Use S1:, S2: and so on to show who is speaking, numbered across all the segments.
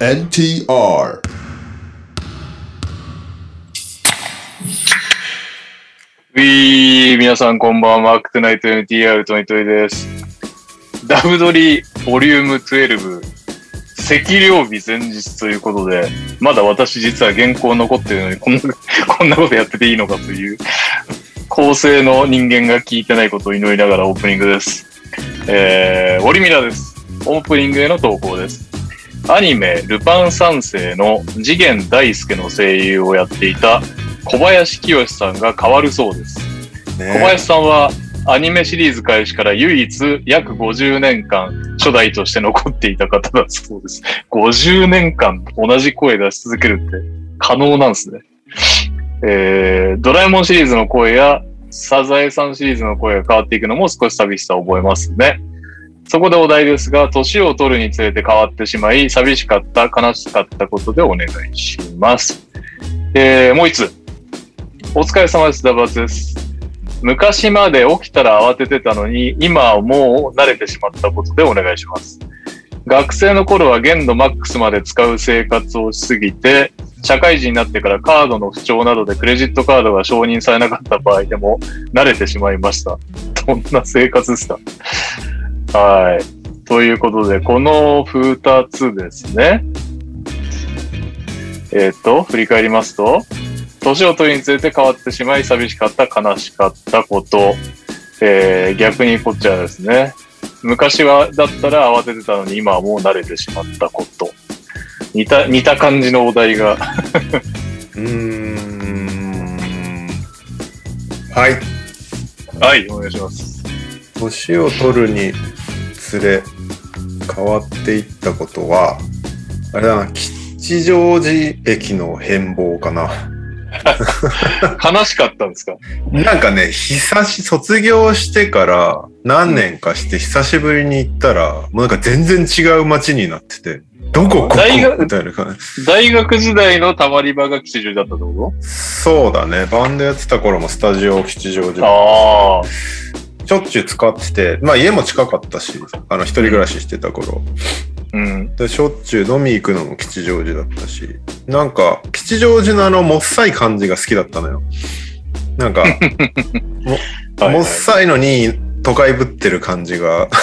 S1: NTR
S2: ウィー皆さんこんばんは、マークトゥナイト NTR トニトイです。ダブドリボリューム12、赤料日前日ということで、まだ私実は原稿残ってるのに、こんな、 こんなことやってていいのかという、構成の人間が聞いてないことを祈りながらオープニングです。えー、オリミラです。オープニングへの投稿です。アニメ、ルパン三世の次元大介の声優をやっていた小林清志さんが変わるそうです。小林さんはアニメシリーズ開始から唯一約50年間初代として残っていた方だそうです。50年間同じ声出し続けるって可能なんですね。えー、ドラえもんシリーズの声やサザエさんシリーズの声が変わっていくのも少し寂しさを覚えますね。そこでお題ですが、年を取るにつれて変わってしまい、寂しかった、悲しかったことでお願いします。えー、もう一つ。お疲れ様です。ダバーツです。昔まで起きたら慌ててたのに、今はもう慣れてしまったことでお願いします。学生の頃は限度マックスまで使う生活をしすぎて、社会人になってからカードの不調などでクレジットカードが承認されなかった場合でも慣れてしまいました。どんな生活ですかはい。ということで、この2つですね。えっ、と、振り返りますと、年を取るにつれて変わってしまい寂しかった悲しかったこと、えー逆にこっちはですね昔はだったら慌ててたのに今はもう慣れてしまったこと似た似た感じのお題が
S1: うーんはい
S2: はいお願いします
S1: 年を取るにつれ変わっていったことはあれだな吉祥寺駅の変貌かな
S2: 悲しかったんですか
S1: なんかね久し卒業してから何年かして久しぶりに行ったらもうなんか全然違う街になっててどこここ
S2: 大学
S1: みたいな感じ
S2: 大学時代のたまり場が吉祥寺だったってこ
S1: そうだねバンドやってた頃もスタジオ吉祥
S2: と
S1: 寺
S2: ああ
S1: しょっちゅう使っててまあ家も近かったしあの一人暮らししてた頃
S2: うん
S1: でしょっちゅう飲み行くのも吉祥寺だったしなんか吉祥寺のあのもっさい感じが好きだったのよなん か
S2: はい
S1: も
S2: は
S1: っ
S2: い
S1: さいのに都会ぶってる感じが なんか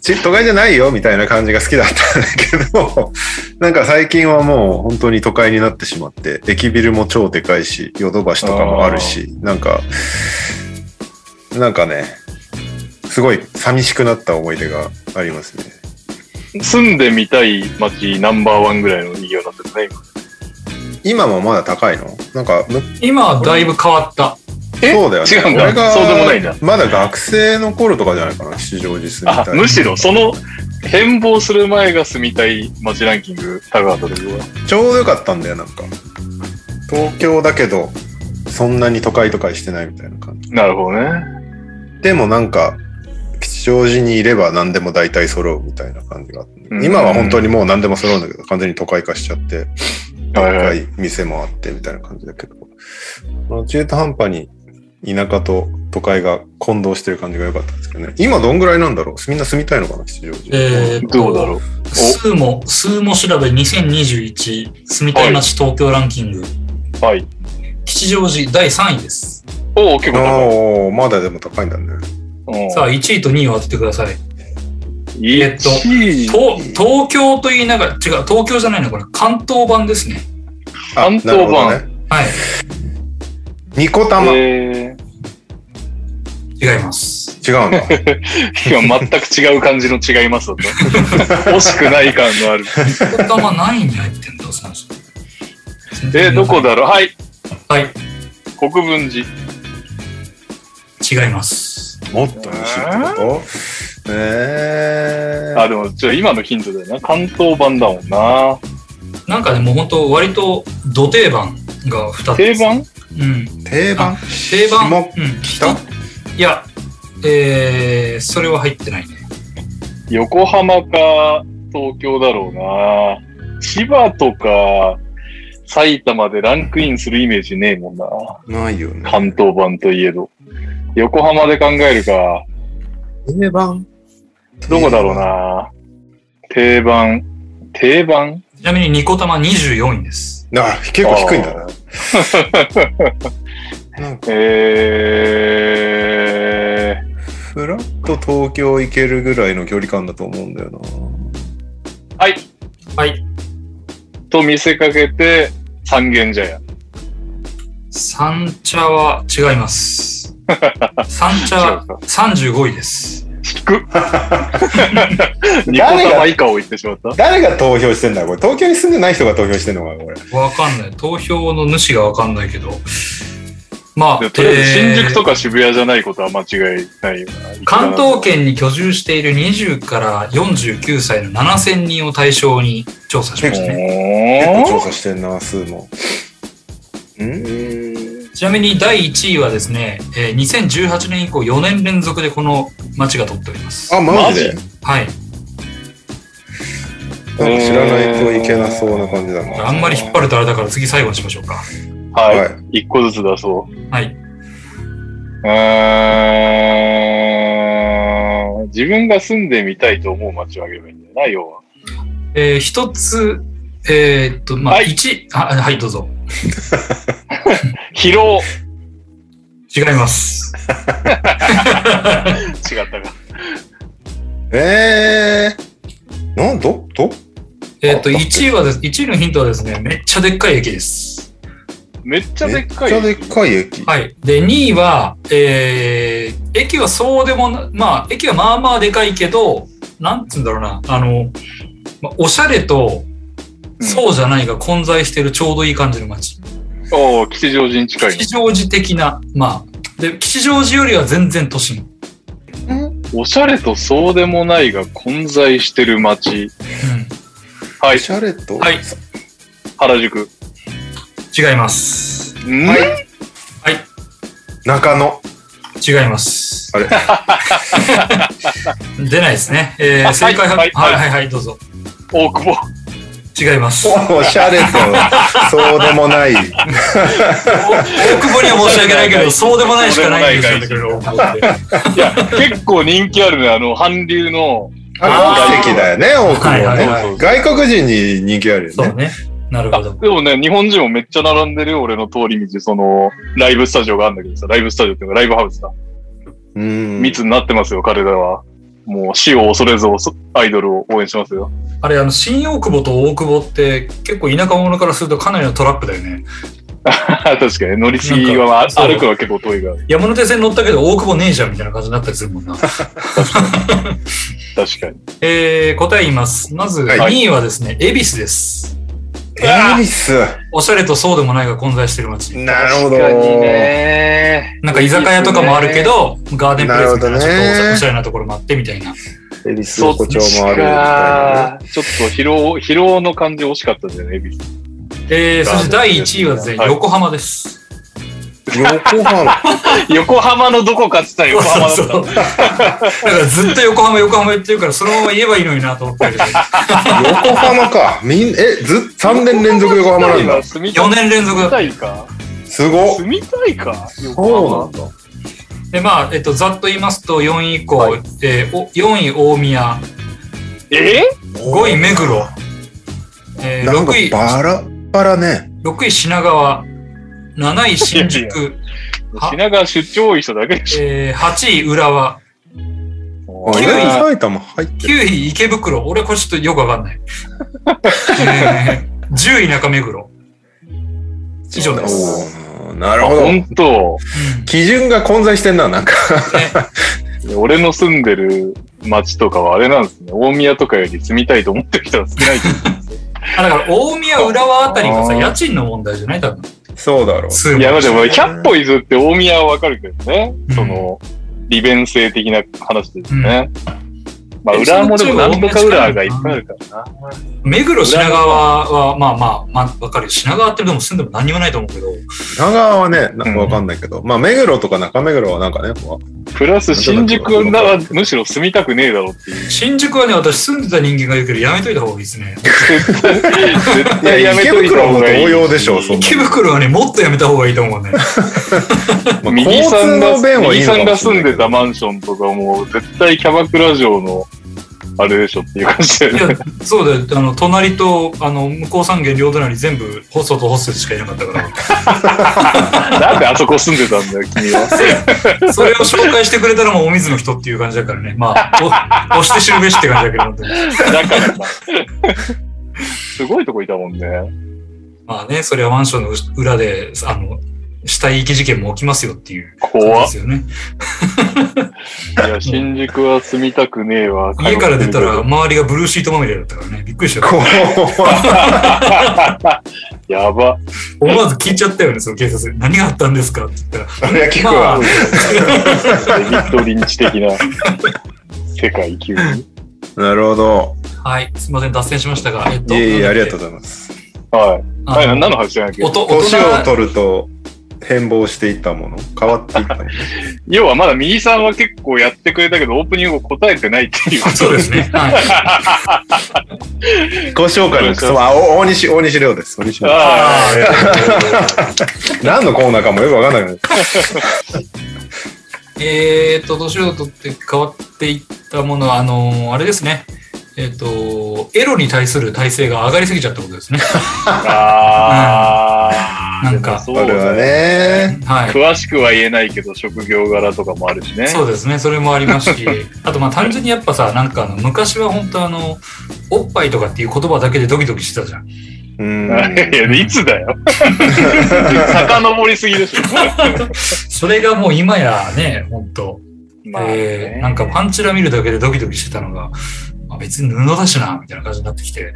S1: ち都会じゃないよみたいな感じが好きだったんだけどなんか最近はもう本当に都会になってしまって駅ビルも超でかいしヨドバシとかもあるしなんかなんかねすごい寂しくなった思い出がありますね
S2: 住んでみたい街ナンバーワンぐらいの人形になってたね今
S1: 今もまだ高いのなんか、む
S3: 今はだいぶ変わった。
S2: え
S1: そうだよね。
S2: 違うんだ
S1: 俺が
S2: そうでもないんだ
S1: まだ学生の頃とかじゃないかな、吉祥寺住み
S2: あ
S1: たい。
S2: むしろその変貌する前が住みたい街ランキング高かったですわ
S1: ちょうどよかったんだよ、なんか。東京だけど、そんなに都会都会してないみたいな感じ。
S2: なるほどね
S1: でもなんか、吉祥寺にいれば何でも大体揃うみたいな感じがあって、
S2: うん
S1: 今は本当にもう何でも揃うんだけど、完全に都会化しちゃって、でっ
S2: はいは
S1: かい店もあってみたいな感じだけど、この中途半端に田舎と都会が混同してる感じが良かったんですけどね。今どんぐらいなんだろうみんな住みたいのかな、吉祥寺。
S3: えー、
S2: どうだろう
S3: う数も、数も調べ2021、住みたい街東京ランキング、
S2: はい。
S3: 吉祥寺第3位です。
S2: おお、結構高い。
S1: おーまだでも高いんだね。
S2: うん
S3: さあ、1位と2位を当ててください。
S2: えっと、
S3: と東京と言いながら、違う、東京じゃないの、これ、関東版ですね。
S1: あ
S2: 関東版
S1: なるほどね。
S3: はい、
S1: ニコ玉、
S2: え
S3: 違います。
S1: 違うんだ。
S2: ー、今全く違う感じの違います だと。惜しくない感のある。
S3: これがまあ何位に入ってんだ、その人。
S2: えー、どこだろうはい、
S3: はい、
S2: 国分寺。
S3: 違います。
S1: もっと西ってことえー、
S2: あ、でも、ちょ、今のヒントだよな。関東版だもんな。
S3: なんかね、もう本当割と、土定番が2つ。
S2: 定番
S3: うん。
S1: 定番
S3: 定番。
S1: 下
S3: うん、
S1: 北
S3: いや、えー、それは入ってないね。
S2: 横浜か東京だろうな。千葉とか埼玉でランクインするイメージねえもんな。
S1: ないよね。
S2: 関東版といえど。横浜で考えるか。
S1: 定番
S2: どこだろうな定番。定番
S3: ちなみにニコタマ24位です。
S1: あ、結構低いんだな。なんか、
S2: えー、
S1: ふらっと東京行けるぐらいの距離感だと思うんだよな。
S2: はい。
S3: はい。
S2: と見せかけて、三軒茶屋。
S3: 三茶は違 います。三茶
S2: 違
S3: は
S2: うか。
S3: 35位です。
S2: 低っ。ニコ玉以下を言ってしまった。
S1: 誰が投票してんだこれ。東京に住んでない人が投票してんのかこれ。
S3: わかんない。投票の主がわかんないけど。ま
S2: でも
S3: あ、
S2: とりあえず
S3: えー
S2: 新宿とか渋谷じゃないことは間違いないよな。
S3: 関東圏に居住している20から49歳の7000人を対象に調査しましたね。
S1: 結構調
S2: おー
S1: 査してんな、数も。ん
S3: ちなみに第1位はですね、えー2018年以降4年連続でこの町が取っております。
S1: あ、マジで
S2: マ
S3: はい。
S1: なんか知らないといけなそうな感じだな。
S3: あんまり引っ張るとあれだから次最後にしましょうか。
S1: は
S2: はい。一個ずつ出そう。
S3: はい。
S2: うーん自分が住んでみたいと思う街をあげればいいんだよな、要は。
S3: えー一つ、えーっと、まあ、
S2: はい
S3: 1、あはい、どうぞ。
S2: 疲労
S3: 違います。
S2: 違ったか。
S1: えー。なんどど
S3: えーっと、1位はです、1位のヒントはですね、めっちゃでっかい駅です。
S2: めっちゃでっか
S1: めっちゃ
S2: い。
S1: でっかい駅。
S3: はい。で、2位は、えー駅はそうでもな、まあ、駅はまあまあでかいけど、なんつうんだろうな、あの、まあおしゃれと、
S2: うん
S3: そうじゃないが混在してるちょうどいい感じの街。
S2: おお、吉祥寺に近い
S3: 吉祥寺的な、まあ、で、吉祥寺よりは全然都心。
S2: の。おしゃれとそうでもないが混在してる街。
S3: う
S2: はい
S1: お、しゃれと、
S3: はい
S2: 原宿。
S3: ん。違います。
S2: ん
S1: はい
S3: はい。
S1: 中野。
S3: 違います。
S1: あれ
S3: 出ないですね。えー
S2: あ
S3: 正解は、
S2: は
S3: はいい
S2: は
S3: はいいはい、どうぞ。
S2: 大久保。
S3: 違います。大
S1: おしゃれと、そうでもない。
S3: 久保には申し訳ないけど、そうでもないしかないんですよね、これ大久保って。
S2: いや、結構人気あるね、あの、韓流の。
S1: あ
S3: あ
S1: の
S3: ー
S1: 奇跡だよね、多く
S3: はい
S1: も
S3: はい
S1: ね。
S3: はい
S2: そう
S1: 外国人に人気ある
S3: そ
S1: よ
S3: う
S1: ね。
S3: ね。なる
S2: あ
S3: ほど。
S2: でもね、日本人もめっちゃ並んでるよ、俺の通り道、その、ライブスタジオがあるんだけどさ、ライブスタジオっていうか、ライブハウスだ。
S1: うん。
S2: 密になってますよ、彼らは。もう死を恐れず恐アイドルを応援しますよ。
S3: あれ、あの、新大久保と大久保って結構田舎者からするとかなりのトラップだよね。
S2: 確かに、乗り継ぎは、まあ
S3: なんかそう
S2: 歩くのは結構遠いから、
S3: 山手線乗ったけど大久保ねえじゃんみたいな感じになったりするもんな。
S2: 確かに。
S3: えー、答え言います。まず、
S1: はい
S3: 2位はですね、恵比寿です。
S1: エリス。
S3: おしゃれとそうでもないが混在してる街。
S1: なるほど。
S2: 確かにね
S3: なんか居酒屋とかもあるけど、ガーデンプレイスみたいなちょっ
S1: なるほど
S3: と
S1: ね
S3: おしゃれなところもあってみたいな。
S1: エリス横丁もあるみたいなね。
S2: かちょっと疲労、疲労の感じ惜しかったんだよね、エビス。
S3: えー、そして第1位はですね、
S2: はい
S3: 横浜です。
S1: 横浜。
S2: 横浜のどこかって言ったら横 浜だった。
S3: そうそうそうだからずっと横浜、横浜言ってるから、そのまま言えばいいのになと思ったけど、
S1: 横浜か。みん、え、ず、3年連続横浜なんだ。
S2: 住みた
S3: 4
S2: い
S3: 年連続だ
S2: 住み
S3: った
S2: たいか
S1: すごっ。
S2: 住みたいか
S1: そうなんだ。
S3: で、まあ、えっと、ざっと言いますと、4位以降、
S2: は
S3: えーお4位大宮、
S2: え
S3: 5位目黒、えー
S1: なん
S3: 6
S1: か
S3: 位、
S1: バラバラね。
S3: 6位品川、7位新宿、は
S2: 品川出張多い人だけでしょ。
S3: えー8位浦和、
S1: あ、意外に埼玉入って
S3: 9
S1: る。
S3: 位池袋、俺これちょっとよくわかんない。えー10位中目黒。以上です。
S1: おーなるほど。
S2: 本当。
S3: うん
S1: 基準が混在してんな、なんか。
S3: ね
S2: 俺の住んでる町とかはあれなんですね。大宮とかより住みたいと思ってる人は少ないってことですね。
S3: あだから大宮、浦和あたりが
S1: あ
S3: さ、
S1: ー
S3: 家賃の問題じゃない多分。
S1: そうだろう。
S3: 数
S2: いや、まあで
S3: も。
S2: も、100歩譲って大宮はわかるけどね。
S3: うん
S2: その、利便性的な話ですね。まあ、
S3: え
S2: 裏もでも
S3: その
S2: 何と
S3: 中
S2: か
S3: 国
S2: 裏がいっぱいあるからな。
S3: 目黒、品川は、まあまあ、まあ、わかるよ。品川ってでも住んでも何にもないと思うけど。
S1: 長川はね、な
S2: うん
S1: んかわかんないけど、まあ、目黒とか中目黒はなんかね、こう
S2: プラス新宿はむしろ住みたくねえだろっていう。
S3: 新宿はね、私住んでた人間が言うけど、やめといた方がいいですね。
S2: 絶対、絶対やめといた方が
S1: いや
S2: いい。
S1: 池袋も同様でしょそんな
S3: 池袋はね、もっとやめた方がいいと思うね。
S1: まあ
S2: 右
S1: 交
S2: さん
S1: 通
S2: が
S1: の便はい
S2: 右
S1: い
S2: さ
S1: の
S2: ん
S1: かもし
S2: が
S1: れ
S2: 住
S1: なんいけ
S2: で
S1: ど
S2: たマンションとかもう絶対キャバクラ城のあれでしょっていう感じだよ
S3: い
S2: ね。
S3: や、そうだよ。あの、隣と、あの、向こう三軒両隣全部、ホストとホストしかいなかったか
S2: なんであそこ住んでたんだよ、君は。
S3: ら、それを紹介してくれたのもお水の人っていう感じだからね。まあ、お押して知るべしって感じだけど本当に、
S2: だからか。すごいとこいたもんね。
S3: まあね、それはマンションの裏で、あの、死体遺棄事件も起きますよっていう感
S2: 怖っ。
S3: じですよね。
S2: いや、新宿は住みたくねえわ。
S3: 家から出たら、周りがブルーシートまみれだったからね。びっくりしたよ。
S1: こ
S2: やば。
S3: 思わず聞いちゃったよね、その警察に。何があったんですかって言ったら。
S1: う、それは聞くわ。
S2: デビッド・リンチ的な世界急に。
S1: なるほど。
S3: はい、すみません、脱線しましたが、えっ
S1: い
S3: と、
S1: えいえ、ありがとう
S3: う。
S1: ございます。
S2: はい。
S3: あの
S2: はい、何の話じゃないけど。
S3: 音、
S1: 年を
S3: 音
S1: 取ると変貌していったもの、変わってい ったもの。
S2: 要はまだ右さんは結構やってくれたけど、オープニングを答えてないっていうこ
S3: が、
S2: と。
S3: そうですね。はい。
S1: 自己紹介のクソ、あ、お大西、大西亮です。大西亮
S2: ああ、
S1: 何のコーナーかもよくわかんないけど。
S3: えーっと、年を取って変わっていったものは、あのーあれですね。えーっと、エロに対する体制が上がりすぎちゃったことですね。
S2: ああ、
S3: うんなんか
S2: そ
S1: こ
S2: う
S1: れは
S2: だ
S1: ね。
S2: ね。
S3: はい。
S2: 詳しくは言えないけど、職業柄とかもあるしね。
S3: そうですね。それもありますし、あとまあ単純にやっぱさ、なんかあの昔は本当あの、おっぱいとかっていう言葉だけでドキドキしてたじゃん。
S1: うん。
S2: いや、いつだ よ。 遡りすぎでしょ。
S3: それがもう今やね、本当えーなんかパンチラ見るだけでドキドキしてたのが、まあ、別に布だしな、みたいな感じになってきて、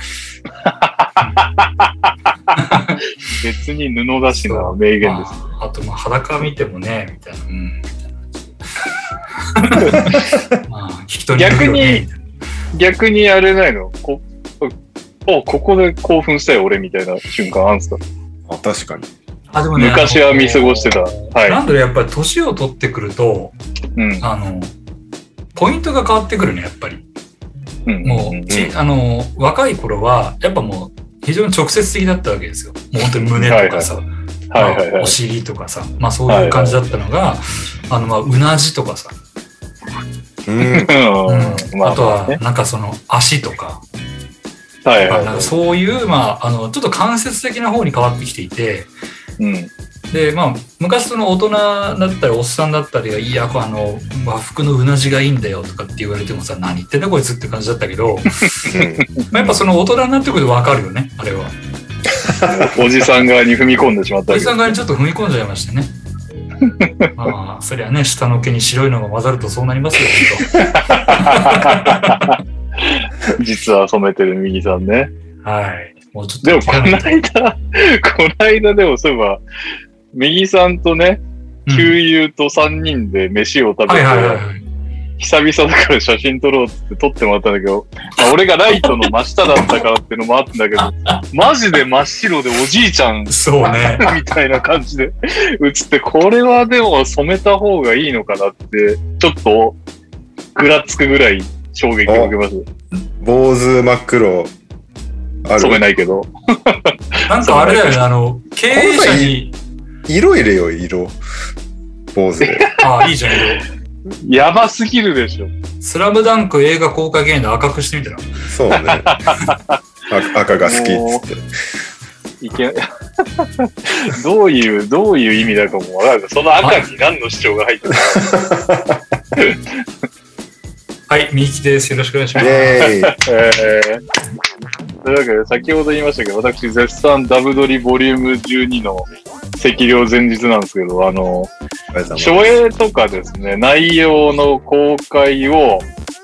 S2: 別に布だしな名言です。
S3: まあ、あとまあ裸見てもね、みたい な。うんみたいなまあ、聞き取り
S2: 逆
S3: くいよ
S2: に
S3: ね、
S2: 逆にあれないのこお、ここで興奮したよ、俺みたいな瞬間あんすか
S1: あ確かに。
S3: あでもね
S2: 昔は見過ごしてた。
S3: あのな
S2: は
S3: んだろう、やっぱり年を取ってくると、
S2: い。うん。
S3: あの、ポイントが変わってくるね、やっぱり。
S2: うん。
S3: も
S2: ん
S3: う、ちあの、若い頃は、やっぱもう、非常に直接的だったわけですよ。もう本当に胸とかさ、
S2: はいはい
S3: まあ
S2: はい
S3: お。尻とかさ、まあそういう感じだったのが、あの、まあ、うなじとかさ、
S1: うん。
S2: うん。ま
S3: あとは、
S2: ね
S3: なんかその足とか、
S2: はい
S3: ま
S2: はい
S3: あなん
S2: は
S3: かそういう、まあ、あの、ちょっと間接的な方に変わってきていて、
S2: い。うん。
S3: で、まあ、昔その大人だったり、おっさんだったりが、いや、こうあの、和服のうなじがいいんだよとかって言われてもさ、何言ってんだこいつって感じだったけど、まあやっぱその大人になってくるとわかるよね、あれは。
S2: おじさん側に踏み込んでしまった
S3: お
S2: わ
S3: じ
S2: け
S3: さん側にちょっと踏み込んじゃいましてね。まあ、そりゃね、下の毛に白いのが混ざるとそうなりますよ、ほん
S2: 実は染めてる右さんね。
S3: と。はい。もうちょっと。
S2: でも、この間、この間でもそういえば、右さんとね、
S3: うん
S2: 旧友と3人で飯を食べて、
S3: はいはいはいはい。
S2: 久々だから写真撮ろうっつって撮ってもらったんだけど、まあ俺がライトの真下だったからっていうのもあったんだけど、マジで真っ白でおじいちゃん
S3: そうね。
S2: みたいな感じで映って、これはでも染めた方がいいのかなって、ちょっとぐらつくぐらい衝撃を受けまし
S1: 坊主真っ黒。あ
S2: た。染め
S1: る。
S2: ないけど。
S3: なんかあれだよね、あの、経営者に、
S1: 色入れよ、色。坊主で。
S3: ああ、いいじゃん、色
S2: やばすぎるでしょ。
S3: スラムダンク映画公開記念で赤くしてみたら。
S1: そうね。 あ赤が好きっつって。
S2: いけ どういう、どういう意味だかもわからない。その赤に何の主張が入ってる
S3: はい、みゆきです。よろしくお願いし
S1: イ
S3: ます。
S1: ェーイ。
S2: えーというわけで、先ほど言いましたけど、私、絶賛ダブドリボリューム12の赤量前日なんですけど、あの、
S1: ありがとうござい
S2: 初映とかですね、内容の公開を、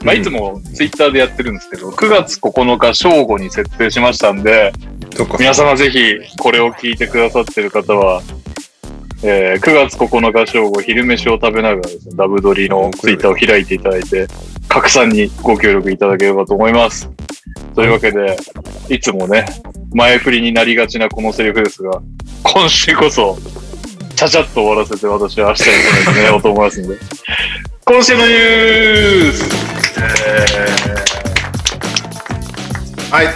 S2: まあ、
S1: うん
S2: いつもツイッターでやってるんですけど、9月9日正午に設定しましたんで、
S1: ますそっか
S2: 皆様ぜひこれを聞いてくださってる方は、えー9月9日正午昼飯を食べながらですね、ダブドリのツイッターを開いていただいて、拡散にご協力いただければと思います。というわけで、いつもね、前振りになりがちなこのセリフですが、今週こそ、ちゃちゃっと終わらせて私は明日に備えて寝ようと思いますんで、今週のニュース、
S1: はい。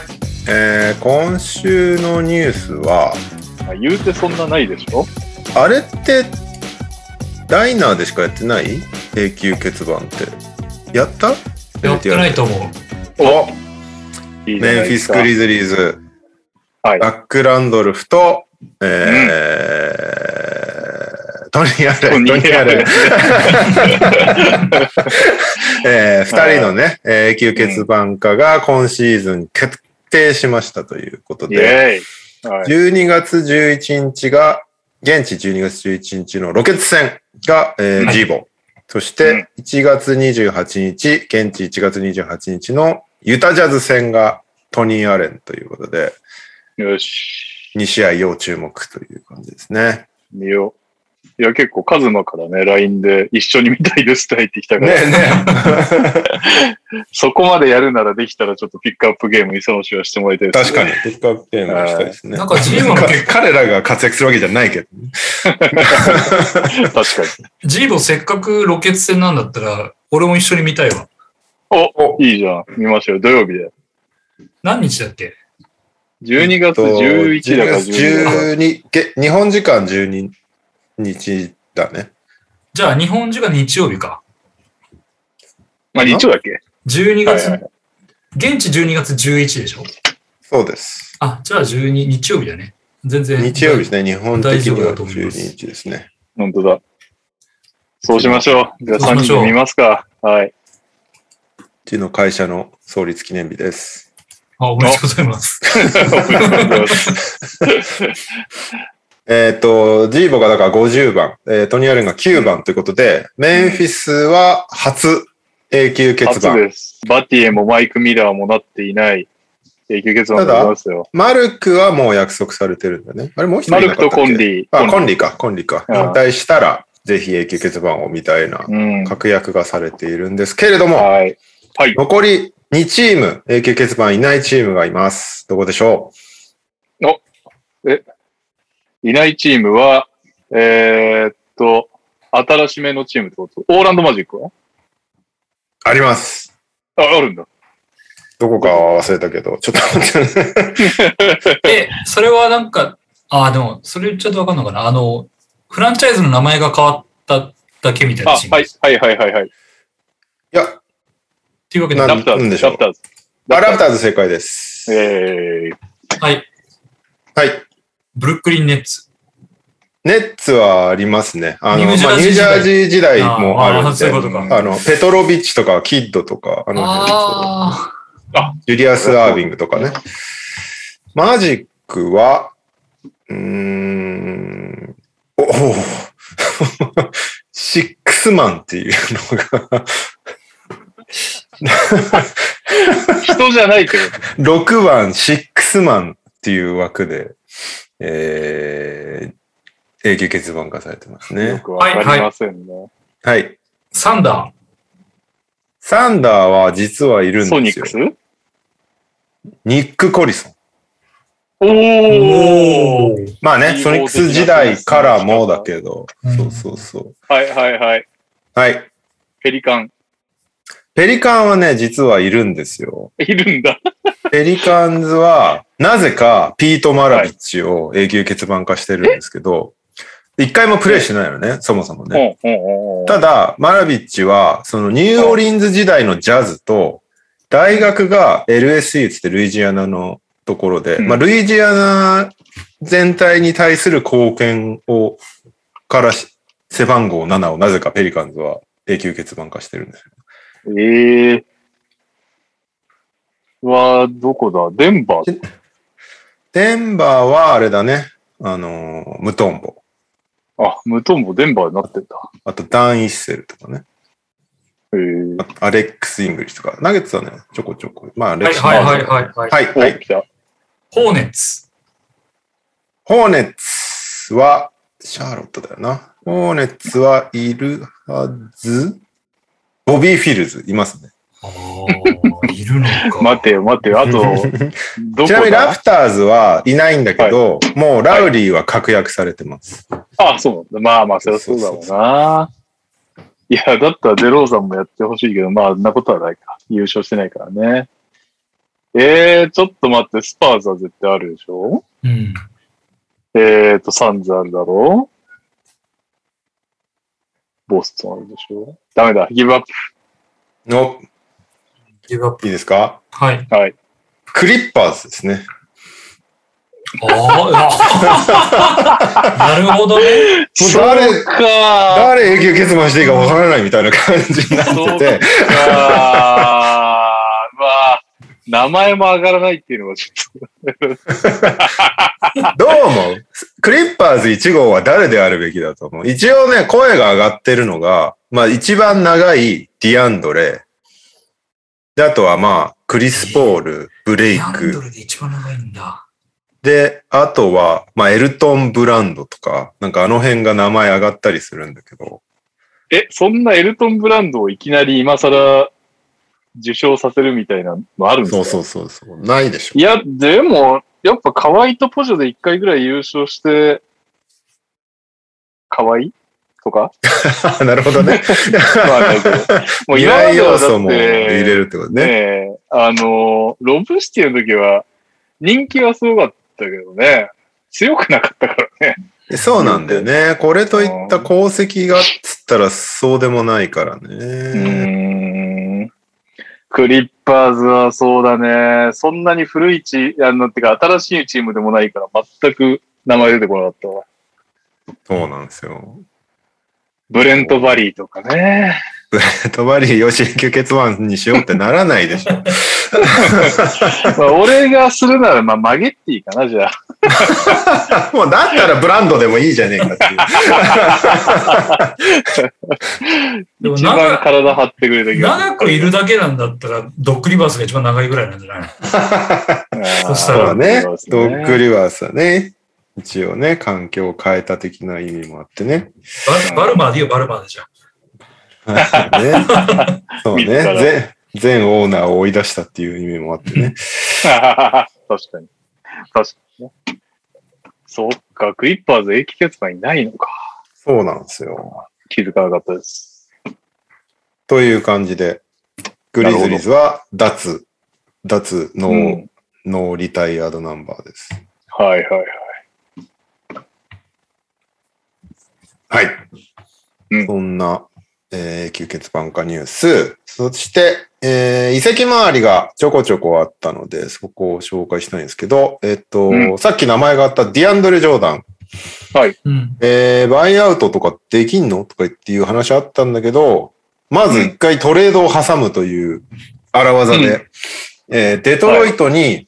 S1: えー、今週のニュースは、
S2: えーまあ、言うてそんなないでしょ
S1: あれって、ダイナーでしかやってない永久欠番って。やった
S3: やってないと思う。
S1: お
S2: いいじゃ
S1: メ
S2: な
S1: ンフィ
S2: いで
S1: ス
S2: すか
S1: クリズリーズ、
S2: はい
S1: バックランドルフと、えートニー・アレン、トニー・アレン、 えー、2人のね、えー、吸血版化が今シーズン決定しましたということ
S2: イ
S1: で、
S2: ェーイ。はい。
S1: 12月11日が、現地12月11日のロケッツ戦が、えー
S3: はい
S1: ジーボ。そして、1月28日、現地1月28日のユタジャズ戦がトニー・アレンということで、
S2: よし。
S1: 2試合要注目という感じですね。
S2: 見よう。いや、結構、カズマからね、LINE で一緒に見たいですって入ってきたか
S1: ね
S2: ら、
S1: えね
S2: そこまでやるならできたら、ちょっとピックアップゲームに楽しみはしてもらいたい
S1: え、
S2: です、
S1: 確か
S2: に。
S1: に。ピックアップゲームしたいですね。
S3: なんかジーボ
S1: な
S3: の
S1: んか 彼らが活躍するわけじゃないけどね。
S2: 確か
S3: ジーボせっかくロケッツ戦なんだったら、俺も一緒に見たいわ。
S2: に。お、いいじゃん。見ましょう。土曜日で。
S3: 何日だっけ
S2: 12月11だから12だから。
S1: 12げ日本時間12日だね。
S3: じゃあ日本時間日曜日か。
S2: まあ、日曜だっけ
S3: 12月、
S2: はい
S3: 現地12月11でしょ
S1: そうです。
S3: あ、じゃあ12、日曜日だね。全然。
S1: 日曜日ですね。日本的には12日ですね。
S2: 本当だ。そうしましょう。じゃあ
S3: そ
S2: 3
S3: うしましょ
S2: 人
S3: う
S2: で見ますか。はい。
S1: うちの会社の創立記念日です。
S3: あ、おめでとうございます。
S1: えっ、と、ジーボがだから50番、えートニーアレンが9番ということで、メンフィスは初永久欠
S2: 初
S1: 番。
S2: です。バティエもマイク・ミラーもなっていない永久決断になりますよ。
S1: マルクはもう約束されてるんだね。あれもう一人
S2: マ
S1: い
S2: ル
S1: な
S2: ク
S1: かった
S2: と
S1: っけ
S2: コンディ。
S1: あ、コンリか、コンリか。
S2: うん
S1: 引退したら、ぜひ永久欠番をみたいな
S2: うん。
S1: 確約がされているんですけれども、
S2: はい。
S1: 残り2チーム、永久欠番いないチームがいます。どこでしょ
S2: いないチームは、えーっと、新しめのチームってことオーランドマジックは
S1: うあります。
S2: あ、あるんだ。
S1: どこかは忘れたけど、ちょっと待ってね。
S3: え、それはなんか、あ、でも、それ言っちゃうとわかんのかな。あの、フランチャイズの名前が変わっただけみたい
S2: あ、
S3: なチーム
S2: はい
S3: です。、
S2: はい、はい、はい。はい
S1: いや、
S3: っていうわけで、
S1: な
S2: ラプター
S1: なんで
S2: ズ。
S1: しょう
S2: ラプターズ。
S1: あラプターズ正解です。
S2: えー、
S3: はい。
S1: はい。
S3: ブルックリンネッツ。
S1: ネッツはありますね。あの、
S3: ニュージャ
S1: まあ
S3: ー
S1: ニ
S3: ジ
S1: ュー
S3: ー
S1: ジ
S3: 時
S1: ャー
S3: 代
S1: ジー時代もある
S3: あ
S1: ん
S3: ーそう
S1: で
S3: いう、ことか。
S1: あの、ペトロビッチとか、キッドとか、あの辺
S3: あ
S1: ジュリアス・アービングとかね。マジックは、うーん、おおシックスマンっていうのが、
S2: 人じゃないけど。
S1: 6番シックスマンっていう枠で、えー、永久欠番化されてます
S2: よ
S1: ね。
S2: くわかりませんね。
S1: はい。
S3: ーサンダ
S1: サンダーは実はいるん
S2: ソニ
S1: です
S2: ッ
S1: よ
S2: ク。ス
S1: ニック・コリソン。
S2: お
S3: ー。
S2: ー
S3: ー。
S1: まあね、
S2: いい
S1: ソニックス時代からもだけど、
S3: うん
S1: そうそうそう。
S2: はいはいはい。
S1: はい。
S2: ペリカン。
S1: ペリカンはね、実はいるんですよ。
S2: いるんだ。
S1: ペリカンズは、なぜかピート・マラビッチを永久欠番化してるんですけど、一回もプレイしてないよね、そもそも
S2: うん
S1: ね。
S2: うんうんうん。
S1: ただ、マラビッチは、そのニューオーリンズ時代のジャズと、大学が LSU つってルイジアナのところで、
S2: うん
S1: まあ、ルイジアナ全体に対する貢献を、からし背番号7をなぜかペリカンズは永久欠番化してるんですよ。
S2: ええー。は、どこだデンバー。
S1: デンバーはあれだね、あのー、ムトンボ。
S2: あ、ムトンボデンバーになってんだ。
S1: あと、ダン・イッセルとかね。
S2: えー、
S1: あアレックス・イングリッシュとか。投げてたね、ちょこちょこ。まあ、
S3: は
S1: レ
S3: い
S1: クス
S3: はいはいはい、はい
S1: はい、
S2: お、
S1: はいはい
S2: 来た。
S3: ホーネッツ。
S1: ホーネッツは、シャーロットだよな。ホーネッツはいるはず。ボビー・フィルズ、いますね。
S3: ああ、いるの か。
S2: 待てよ待てよ。あと、どこ
S1: ちなみに、ラ
S2: だ
S1: プターズはいないんだけど、もうラウリーは確約されてます。
S2: あ、そうなんだ。まあまあ、そりゃそうだろうな。いや、だったらデローザンもやってほしいけど、まあ、あんなことはないか。優勝してないからね。えー、ちょっと待って、スパーズは絶対あるでしょ
S3: うん。
S2: えーと、サンズあるだろうボストンあるでしょダメだ、ギブアップ。
S1: の、
S3: ギブアップ。
S1: いいですか
S3: はい。
S2: はい。
S1: クリッパーズですね。
S3: あ あ、なるほど
S1: もう
S3: ね。
S1: 誰
S2: そう か
S1: 誰永久欠番していいかわからないみたいな感じになってて、
S2: ーうわー名前も上がらないっていうのはちょっ
S1: どう思うクリッパーズ1号は誰であるべきだと思う一応ね、声が上がってるのが、まあ一番長いディアンドレ。で、あとはまあ、クリス・ポール、ブレイ
S3: ヤンド
S1: ク。
S3: ルで一番長いんだ。
S1: で、あとは、まあエルトン・ブランドとか、なんかあの辺が名前上がったりするんだけど、
S2: と。え、そんなエルトンブランドをいきなり今更受賞させるみたいなのあるんですか
S1: そうそうそうそう、ないでしょ
S2: い。や、でも、やっぱ河合とポジョで一回ぐらい優勝して、河合とか
S1: なるほどね。
S2: わかんない けどもう
S1: 未
S2: 今ま
S1: 来
S2: では
S1: 要
S2: だって
S1: 素も入れるってことね。
S2: ねえ、あの、ロブシティの時は、人気はすごかったけどね、強くなかったからね。
S1: そうなんだよね。これといった功績がっつったらそうでもないからね。
S2: うん。クリッパーズはそうだね。そんなに古いチーム、ってか新しいチームでもないから、全く名前出てこなかったわ。
S1: そうなんですよ。
S2: ブレント・バリーとかね。
S1: トバリー、ヨシン吸血ワンにしようってならないでしょ。
S2: まあ、俺がするなら、まあ、マゲッティかな、じゃあ。
S1: もうだったらブランドでもいいじゃねえかっていう。
S3: でも
S2: 一
S3: 長
S2: 番体張ってくれた気がす
S3: 長くいるだけなんだったら、ドックリバースが一番長いぐらいなんじゃないそした
S1: そう
S3: ら
S1: だね。
S2: そうですね
S1: ドッグリバースだね。一応ね、環境を変えた的な意味もあってね。
S2: うん
S3: バルバルマーでいいよ、バルマーでじゃあ。
S1: ねそうね。
S2: 見たら
S1: 全全オーナーを追い出したっていう意味もあってね。
S2: 確かに。確かにね。そっか、クリッパーズ永久欠番いないのか。
S1: そうなんですよ。
S2: 気づかなかったです。
S1: という感じで、グリズリーズは脱、脱ノ
S2: う
S1: ー、
S2: ん。
S1: ノーリタイアードナンバーです。
S2: はいはいはい。
S1: はい。
S2: うん
S1: そんな、えー、吸血版化ニュース。そして、えー、遺跡周りがちょこちょこあったので、そこを紹介したいんですけど、えっと、
S2: うん
S1: さっき名前があったディアンドレ・ジョーダン。
S3: うん。
S1: えー、バイアウトとかできんのとかっていう話あったんだけど、まず一回トレードを挟むという荒技で、
S2: う
S1: えーデトロイトに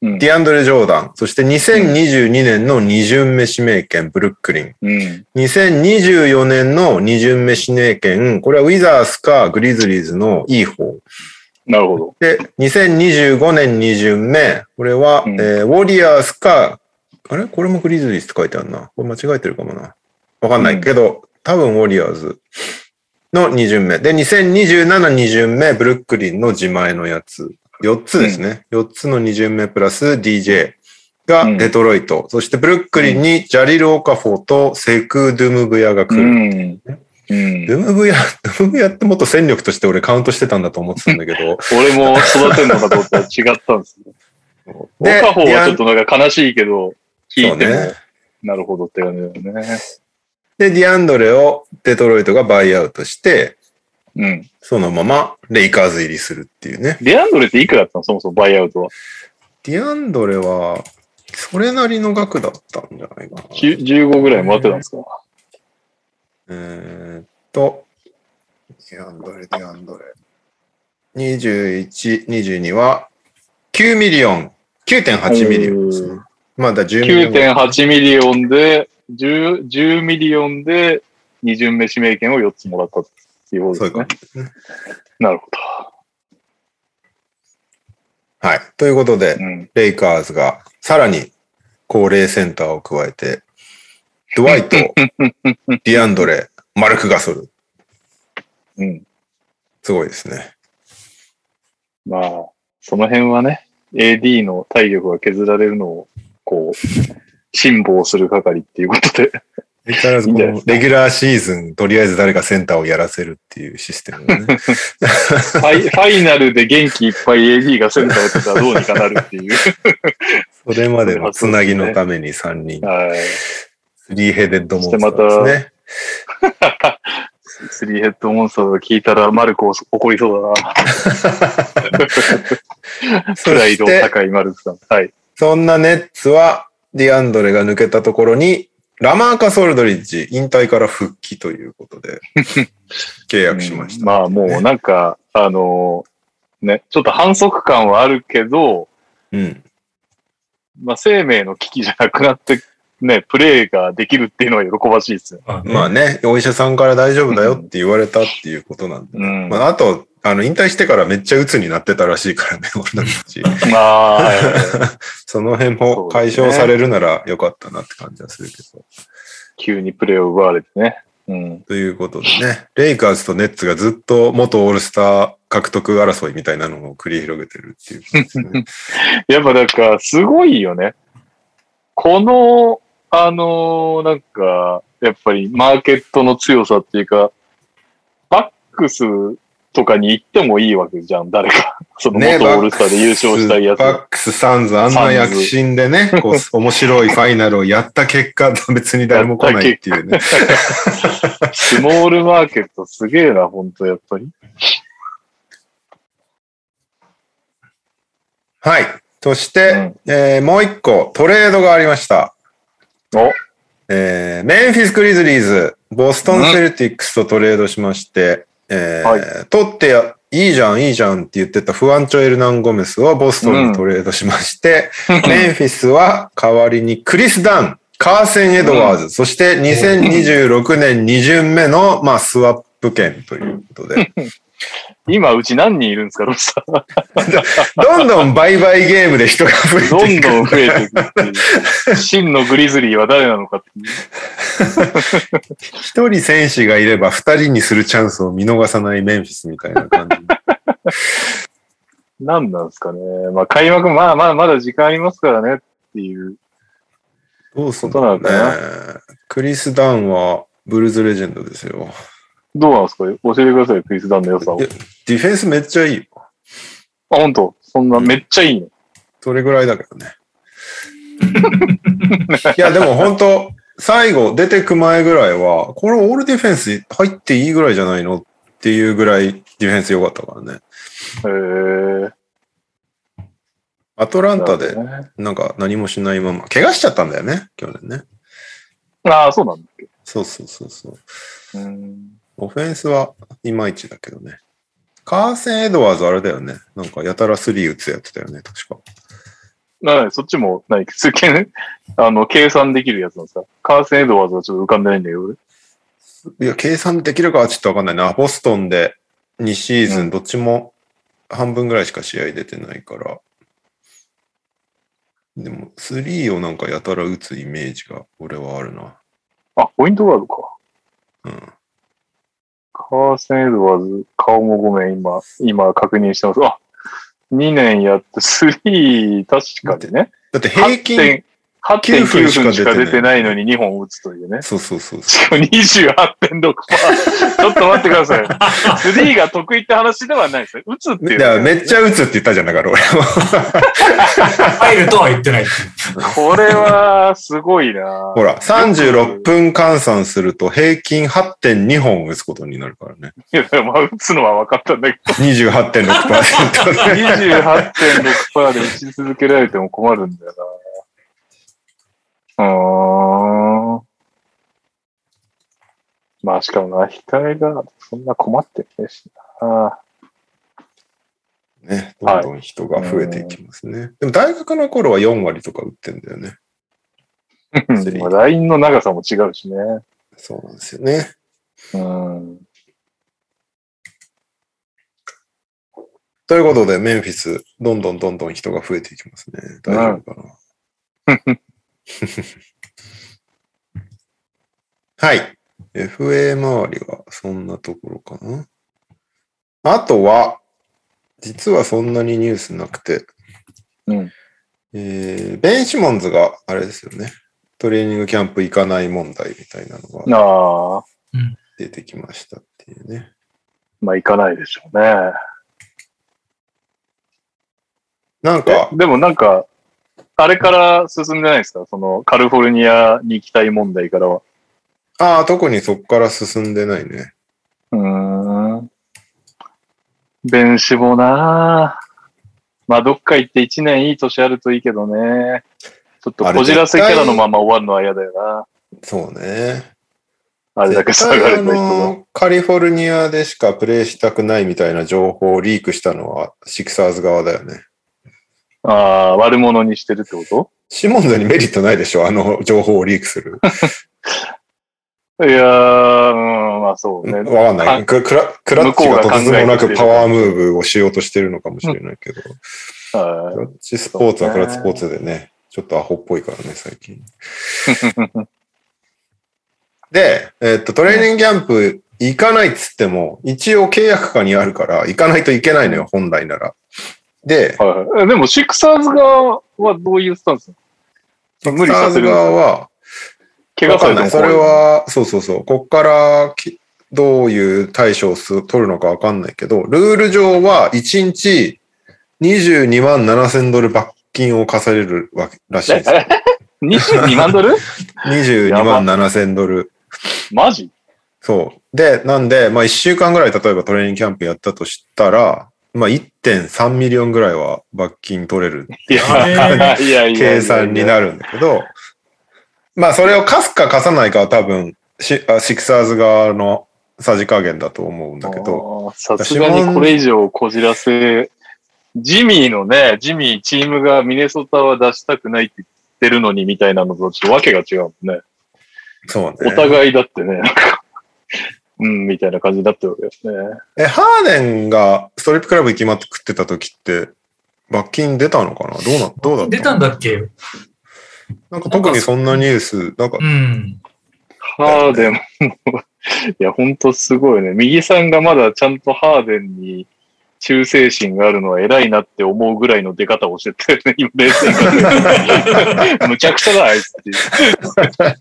S2: うん。
S1: ディアンドレ・ジョーダン、そして2022年の2巡目指名権、ブルックリン。
S2: うん。
S1: 2024年の2巡目指名権、これはウィザースかグリズリーズのいい方。
S2: なるほど。
S1: で、2025年2巡目、これは、
S2: うん
S1: えーウォリアーズか、あれこれもグリズリーズって書いてあるな。これ間違えてるかもな。わかんないけど、多分ウォリアーズの2巡目。で、2027、2巡目、ブルックリンの自前のやつ。4つですね。4つの2巡目プラス DJ
S2: う
S1: が
S2: ん
S1: デトロイト。そしてブルックリンにジャリル・オカフォーとセク・ドゥムブヤが来
S2: う
S1: る。
S2: ん。うん
S1: ドゥムブヤ、ドゥムブヤってもっと戦力として俺カウントしてたんだと思ってたんだけど。
S2: 俺も育てんのかと思ったら違った んですね。 オ
S1: で
S2: カホ
S1: ディ
S2: は
S1: ア
S2: ち
S1: ン
S2: ょっとなんか悲しいけど、聞いて
S1: そう
S2: も、
S1: ね
S2: なるほどって感じだよね。
S1: で、ディアンドレをデトロイトがバイアウトして、
S2: うん。
S1: そのままレイカーズ入りするっていうね。
S2: ディアンドレっていくらだったのそもそもバイアウトは。
S1: ディアンドレは、それなりの額だったんじゃないかな。
S2: じゅ15ぐらいもらってたんですか
S1: えーっと、ディアンドレ、ディアンドレ。21、22は9ミリオン、9.8ミリオンですね。まだ10ミリオン。
S2: 9.8ミリオンで、10, 10ミリオンで、二巡目指名権を4つもらったっていうこと
S1: そう
S2: で
S1: いうこ
S2: す
S1: と。
S2: ね
S1: ですね。
S2: なるほ
S1: はい。ということで
S2: ど。、うん。
S1: レイカーズがさらに高齢センターを加えて、ドワ イト、ディアンドレ、マルク・ガソル。
S2: うん。
S1: すごいですね。
S2: まあ、その辺はね、AD の体力が削られるのを、こう、辛抱する係っていうことで。
S1: 相変わらずこのレギュラーシーズン、とりあえず誰かセンターをやらせるっていうシステムがね。
S2: ファイファイナルで元気いっぱい AD がセンターをやってたらどうにかなるっていう。
S1: それまでの つなぎのために3人、
S2: はい。
S1: スリーヘデッドモンスターですね。
S2: スリーヘッドモンスターとか聞いたら、マルコ怒りそうだな。プライド高いマルコさん。はい。
S1: そんなネッツは、ディアンドレが抜けたところに、ラマーカ・ソルドリッジ、引退から復帰ということ で、契約しまし
S2: う
S1: た。
S2: んまあもうなんか、あのーね、ちょっと反則感はあるけど、
S1: うん。
S2: まあ生命の危機じゃなくなって、ね、プレーができるっていうのは喜ばしいですよ。
S3: まあね
S1: まあね、お医者さんから大丈夫だよって言われたっていうことなんで、
S2: うん。
S1: まあ、あと、あの、引退してからめっちゃ鬱になってたらしいからね、 俺たち。
S2: まあ、はいはいはい
S1: その辺も解消されるならよかったなって感じはするけど。
S2: 急にプレーを奪われてね。うん。
S1: ということでね、レイカーズとネッツがずっと元オールスター獲得争いみたいなのを繰り広げてるっていう感じですね。
S2: やっぱなんか、すごいよね。この、あのーなんか、やっぱりマーケットの強さっていうか、バックスとかに行ってもいいわけじゃん、誰か。 その 元オールスターで優勝したいやつ。
S1: バックス、サンズ、あんな躍進でね、こ う、面白いファイナルをやった結果、別に誰も来ないっていうね。
S2: スモールマーケットすげえな、ほんと、やっぱり。
S1: はい。そして、えーもう一個、トレードがありました。
S2: お、
S1: えーメンフィス・クリズリーズ、ボストン・セルティックスとトレードしまして、えー
S2: はい
S1: 取ってやいいじゃん、いいじゃんって言ってたフアンチョ・エルナン・ゴメスをボストンにトレードしまして、メンフィスは代わりにクリス・ダン、カーセン・エドワーズ、そして2026年2巡目の、まあ、スワップ権ということで、
S2: 今、うち何人いるんですか、ロスター。
S1: どんどん売買ゲームで人が増えていく
S2: どんどん増えていくって いう。真のグリズリーは誰なのかっていう。
S1: 一人選手がいれば二人にするチャンスを見逃さないメンフィスみたいな感じ。
S2: 何なんですかね。まあ、開幕、まあまあ、まだ時間ありますからねっていう。
S1: どうすん
S2: ことなの
S1: ね。クリス・ダンはブルーズレジェンドですよ。
S2: どうなんですか教えてください、クリス・ダンの良さを。
S1: いや
S2: あ、
S1: ディフェンスめっちゃいいよ。
S2: 本当そんな、めっちゃいいの。
S1: それぐらいだけどね。いや、でも本当最後出てく前ぐらいは、これオールディフェンス入っていいぐらいじゃないのっていうぐらいディフェンス良かったからね。
S2: へえ。
S1: アトランタで
S2: なるほどね
S1: なんか何もしないまま、怪我しちゃったんだよね、去年ね。
S2: ああ、そうなんだっけ。
S1: そうそうそうそう。
S2: うん。
S1: オフェンスはいまいちだけどね。カーセン・エドワーズあれだよね。なんかやたらスリー打つやつだよね、確か。
S2: なそっちも、何、すげえ、あの、計算できるやつなんですかカーセン・エドワーズはちょっと浮かんでないんだけど、俺
S1: いや、計算できるかはちょっとわかんないな。ボストンで2シーズ
S2: う
S1: ン、どっちも半分ぐらいしか試合出てないから。でも、スリーをなんかやたら打つイメージが俺はあるな。
S2: あ、ポイントガードか。
S1: うん。
S2: カーセン・エドワーズ、顔もごめん、今、今確認してます。あ、2年やって、3、確かにね。
S1: だって平均、
S2: 8.9分しか出てないのに2本打つというね。
S1: そうそうそうそ
S2: しかも28.6%。ちょっと待ってください。スリーが得意って話ではないですよ。打つって
S1: う。
S2: い
S1: いう
S2: の
S1: や、
S2: は。
S1: めっちゃ打つって言ったじゃんだから俺 は。
S3: 入るとは言ってない。
S2: これは、すごいな
S1: ほら、36分換算すると平均8.2本打つことになるからね。
S2: いや、まあ、打つのは分かったんだけど、
S1: 28.6%ね。
S2: 28.6%で打ち続けられても困るんだよなうーん。まあ、しかもな、控えが、そんな困ってないしな
S1: ね、どんどん人が増えていきますね。でも大学の頃は4割とか打ってんだよね。スリー
S2: まあラインの長さも違うしね。
S1: そうなんですよね。
S2: うん。
S1: ということで、メンフィス、どんどんどんどん人が増えていきますね。大丈夫かな。 はい。FA 周りはそんなところかな。あとは、実はそんなにニュースなくて、
S2: うん。
S1: えー、ベン・シモンズがあれですよね。トレーニングキャンプ行かない問題みたいなのが
S2: なあ。
S1: 出てきましたっていうね。
S2: まあ、行かないでしょうね。
S1: なん
S2: え
S1: か、
S2: でもなんか、あれから進んでないですかその、カリフォルニアに行きたい問題からは。
S1: ああ、特にそこから進んでないね。
S2: うーん。弁士もなぁまあ、どっか行って一年いい年あるといいけどね。ちょっとこじらせキャラのまま終わるのは嫌だよな。
S1: そうね。
S2: あれだけ下がれた人
S1: 絶対あ
S2: が。
S1: のカリフォルニアでしかプレイしたくないみたいな情報をリークしたのはシクサーズ側だよね。
S2: ああ、悪者にしてるってこ
S1: シモンズにメリットないでしょあの情報をリークする。
S2: といやー、うん、まあそうね。
S1: わかんない。ククラクラッチが突然もなくパワームーブをしようとしてるのかもしれないけど。
S2: はい
S1: クラッチスポーツはクラッチスポーツでね、ちょっとアホっぽいからね、最 近。で、えっと、トレーニングキャンプ行かないっつっても、一応契約下にあるから、行かないといけないのよ、本来なら。で、
S2: はい。でも、シクサーズ側はどういうスタンスなの無理
S1: サー
S2: させ
S1: ズ
S2: る。
S1: 側は、
S2: 怪
S1: わ
S2: 我
S1: か
S2: され
S1: ん
S2: て
S1: ない。
S2: も
S1: それは、そうそうそう。こっからき、どういう対処をす取るのかわかんないけど、ルール上は1日22万7千ドル罰金を課されるわけらしいですよ。
S2: 22万ドル
S1: 22万7千ドル。
S2: マジ
S1: そう。で、なんで、まあ1週間ぐらい例えばトレーニングキャンプやったとしたら、まあ1.3ミリオンぐらいは罰金取れる
S2: いや、いやいや。
S1: 計算にな
S2: る。
S1: るんだけど、まあそれを貸すか貸さないかは多分シ、あシクサーズ側のさじ加減だと思うんだけど、
S2: あーさすがにこれ以上こじらせ、ジミーのね、ジミーチームがミネソタは出したくないって言ってるのにみたいなのとちょっとわけが違うもんね。
S1: そう
S2: お
S1: ね。
S2: 互いだってね、なんかうん、みたいな感じになってるわけですね。
S1: え、ハーデンがストリップクラブ行きまって食ってた時って、罰金出たのかなどうな、どうだった
S3: 出たんだっけ
S1: なんか特にそんなニュース、なんか
S3: う、ん。
S2: ハーデンも、いや、ほんとすごいね。右さんがまだちゃんとハーデンに忠誠心があるのは偉いなって思うぐらいの出方をしてたよね、 今、冷静に考えてむちゃくちゃだ、あいつっていう。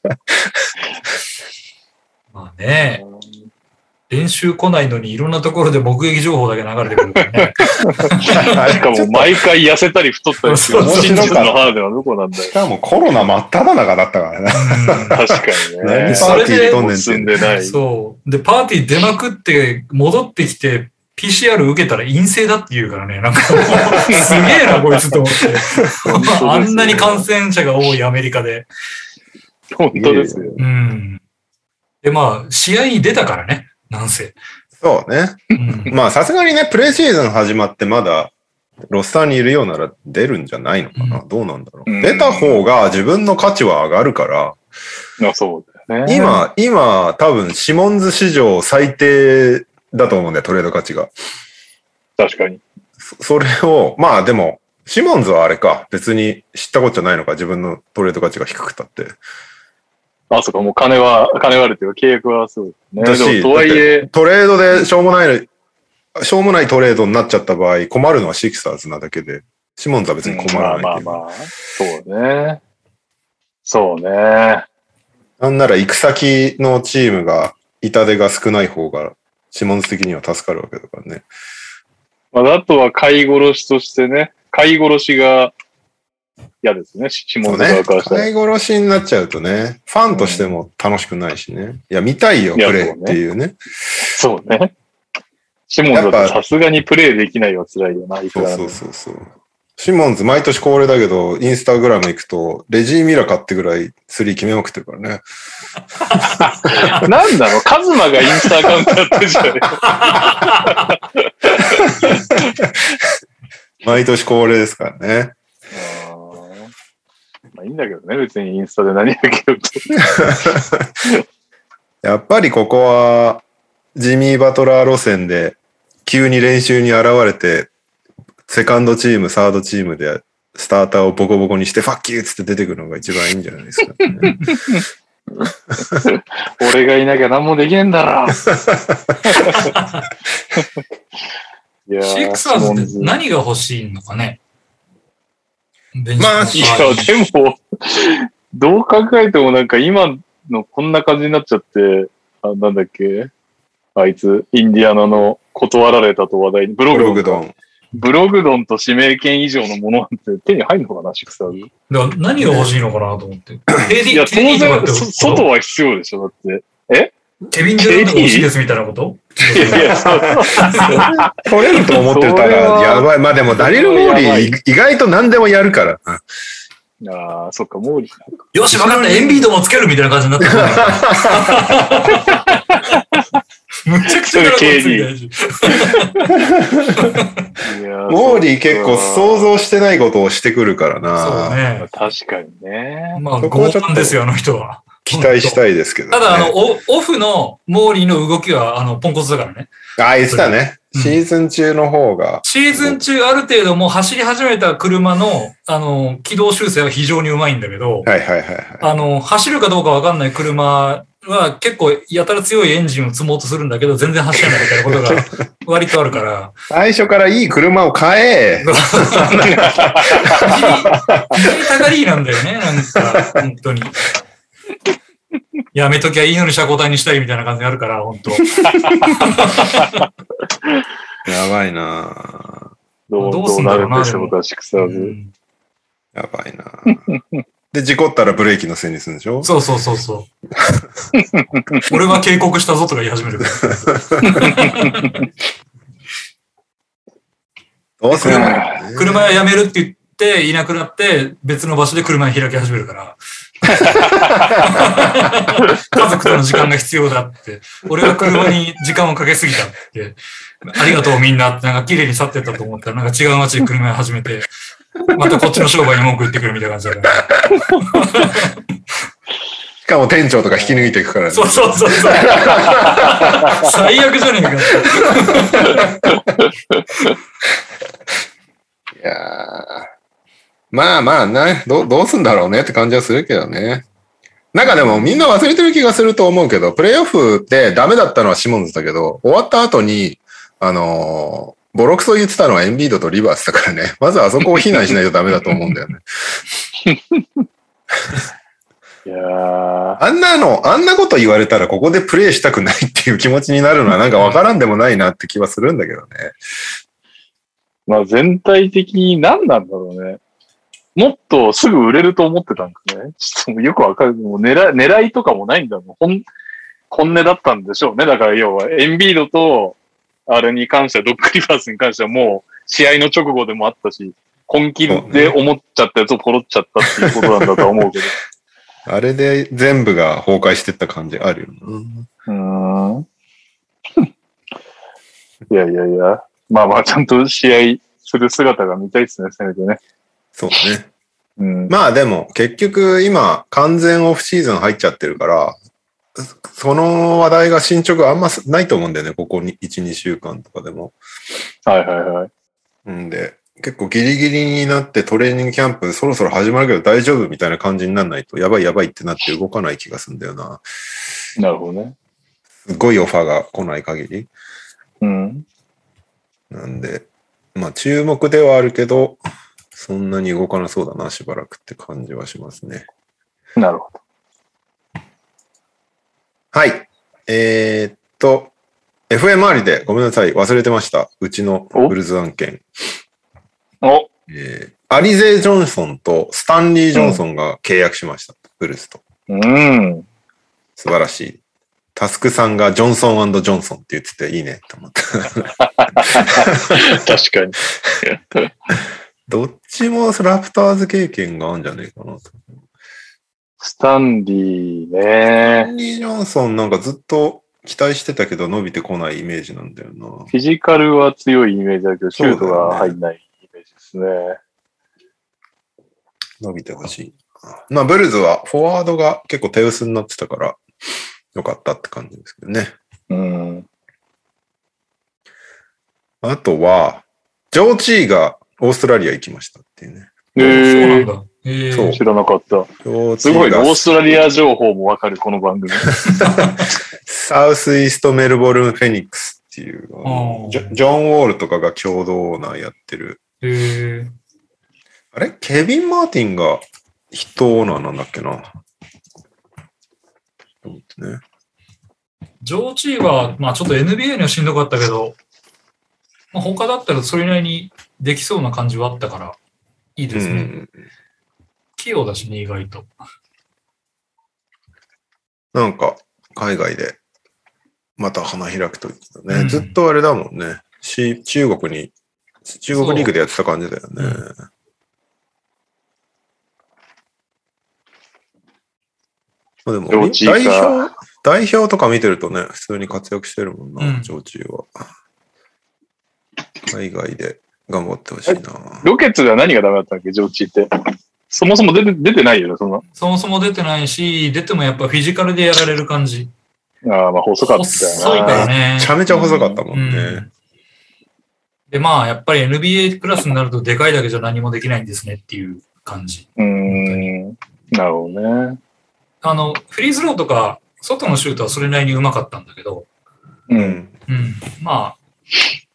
S3: まあね、練習来ないのにいろんなところで目撃情報だけ流れてくるからね。
S2: しかも毎回痩せたり太ったりする。
S3: そうそう
S2: 真実のハーデンはどこなんだよ
S1: し。かもコロナ真っ只中だったからね。
S2: 確かにね
S1: 何。 パーティーとんねんっ
S2: 進ん
S1: て。
S2: でない。
S3: そう。で、パーティー出まくって、戻ってきて、PCR 受けたら陰性だって言うからね、なんかもう、 すげえな、こいつと思っ
S2: 本当です
S3: て。
S2: ね
S3: あんなに感染者が多いアメリカで。
S2: 本当ですよ。
S3: うん。で、まあ、試合に出たからね、なんせ。
S1: そうね。
S3: うん、
S1: まあさすがにね、プレシーズン始まってまだ、ロスターにいるようなら出るんじゃないのかな、
S3: う
S1: どうなんだろう、
S2: うん
S1: 出た方が自分の価値は上がるから、
S2: あそうだよね。
S1: 今、今、多分、シモンズ史上最低だと思うんだよ、トレード価値が。
S2: 確かに。
S1: そそれを、まあでも、シモンズはあれか、別に知ったことじゃないのか、自分のトレード価値が低くたって。
S2: あ、そうか、もう金は、金はあるっていうか、契約はそうだ
S1: だ
S2: ね。
S1: し
S2: でも、とはいえ、
S1: トレードでしょうもない、しょうもないトレードになっちゃった場合、困るのはシクサーズなだけで、シモンズは別に困
S2: ま
S1: ら
S2: あ
S1: ないけ
S2: まあ
S1: ど。
S2: まあ、そうね。そうね。
S1: なんなら行く先のチームが痛手が少ない方が、シモンズ的には助かるわけだからね。
S2: まあ、あとは買い殺しとしてね、買い殺しが嫌ですね、下
S1: そう
S2: の
S1: ね
S2: 側から。したら。
S1: 買い殺しになっちゃうとね、ファンとしても楽しくないしね。いや、見たいよ、
S2: い
S1: プ
S2: や
S1: レイっていうね。
S2: そうね。シモンズだとさすがにプレイできないは辛いよな、いく
S1: そう
S2: らなん
S1: そ
S2: で
S1: う
S2: も。
S1: そうそう。シモンズ、毎年恒例だけど、インスタグラム行くと、レジー・ミラ買ってぐらいスリー決めまくってるからね。
S2: なんだろう、カズマがインスタアカウントやってるじゃ ね
S1: 毎年恒例ですからね。
S2: まあいいんだけどね、別にインスタで何やけど。
S1: やっぱりここは、ジミー・バトラー路線で、急に練習に現れて、セカンドチーム、サードチームで、スターターをボコボコにして、ファッキューっつって出てくるのが一番いいんじゃないですか、 ね。
S2: 俺がいなきゃ何もできねえん だろ。いや
S3: シックサーズって
S2: いや、
S3: 何が欲しいのかね。ベンチ
S1: まあ
S3: の代わりに
S2: でも、どう考えてもなんか今のこんな感じになっちゃって、あなんだっけあいつ、インディアナの断られたと話題に、ブロ
S1: ブロ
S2: グドン
S1: グドン。
S2: ブログドンと指名権以上のものなんて手に入るのかな、シックサーズ。
S3: だから何が欲しいのかなと思って。
S2: い
S3: KD
S2: や、当
S3: KD とかっ
S2: 然、
S3: て
S2: そ
S3: こと
S2: 外は必要でしょ、だって。
S3: ケビン・デュラントが欲しいですみたいなこと
S2: いやいや、そうそう。
S1: 取れると思ってた
S2: それは
S1: ら、やばい。まあでも、ダリル・モー
S2: そ
S1: リ
S2: れはやばい
S1: ー、意外と何でもやるから。
S2: ああ、そっか、モーリー。
S3: よし、分かった、エンビードもつけるみたいな感じになってる。 むちゃくちゃ
S2: それ KD
S3: し。
S2: いや
S1: モーリー結構想
S2: 像。
S1: 像してないことをしてくるから
S3: そう
S1: な。
S3: ね。
S2: 確かにね。
S3: まあ、
S1: そこは
S3: 傲
S1: ちょっと
S3: 慢ですよ、あの人は。
S1: 期待したいですけどね。
S3: ただ、あの、おオフのモーリーの動きは、あの、ポンコツだからね。
S1: ああ、言ってたね。
S3: うん
S1: シーズン中の方が。
S3: シーズン中、ある程度もう走り始めた車の、あの、軌道修正は非常にうまいんだけど、
S1: はいはいはいはい。
S3: あの、走るかどうかわかんない車は結構やたら強いエンジンを積もうとするんだけど、全然走らないみたいなことが割とあるから、
S1: 最初からいい車を買え。
S3: 非常に非常にたがりなんだよね、なんか、本当に。やめときゃいいのに車交代にしたいみたいな感じがあるから、本当。
S1: やばいな
S2: どう
S3: どう
S2: ど
S3: す
S2: うん
S3: だ
S2: な
S3: ろ
S2: る
S3: うなん
S2: でしょう、出し草
S3: う
S2: ず。
S3: ん
S1: ぁやばいなぁで、事故ったらブレーキのせいにするんでしょ
S3: そうそうそうそう。俺は警告したぞとか言い始めるから。
S1: どうするのね
S3: 車屋辞めるって言って、いなくなって、別の場所で車屋開き始めるから。 家族との時間が必要だって。俺は車に時間をかけすぎたって。ありがとうみんなって、なんか綺麗に去ってったと思ったら、なんか違う街で車屋始めて、またこっちの商売に文句言ってくるみたいな感じだから。
S1: しかも店長とか引き抜いていくからね。
S3: そうそうそうそう。最悪じゃねえかって。
S1: いやーまあまあね、どうどうすんだろうねって感じはするけどね。なんかでもみんな忘れてる気がすると思うけど、プレイオフでダメだったのはシモンズだけど、終わった後に、あのーボロクソ言ってたのはエンビードとリバースだからね。まずあそこを非難しないとダメだと思うんだよね。
S2: いやー
S1: あんなの、あんなこと言われたらここでプレイしたくないっていう気持ちになるのはなんかわからんでもないなって気はするんだけどね。
S2: まあ全体的に何なんだろうね。もっとすぐ売れると思ってたんですね。ちょっともうよくわかる。もう狙い狙いとかもないんだもん。本本音だったんでしょうね。だから要は、エンビードと、あれに関しては、ドッグリバースに関してはもう、試合の直後でもあったし、本気で思っちゃったやつをポロっちゃったっていうことなんだとは思うけど。
S1: あれで全部が崩壊してった感じあるよな。
S2: うーんいやいやいや、まあまあ、ちゃんと試合する姿が見たいですね、せめてね。
S1: そうね。
S2: うん。
S1: まあでも結局今完全オフシーズン入っちゃってるから、その話題が進捗あんまないと思うんだよね、ここに1、2週間とかでも。
S2: はいはいはい。
S1: んで、結構ギリギリになってトレーニングキャンプそろそろ始まるけど大丈夫みたいな感じにならないと、やばいやばいってなって動かない気がするんだよな。
S2: なるほどね。
S1: すごいオファーが来ない限り。
S2: うん。
S1: なんで、まあ注目ではあるけど、そんなに動かなそうだな、しばらくって感じはしますね。
S2: なるほど。
S1: はい。えーっと、FM 周りでごめんなさい。忘れてました。うちのブルーズ案件。
S2: お
S1: えーアリゼイ・ジョンソンとスタンリー・ジョンソンが契約しました。ブルーズと。
S2: うん。
S1: 素晴らしい。タスクさんがジョンソンジョンソンって言ってていい ねと思った。
S2: 確かに。
S1: どっちもラプターズ経験があるんじゃないかなと。ス
S2: スタンリー
S1: タ
S2: ね。
S1: ンリー・ジョンソンなんかずっと期待してたけど伸びてこないイメージなんだよな。
S2: フィジカルは強いイメージだけど、シュート
S1: そうだよ
S2: が
S1: ね
S2: 入んないイメージですね。
S1: 伸びてほしい。まあ、ブルーズはフォワードが結構手薄になってたから、よかったって感じですけどね。
S2: うん。
S1: あとは、ジョー・チーがオーストラリア行きましたっていうね。
S2: え
S3: そうなん
S2: ー、
S3: だ。え
S1: そう
S2: 知らなかった。
S1: ジョーチ
S2: すごい
S1: ー
S2: ね、オ
S1: が
S2: ーストラリア情報もわかる、この番組。
S1: サウスイーストメルボルン・フェニックスっていう、あの
S3: うん
S1: ジョジョン・ウォールとかが共同オーナーやってる。
S3: えー
S1: あれケビン・マーティンが人オーナーなんだっけな。と思ってね。
S3: ジョーチーは、まあちょっと NBA にはしんどかったけど、まあ、他だったらそれなりにできそうな感じはあったから、いいですね。
S1: うん
S3: 器用だしね、意外と。
S1: なんか、海外でまた花開くといいけどね、
S3: うん
S1: ずっとあれだもんね。し中国に、中国リーグでやってた感じだよね。まあでも、
S2: 上智か
S1: 代表、代表とか見てるとね、普通に活躍してるもん
S3: う
S1: な、
S3: ん
S1: 上智は。海外で頑張ってほしいな。
S2: ロケッツでは何がダメだったんだっけ、上智って。そもそも出て出てないよね、そんな。
S3: そもそも出てないし、出てもやっぱフィジカルでやられる感じ。
S2: ああ、まあ細かったよな。
S3: 細いからね
S1: め。ちゃめちゃ細かったも
S3: うん
S1: ね。
S3: ん。で、まあ、やっぱり NBA クラスになると、でかいだけじゃ何もできないんですねっていう感じ。
S2: うーん。なるほどね。
S3: あの、フリースローとか、外のシュートはそれなりにうまかったんだけど、
S2: う。
S1: うんん。
S3: うん、まあ、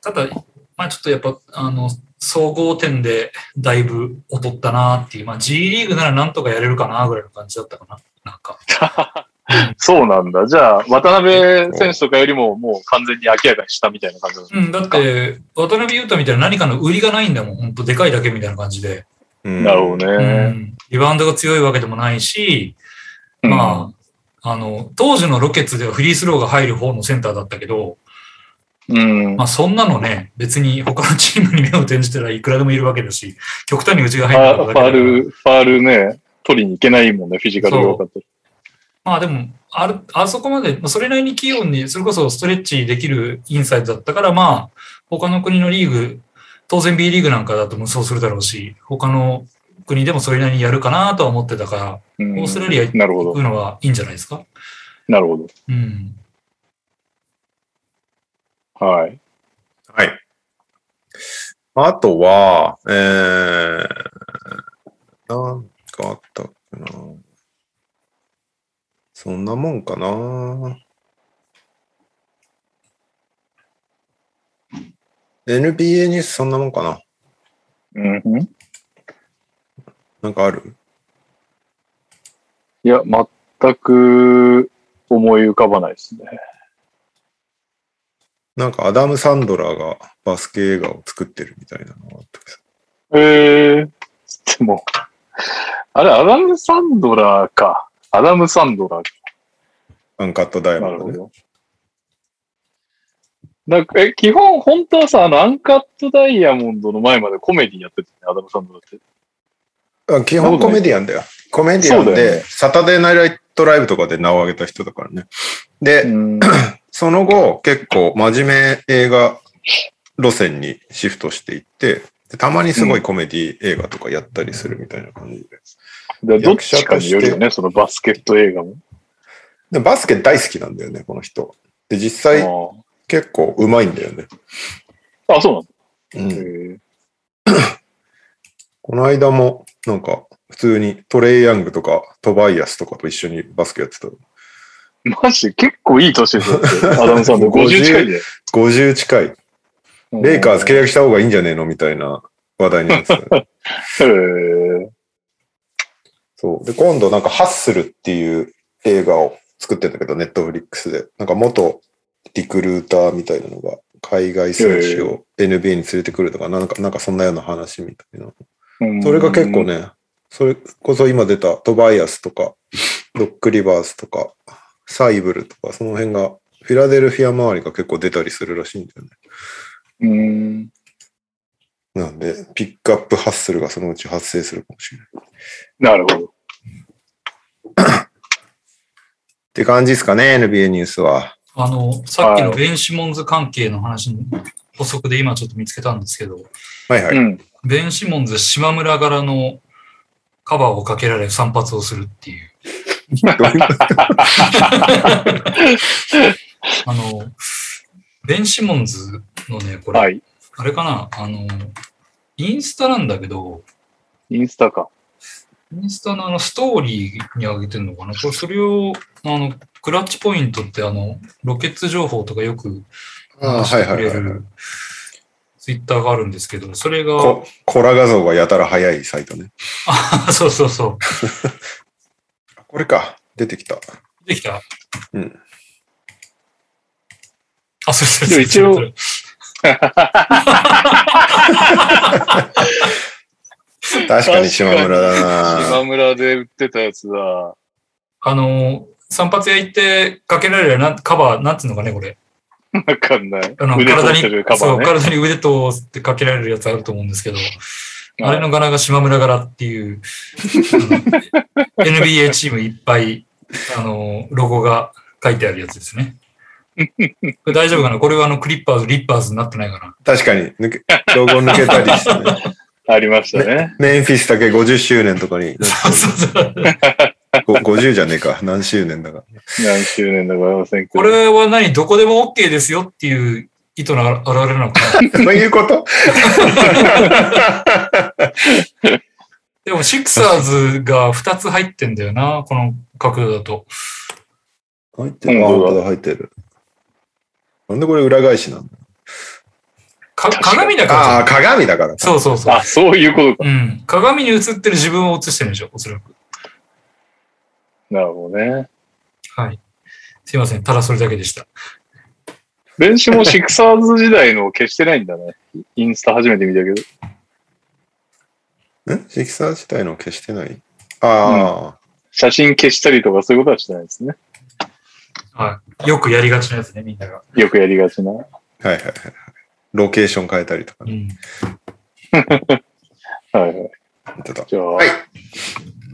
S3: ただ、まあちょっとやっぱ、あの、総合点でだいぶ劣ったなっていう、まあ G リーグならなんとかやれるかなぐらいの感じだったかな。なんか、
S2: そうなんだ。じゃあ、渡辺選手とかよりももう完全に明らかにしたみたいな感じなんだ
S3: うん、だって、渡辺裕太みたいな何かの売りがないんだもん、本当でかいだけみたいな感じで。
S1: うん
S2: なるほど
S3: う
S2: ね。
S3: ん、リバウンドが強いわけでもないし、
S2: うん
S3: まあ、あの、当時のロケッツではフリースローが入る方のセンターだったけど、
S2: うん
S3: ま。あそんなのね、別に他のチームに目を転じたらいくらでもいるわけだし、極端にうちが入って
S2: フ
S3: る
S2: ァ
S3: だけだ
S2: ー
S3: から
S2: ル、ファールね、取りに行けないもんね、フィジカルが良かったり。
S3: まあでも、あるあそこまで、まあそれなりに器用に、それこそストレッチできるインサイドだったから、まあ、他の国のリーグ、当然 B リーグなんかだと無双するだろうし、他の国でもそれなりにやるかなとは思ってたから、
S2: うん
S3: オーストラリア
S2: なるほ
S3: 行
S2: ど。
S3: くのはいいんじゃないですか。
S2: なるほど。
S3: うん。
S2: はい。
S1: はい。あとは、えー、なんかあったかな。そんなもんかな。NBA ニュースそんなもんかな。
S2: うんふんい
S1: なんかある
S2: や、全く思い浮かばないですね。
S1: なんかアダム・サンドラーがバスケ映画を作ってるみたいなのがあったけど。
S2: ええでも、あれ、アダム・サンドラーか。アダム・サンドラー
S1: アンカットダイヤ
S2: な
S1: モ
S2: る
S1: ンド
S2: ほ
S1: ね。
S2: ど。なんかえ基本、本当はさ、あの、アンカットダイヤモンドの前までコメディやってたね、アダム・サンドラって。
S1: あ基本コメディアンだよ。コメディアン
S2: そうだよ
S1: で、サタデーナイトライブとかで名を挙げた人だからね。で、
S2: うん。
S1: その後、結構真面目映画路線にシフトしていって、でたまにすごいコメディ映画とかやったりするみたいな感じで。
S2: でどっちかによるよね、そのバスケット映画も。
S1: でバスケ大好きなんだよね、この人。で、実際結構うまいんだよね。
S2: あーあ、そうなん
S1: う
S2: だ。
S1: ん、
S2: へえ
S1: この間も、なんか、普通にトレイヤングとかトバイアスとかと一緒にバスケやってた。
S2: マジ、結構いい年ですよって、アダ ム・サンドラ50近いで。
S1: 50近い。レイカーズ契
S2: へ
S1: 約した方がいいんじゃねえのみたいな話題になってたよね。
S2: え
S1: そう。で、今度なんかハッスルっていう映画を作ってんだけど、ネットフリックスで。なんか元リクルーターみたいなのが、海外選手を NBA に連れてくるとか、なんか、なんかそんなような話みたいな。
S2: うん
S1: それが結構。ね、それこそ今出たトバイアスと か、ロックリバースとか、サイブルとか、その辺が、フィラデルフィア周りが結構出たりするらしいんだよね。
S2: うん。
S1: なんで、ピックアップハッスルがそのうち発生するかもしれない。っ
S2: なるほど。
S1: て感じですかね、NBA ニュースは。
S3: あの、さっきのベン・シモンズ関係の話に補足で今ちょっと見つけたんですけど、
S1: はい はい。
S2: うん。
S3: ベン・シモンズ島村柄のカバーをかけられ散髪をするっていう。
S1: どういう
S3: あの、ベン・シモンズのね、これ、
S2: はい。
S3: あれかな、あの、インスタなんだけど、
S2: インスタか。
S3: インスタのあのストーリーに上げてるのかなこれ、それを、あの、クラッチポイントって、あの、ロケッツ情報とかよく
S1: あ
S3: 話
S1: ー
S3: してくれ
S1: はいはいはいは
S3: るツイッターがあるんですけど、それが、
S1: こコラ画像がやたら早いサイトね。
S3: そうそうそう、
S1: これか。出てきた。
S3: できた。
S1: うん。
S3: あ、そうそうそう。
S2: でも一応
S3: それ
S1: 確かに島村だな
S2: 島村で売ってたやつだ。
S3: あの、散髪屋行ってかけられるなカバー、なんつうのかね、これ。
S2: わかんない。
S3: あの、
S2: 腕通
S3: 体
S2: ってるカ
S3: に、そ
S2: バー
S3: う、
S2: ね。
S3: 体に腕とってかけられるやつあると思うんですけど、
S2: い
S3: あれの柄が島村柄っていう、あの NBA チームいっぱい、あの、ロゴが書いてあるやつですね。これ大丈夫かなこれはあの、クリッパーズ、リッパーズになってないかな
S1: 確かに、抜け、ロゴ抜けたりしてね。
S2: ありましたね。
S1: メンフィスだけ50周年とかに、
S3: そうそうそう。
S1: ご50じゃねえか、何周年だか。
S2: 何周年だかわかりませんけど。
S3: これは何どこでも OK ですよっていう意図の表れなのかな
S1: そういうこと
S3: でも、シクサーズが2つ入ってんだよな、この角度だと。
S1: 入ってる。あ、
S2: 本
S1: 本
S2: 当だ
S1: 当だ、入ってる。なんでこれ裏返しなんだ
S3: か
S2: 確かに
S3: 鏡だからじ
S1: あ
S3: ゃん
S1: あ、鏡だから。
S3: そうそうそう。
S2: あ、そういうことか。
S3: うん。鏡に映ってる自分を映してるんでしょ、おそらく。
S2: なるほどね。
S3: はい。すいません。ただそれだけでした。
S2: 練習もシクサーズ時代のを消してないんだね。インスタ初めて見たけど。
S1: んシキサー自体の消してないああ、
S2: 写真消したりとかそういうことはしてないですね。
S3: はい。よくやりがちなやつね、みんなが。
S2: よくやりがちな。
S1: はいはいはいはい。ロケーション変えたりとか
S3: う
S1: ね。
S3: ん。
S2: はいはい。
S1: 本当だ
S2: じゃあ、
S1: い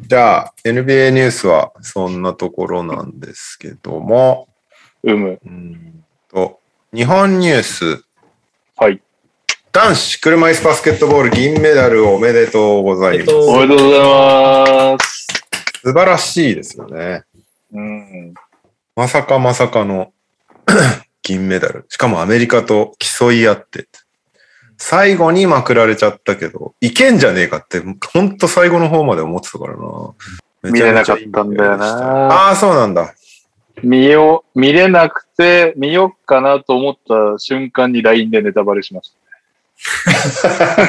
S1: じゃあ、NBA ニュースはそんなところなんですけども、
S2: うむ。
S1: うーんと、日本ニュース、
S2: はい。
S1: 男子車椅子バスケットボール銀メダルおめでとうございます。
S2: おめでとうございます。
S1: 素晴らしいですよね。
S2: うん。
S1: まさかまさかの 銀メダル。しかもアメリカと競い合って。最後にまくられちゃったけど、いけんじゃねえかって、ほんと最後の方まで思ってたからな。
S2: 見れなかったんだよな。
S1: ああー、そうなんだ。
S2: 見よう、見れなくて、見よっかなと思った瞬間に LINE でネタバレしま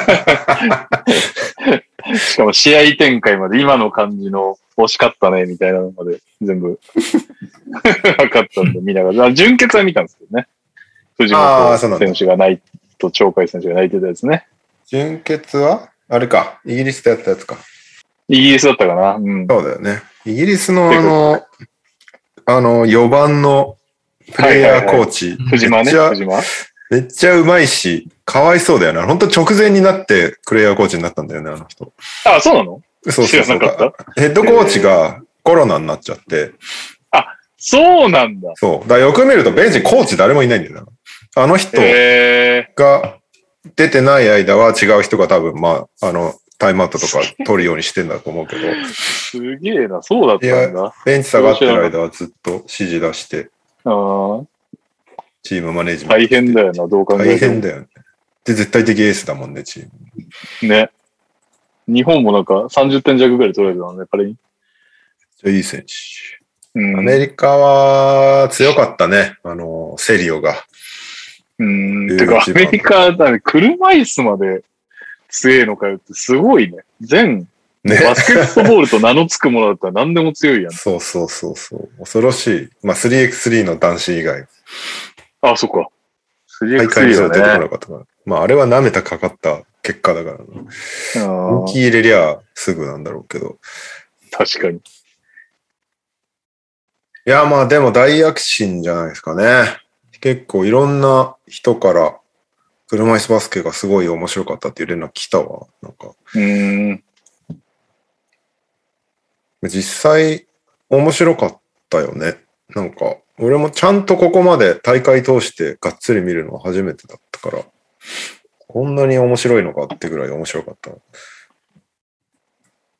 S2: した。しかも試合展開まで今の感じの惜しかったねみたいなのまで 全部分かったんで見ながら。あ準決は見たんですけどね。藤
S1: あーそうな
S2: 本
S1: んだ
S2: 選手がないと鳥海選手が泣いてたやつね。
S1: 純潔はあれか。イギリスでやったやつか。
S2: イギリスだったかな。うん。
S1: そうだよね。イギリスのあの、あの、4番のプレイヤーコーチ。
S2: 藤間ね。
S1: めっちゃ
S2: 藤間。
S1: めっちゃうまいし、かわいそうだよな。本当直前になってプレイヤーコーチになったんだよね、あの人。
S2: あ、そうなの
S1: そうそうそ
S2: 知らなか
S1: う
S2: っ。
S1: ヘッドコーチがコロナになっちゃって、
S2: そうなんだ。
S1: そう。だからよく見るとベンチにコーチ誰もいないんだよな。あの人
S2: へ
S1: が出てない間は違う人が多分、まあ、あの、タイムアウトとか取るようにしてんだと思うけど、
S2: ー、すげえな。そうだったんだ。
S1: ベンチ下がってる間はずっと指示出して、
S2: あ
S1: チームマネージメント
S2: あ、大
S1: して
S2: 変だよな、どう考え
S1: 大
S2: て
S1: 変
S2: も。
S1: だよね。で、絶対的エースだもんね、チーム。
S2: ね。日本もなんか30点弱ぐらい取られたのね、彼に。
S1: じゃあいい選手。
S2: うん。
S1: アメリカは強かったね。あの、セリオが。
S2: うん。てか、アメリカ、だね、車椅子まで強いのかよって、すごいね。全、
S1: ね。
S2: バスケットボールと名の付くものだったら何でも 強いやん。
S1: そうそうそうそう。恐ろしい。まあ、3x3 の男子以外、
S2: あ、そっか。
S1: 大
S2: 3x3
S1: 会には出てこ
S2: だ
S1: な
S2: ね。
S1: かったから。まあ、あれは舐めたかかった結果だからな。
S2: うん
S1: 本気入れりゃすぐなんだろうけど。
S2: 確かに。
S1: いや、まあ、でも大躍進じゃないですかね。結構いろんな人から、車椅子バスケがすごい面白かったっていう連絡来たわ。なんか、
S2: うん。
S1: 実際面白かったよね。なんか、俺もちゃんとここまで大会通してがっつり見るのは初めてだったから、こんなに面白いのかってぐらい面白かった。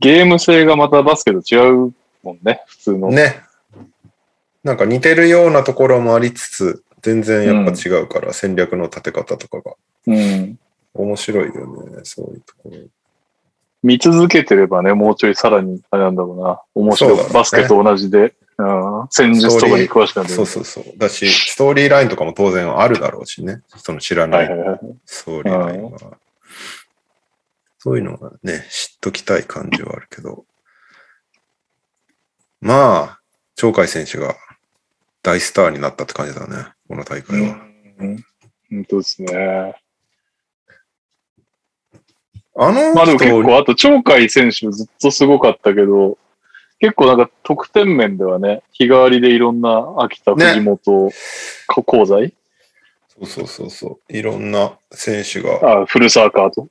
S2: ゲーム性がまたバスケと違うもんね、普通の。
S1: ね。なんか似てるようなところもありつつ、全然やっぱ違うから、戦略の立て方とかが
S2: うん。
S1: 面白いよね。そういうところ。
S2: 見続けてればね、もうちょいさらに、あれなんだろうな、面白
S1: そ
S2: い、
S1: うだね
S2: バスケと同じで、うん、戦術とかに詳しくなって
S1: そうそうそう。だし、ストーリーラインとかも当然あるだろうしね。その知らな
S2: はいいはいはい。
S1: ストーリーラインが。そういうのがね、知っときたい感じはあるけど。まあ、鳥海選手が大スターになったって感じだね、この大会は。
S2: うん本当ですね。
S1: あの
S2: まあでも結
S1: 人、
S2: 構、あと、鳥海選手もずっとすごかったけど、結構なんか特典面ではね、日替わりでいろんな秋田、
S1: ね
S2: 藤本、か香西
S1: そうそうそうそう。いろんな選手が。
S2: あ、フルサーカーと。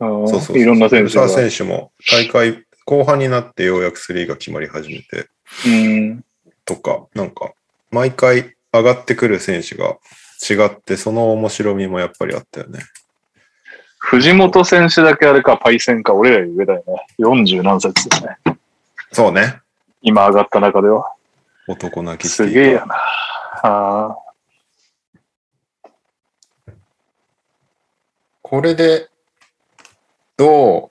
S2: うん
S1: そうそうそう
S2: いろんな選手
S1: 藤
S2: が。
S1: 沢選手も大会後半になってようやく3が決まり始めて
S2: うん。
S1: とか、なんか毎回上がってくる選手が違って、その面白みもやっぱりあったよね。
S2: 藤本選手だけあれか、パイセンか、俺らより上だよね。40何節だよね。
S1: そうね。
S2: 今上がった中では。
S1: 男泣き
S2: す
S1: して
S2: げえやな。あ
S1: これで、どう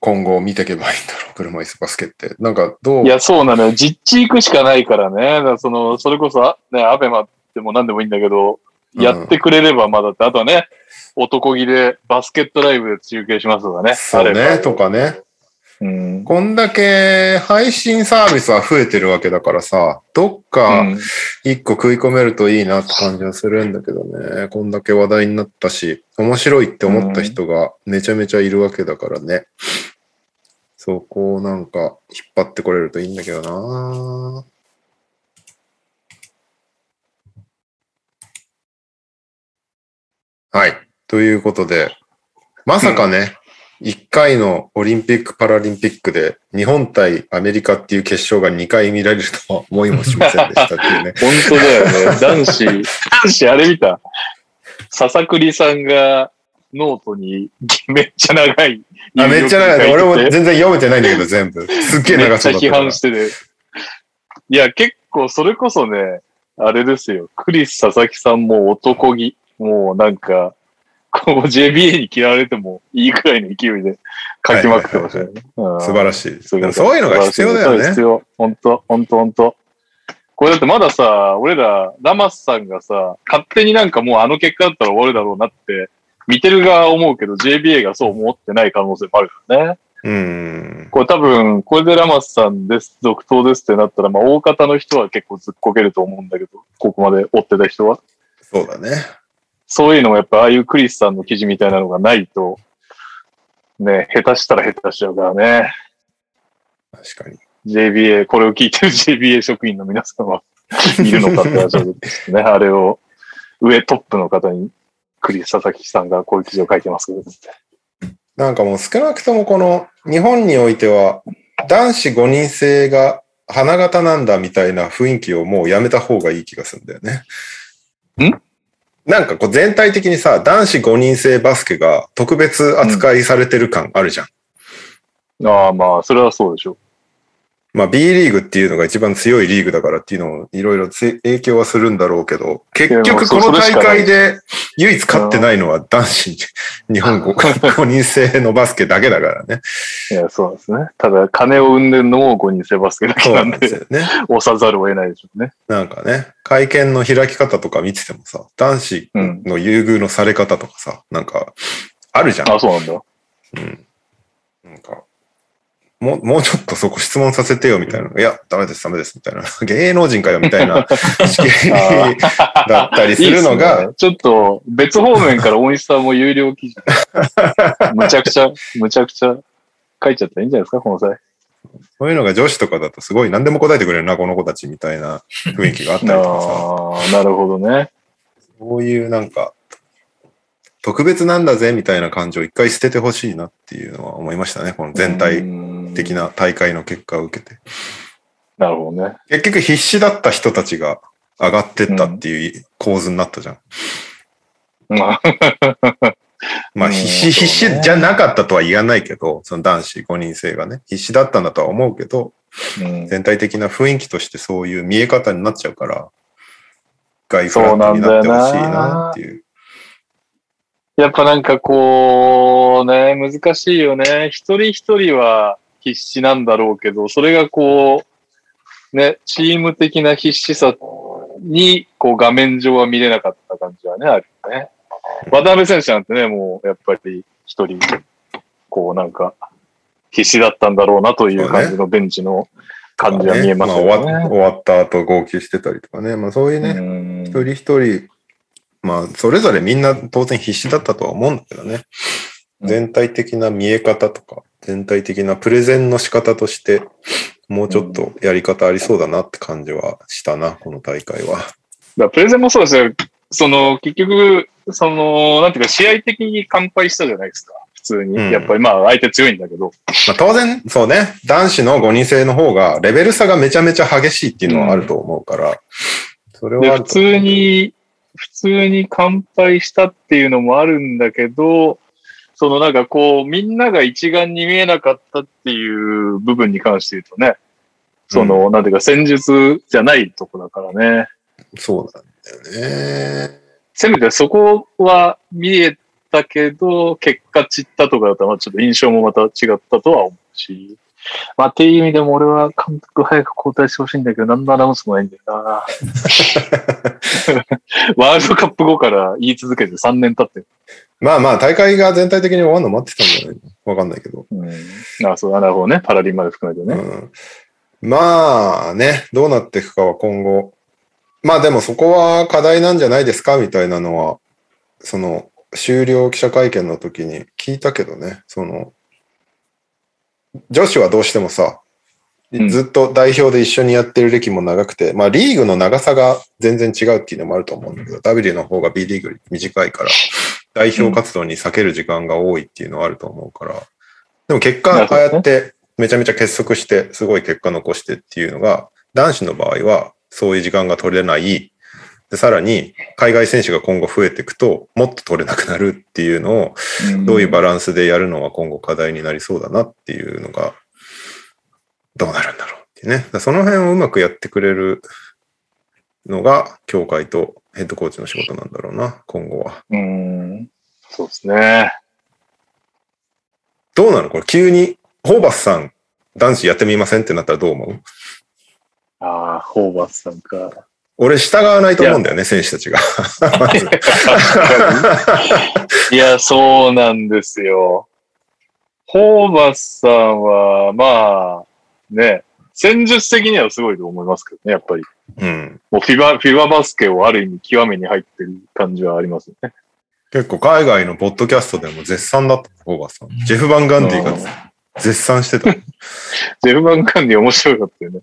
S1: 今後見ていけばいいんだろう、車椅子バスケって。なんかど
S2: ー
S1: う
S2: いや、そうなのよ。実地行くしかないからね。だからその、それこそ、あね、アベマでも何でもいいんだけど、
S1: うん
S2: やってくれればまだって、あとはね、男気でバスケットライブで中継しますとかね。
S1: そう
S2: あれ
S1: ね、
S2: ば
S1: とかね。
S2: うん。
S1: こんだけ配信サービスは増えてるわけだからさ、どっか、
S2: うん
S1: 一個食い込めるといいなって感じはするんだけどね。こんだけ話題になったし、面白いって思った人がめちゃめちゃいるわけだからね。そこをなんか引っ張ってこれるといいんだけどなはい。ということで、まさかね、1回のオリンピック・パラリンピックで日本対アメリカっていう決勝が2回見られるとは思いもしませんでしたっていうね。
S2: 本当だよ ね。男子、男子あれ見た。笹栗さんがノートにめっちゃ長い。
S1: あめっちゃ長いね。俺も
S2: めっ
S1: 全然読めてないんだけど、全部。すっげえ長
S2: ち
S1: そ
S2: ゃ
S1: うだった
S2: 批
S1: から
S2: 判。してて。いや、結構それこそね、あれですよ。クリス佐々木さんも男気。もうなんか、こう JBA に嫌われてもいいくらいの勢いで書きまくってましたよね。うん
S1: 素晴らしい。
S2: すごかった
S1: そういうのが必要だよ
S2: そう必
S1: ね。
S2: 要。本当本当本当これだってまださ、俺ら、ラマスさんがさ、勝手になんかもうあの結果だったら終わるだろうなって、見てる側は思うけど、JBA がそう思ってない可能性もあるからね。
S1: うん。
S2: これ多分、これでラマスさんです、続投ですってなったら、まあ大方の人は結構ずっこけると思うんだけど、ここまで追ってた人は。
S1: そうだね。
S2: そういうのもやっぱああいうクリスさんの記事みたいなのがないと、ね、下手したら下手しちゃうからね。
S1: 確かに。
S2: JBA、これを聞いてる JBA 職員の皆さんはいるのかって話はですね。あれを、上トップの方に、クリス佐々木さんがこういう記事を書いてますけど、
S1: なんかもう少なくともこの日本においては男子5人制が花形なんだみたいな雰囲気をもうやめた方がいい気がするんだよね。
S2: ん
S1: なんかこう全体的にさ、男子5人制バスケが特別扱いされてる感あるじゃん。
S2: ああ、まあ、それはそうでしょ
S1: まあ B リーグっていうのが一番強いリーグだからっていうのもいろいろつ影響はするんだろうけど、結
S2: いやもう
S1: 局
S2: そ
S1: この
S2: それし
S1: 大
S2: かない
S1: 会で唯一勝ってないのは男 子、日本語5人制のバスケだけだから ね。
S2: う。いや、そうなんですね。ただ、金を生んでるのも5人制バスケだけ
S1: そう
S2: な
S1: なんんです
S2: で、
S1: よね。
S2: 押さざるを得ないでしょうね。
S1: なんかね、会見の開き方とか見ててもさ、男子
S2: うん。
S1: の優遇のされ方とかさ、なんか、あるじゃん。
S2: あそうなんだ。
S1: うん。なんか、もう、もうちょっとそこ質問させてよみたいな。いや、ダメです、ダメです、みたいな。芸能人かよ、みたいな試験 だったりするの
S2: いいっす
S1: が、
S2: ねちょっと、別方面から大西さんも有料 記事。むちゃくちゃ、むちゃくちゃ書いちゃったらいいんじゃないですか、この際。
S1: そういうのが女子とかだとすごい何でも答えてくれるな、この子たちみたい な雰囲気があったりとかさ。
S2: ああ、なるほどね。
S1: そういうなんか、特別なんだぜみたいな感じを一回捨ててほしいなっていうのは思いましたね。この全体的
S2: な。
S1: な大会の結果を受けて。
S2: なるほどね。
S1: 結局必死だった人たちが上がってったっていう構図になったじゃん。
S2: まあ、
S1: まあ
S2: うん
S1: 必
S2: そ
S1: 死、
S2: うね
S1: 必死じゃなかったとは言わないけど、その男子5人制がね、必死だったんだとは思うけど、
S2: うん、
S1: 全体的な雰囲気としてそういう見え方になっちゃうから、外フ
S2: そ
S1: ラ
S2: うな
S1: ット
S2: ん
S1: に
S2: だよ
S1: な
S2: な
S1: ってほしいなっていう。
S2: やっぱなんかこう、ね、難しいよね。一人一人は必死なんだろうけど、それがこう、ね、チーム的な必死さに、こう画面上は見れなかった感じはね、あるよね。渡辺選手なんてね、もうやっぱり一人、こうなんか、必死だったんだろうなという感じのベンチの感じは見えますよね。
S1: まあ終わ終わった後号泣してたりとかね、まあそういうね、
S2: うん
S1: 一人一人、まあそれぞれみんな当然必死だったとは思うんだけどね。
S2: うん
S1: 全体的な見え方とか、全体的なプレゼンの仕方として、もうちょっとやり方ありそうだなって感じはしたな、この大会は。
S2: だからプレゼンもそうですよ。その、結局、その、なんていうか、試合的に乾杯したじゃないですか。普通に。
S1: うん
S2: やっぱり、まあ、相手強いんだけど。
S1: まあ、当然、そうね、男子の5人制の方がレベル差がめちゃめちゃ激しいっていうのはあると思うから、それ
S2: で、
S1: はあ
S2: 普
S1: ると思う
S2: 通に、普通に乾杯したっていうのもあるんだけど、そのなんかこう、みんなが一丸に見えなかったっていう部分に関して言うとね、その、なんていうか、戦術じゃないとこだからね。
S1: そうなんだよね。
S2: せめてそこは見えたけど、結果散ったとかだったら、まあちょっと印象もまた違ったとは思うし。まあ、っていう意味でも俺は監督早く交代してほしいんだけど、何のアナウンスもないんだよ な。ワールドカップ後から言い続けて3年経ってる。
S1: まあまあ、大会が全体的に終わるの待ってたんじゃないのわかんないけど。
S2: ああ、そう、なるほどね。パラリンまで含めてね。
S1: うん、まあね、どうなっていくかは今後。まあでもそこは課題なんじゃないですかみたいなのは、その終了記者会見の時に聞いたけどね、その、女子はどうしてもさ、
S2: うん
S1: ずっと代表で一緒にやってる歴も長くて、まあリーグの長さが全然違うっていうのもあると思うんだけど、W の方が B リーグより短いから、代表活動に避ける時間が多いっていうのはあると思うから、でも結
S2: な
S1: 果、
S2: るほ
S1: あ
S2: ど
S1: あ
S2: ね
S1: やってめちゃめちゃ結束して、すごい結果残してっていうのが、男子の場合はそういう時間が取れない。で、さらに、海外選手が今後増えていくと、もっと取れなくなるっていうのを、どういうバランスでやるのは今後課題になりそうだなっていうのが、どうなるんだろうっていうね。だからその辺をうまくやってくれるのが、協会とヘッドコーチの仕事なんだろうな、今後は。
S2: うん。そうですね。
S1: どうなのこれ急に、ホーバスさん、男子やってみませんってなったらどう思う
S2: ああ、ホーバスさんか。
S1: 俺従わないと思うんだよね、選手たちが。
S2: いや、そうなんですよ。ホーバスさんは、まあ、ね、戦術的にはすごいと思いますけどね、やっぱり。
S1: うん。
S2: もうフィバ、フィババスケをある意味極めに入ってる感じはありますね。
S1: 結構海外のポッドキャストでも絶賛だった、ホーバスさん。ジェフ・バン・ガンディが絶賛して た。
S2: ジェルマン・カンディ面白かったよね。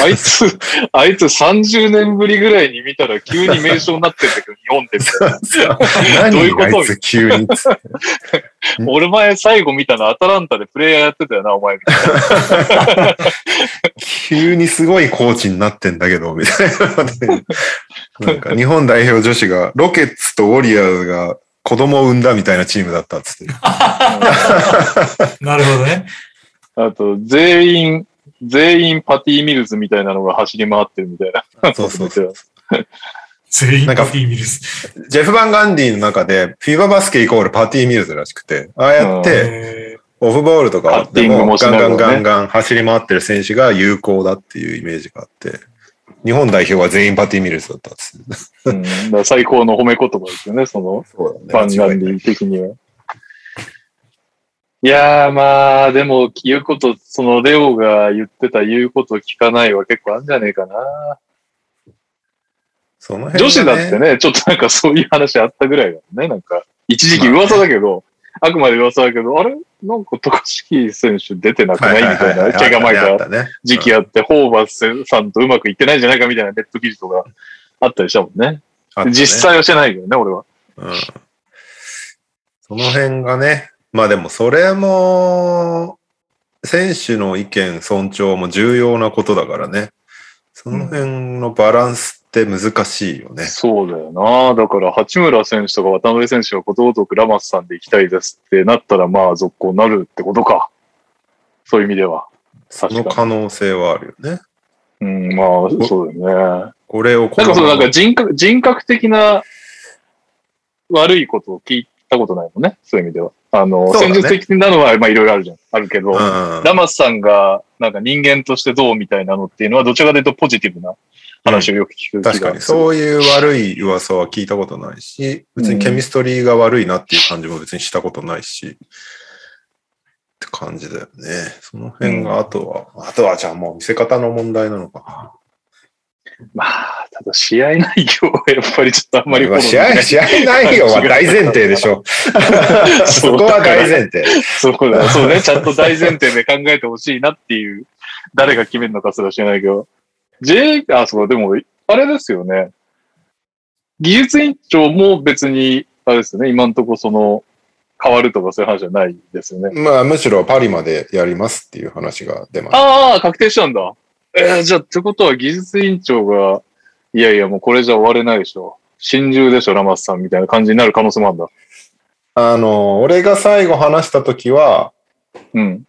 S2: あいつ、あいつ30年ぶりぐらいに見たら急に名称になってんだけど、日本 でみたいな。どう
S1: 何
S2: いうこと
S1: あいつ急に。
S2: 俺前最後見たのアタランタでプレイヤーやってたよな、お前みたいな。
S1: 急にすごいコーチになってんだけど、みたいなことに。なんか日本代表女子が、ロケッツとウォリアーズが子供を産んだみたいなチームだったっつって。
S3: なるほど ね。
S2: あと、全員、全員パティ・ミルズみたいなのが走り回ってるみたいな。
S1: そうそうそう。
S3: 全員
S1: なんか
S3: パティ・ミルス。
S1: ジェフ・バン・ガンディの中で、フィーババスケイコールパーティーミルズらしくて、ああやって、
S3: え
S1: オフボールとかでも、
S2: カ
S1: ガ
S2: ッティングもし
S1: ン
S2: な
S1: ガ
S2: がら
S1: ン
S2: ね
S1: ガンガン走り回ってる選手が有効だっていうイメージがあって、日本代表は全員パーティーミルズだったっつって。
S2: うん、だから最高の褒め言葉ですよね、その、
S1: そう
S2: ファンガンディ的には。いやーまあ、でも、言うこと、そのレオが言ってた言うこと聞かないは結構あるんじゃねえかな。
S1: その
S2: 女
S1: 辺
S2: 子
S1: が
S2: だってね、ちょっとなんかそういう話あったぐらいだもんね、なんか。一時期噂だけど、あくまで噂だけど、あれなんか渡嘉敷選手出てなくないみたいな、怪我前か
S1: あっ
S2: ら
S1: たね
S2: 時期あって、ホーバスさんとうまくいってないんじゃないかみたいなネット記事とかあったりしたもんね。
S1: あったね
S2: 実際はしてないけどね、俺は。
S1: うんその辺がね、まあでもそれも、選手の意見尊重も重要なことだからね。その辺のバランスって難しいよね。
S2: そうだよな。だから、八村選手とか渡辺選手がことごとくラマスさんで行きたいですってなったら、まあ、続行になるってことか。そういう意味では。
S1: その
S2: 確か
S1: 可能性はあるよね。
S2: に。うん、まあ、そうだよね。
S1: これをこ
S2: なん
S1: の
S2: かそのなんか人格、人格的な悪いことを聞いたことないもんね。そういう意味では。あの、
S1: そうだね
S2: 戦術的なのは、まあいろいろあるじゃん。あるけど、
S1: うん
S2: ラマスさんがなんか人間としてどうみたいなのっていうのは、どちらかというとポジティブな話をよく聞く気
S1: 確
S2: がする、
S1: かに、そういう悪い噂は聞いたことないし、別にケミストリーが悪いなっていう感じも別にしたことないし、って感じだよね。その辺が、あとは、あとはじゃあもう見せ方の問題なのか
S2: まあ、ただ試合内容はやっぱりちょっとあん
S1: な。
S2: まりフォ
S1: ま
S2: ロ
S1: あ
S2: ーでき
S1: 試
S2: ない
S1: 合、試合内容は大前提でしょ。 そこは大前提。
S2: そうだ、そうね。ちゃんと大前提で考えてほしいなっていう誰が決めるのかすら知らないけど。J、あ、そう、でも、あれですよね。技術委員長も別に、あれですね、今んとこその、変わるとかそういう話じゃないですよ ね。
S1: まあ、むしろパリまでやりますっていう話が出まし
S2: ああ、確定したんだ。えー、じゃあ、ってことは技術委員長が、いやいや、もうこれじゃ終われないでしょ。心中でしょ、ラマスさんみたいな感じになる可能性もあるんだ。
S1: た。あの、俺が最後話した時は、
S2: うん。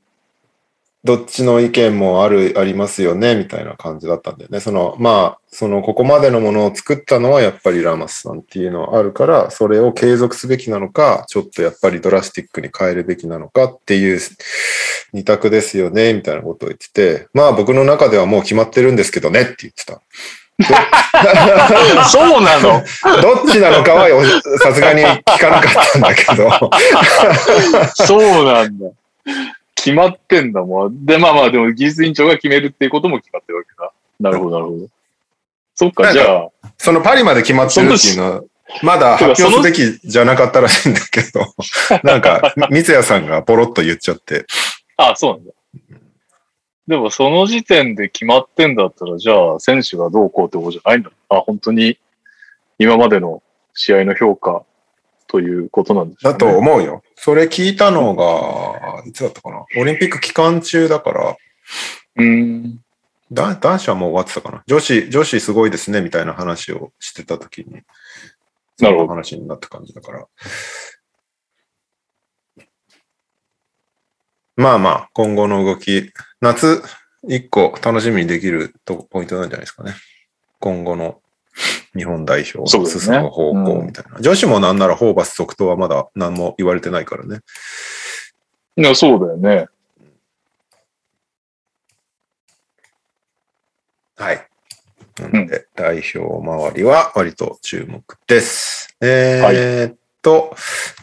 S1: どっちの意見もある、ありますよね、みたいな感じだったんだよね。その、まあ、その、ここまでのものを作ったのはやっぱりラマスさんっていうのはあるから、それを継続すべきなのか、ちょっとやっぱりドラスティックに変えるべきなのかっていう二択ですよね、みたいなことを言ってて、まあ僕の中ではもう決まってるんですけどねって言ってた。
S2: そうなの
S1: どっちなのかはよさすがに聞かなかったんだけど。
S2: そうなんだ。決まってんだもん。で、まあまあ、でも技術委員長が決めるっていうことも決まってるわけか。なるほど、なるほど。そっ
S1: な
S2: か、
S1: ん
S2: じ
S1: か
S2: ゃあ、
S1: そのパリまで決まってるっていうのは、まだ発表すべきじゃなかったらしいんだけど、 なんか、三ツ矢さんがポロッと言っちゃって、
S2: あそうなんだ。でも、その時点で決まってんだったら、じゃあ、選手がどうこうってことじゃないんだ。あ、本当に、今までの試合の評価ということなんでしょ
S1: だ
S2: うね。
S1: と思うよ。それ聞いたのが、いつだったかな。オリンピック期間中だから、
S2: うん。
S1: だ男子はもう終わってたかな。女子、女子すごいですね、みたいな話をしてた時に、そ
S2: なるほど
S1: の話になった感じだから。まあまあ、今後の動き、夏、一個楽しみにできるとポイントなんじゃないですかね。今後の日本代表
S2: そう
S1: の
S2: です
S1: 進
S2: ね
S1: む方向みたいな。女子もなんならホーバス続投はまだ何も言われてないからね。
S2: いや、そうだよね。
S1: はい。なので、代表周りは割と注目です。えーっと、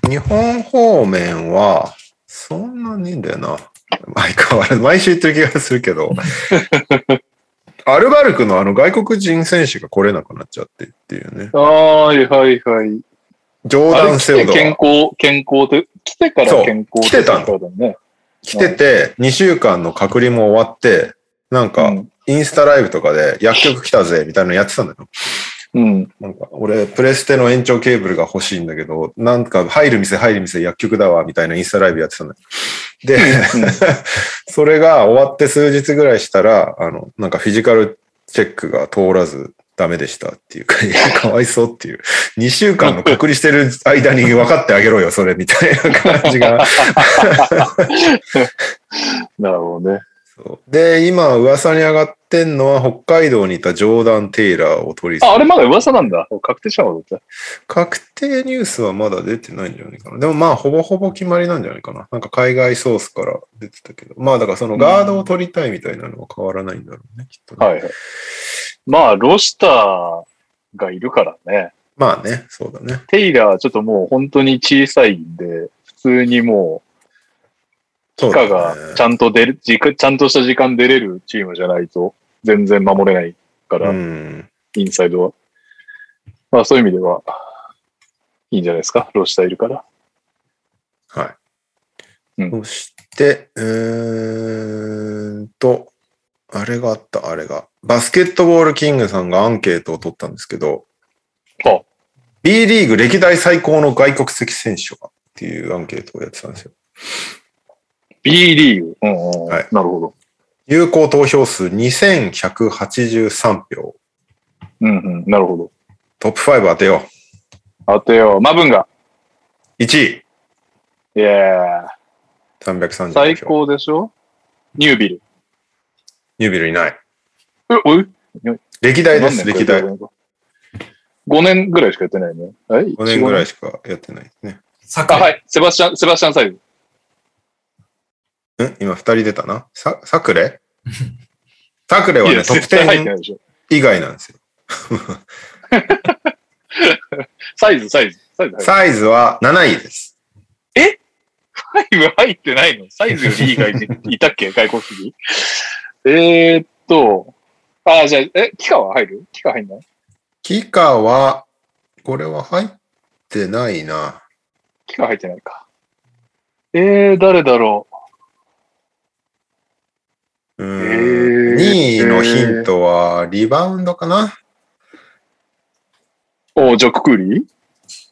S1: 日本方面は、そんなにいいんだよな。相変わらず、毎週言ってる気がするけ ど、アルバルクのあの外国人選手が来れなくなっちゃってっていうね。
S2: ああ、はいはいはい。
S1: ジョーダン・セオド
S2: あ
S1: ア
S2: れ来て健康、健康で、来てから
S1: そう
S2: 健康
S1: 来てたの
S2: の。ね、
S1: 来てて、2週間の隔離も終わって、なん
S2: う
S1: か
S2: ん、
S1: インスタライブとかで薬局来たぜ、みたいなのやってたんだよ。
S2: うん。
S1: なんか、俺、プレステの延長ケーブルが欲しいんだけど、なんか、入る店、入る店、薬局だわ、みたいなインスタライブやってたのよ。で、 それが終わって数日ぐらいしたら、あの、なんかフィジカルチェックが通らず、ダメでしたっていうか、 いやかわいそうっていう。2週間の隔離してる間に分かってあげろよ、それ、みたいな感じ が。
S2: なるほど ね。
S1: そうで、今、噂に上がってんのは、北海道にいたジョーダン・テイラーを取り
S2: あ、あれまだ噂なんだ。確定したのだって。
S1: 確定ニュースはまだ出てないんじゃないかな。でもまあ、ほぼほぼ決まりなんじゃないかな。なんか海外ソースから出てたけど。まあ、だからそのガードを取りたいみたいなのは変わらないんだろうね、きっとね、
S2: はいはい。まあ、ロシターがいるからね。
S1: まあね、そうだね。
S2: テイラーはちょっともう本当に小さいんで、普通にも、
S1: そうう
S2: 負荷が
S1: だね
S2: ちゃんと出る、時間ちゃんとした時間出れるチームじゃないと、全然守れないから、
S1: うん。
S2: インサイドは。まあ、そういう意味では、いいんじゃないですか。ロシターいるから。
S1: はい。
S2: うん
S1: そして、うーんと、あれがあった、あれが。バスケットボールキングさんがアンケートを取ったんですけど、
S2: あ
S1: B リーグ歴代最高の外国籍選手はっていうアンケートをやってたんですよ。
S2: B リーグ。うんうん
S1: はい
S2: なるほど。
S1: 有効投票数2183票。
S2: うんうん。なるほど。
S1: トップ5当てよ
S2: あとよ、マブンが。
S1: う。1位、
S2: いやー
S1: 330票。
S2: 最。高でしょニュービル。
S1: ニュービルいない。
S2: え、おい
S1: 歴代です、歴代。5
S2: 5年ぐらいしかやってないね。はい
S1: 年ぐらい
S2: い。
S1: しかやってないですね。
S3: サッ
S2: あ、
S3: カー、
S2: はい。セバスチャン、セバスチャンサイズ。
S1: ん今2人出たな。さ、サク レサクレはね、トップ
S2: 絶対入ってな
S1: 10
S2: いでしょ。
S1: 以外なんですよ。
S2: サイズ、サイズ。サイズ入って
S1: サイズは7位です。
S2: サイズ入ってないのサイズよりいい外人いたっ け外国籍。えーっと、あ、じゃあ、え、キカは入るキカ入んない
S1: キカは、これは入ってないな。
S2: キカ入ってないか。えー、誰だろ
S1: うん
S2: へー
S1: 2位のヒントはリバウンドかな
S2: おジャック・クーリー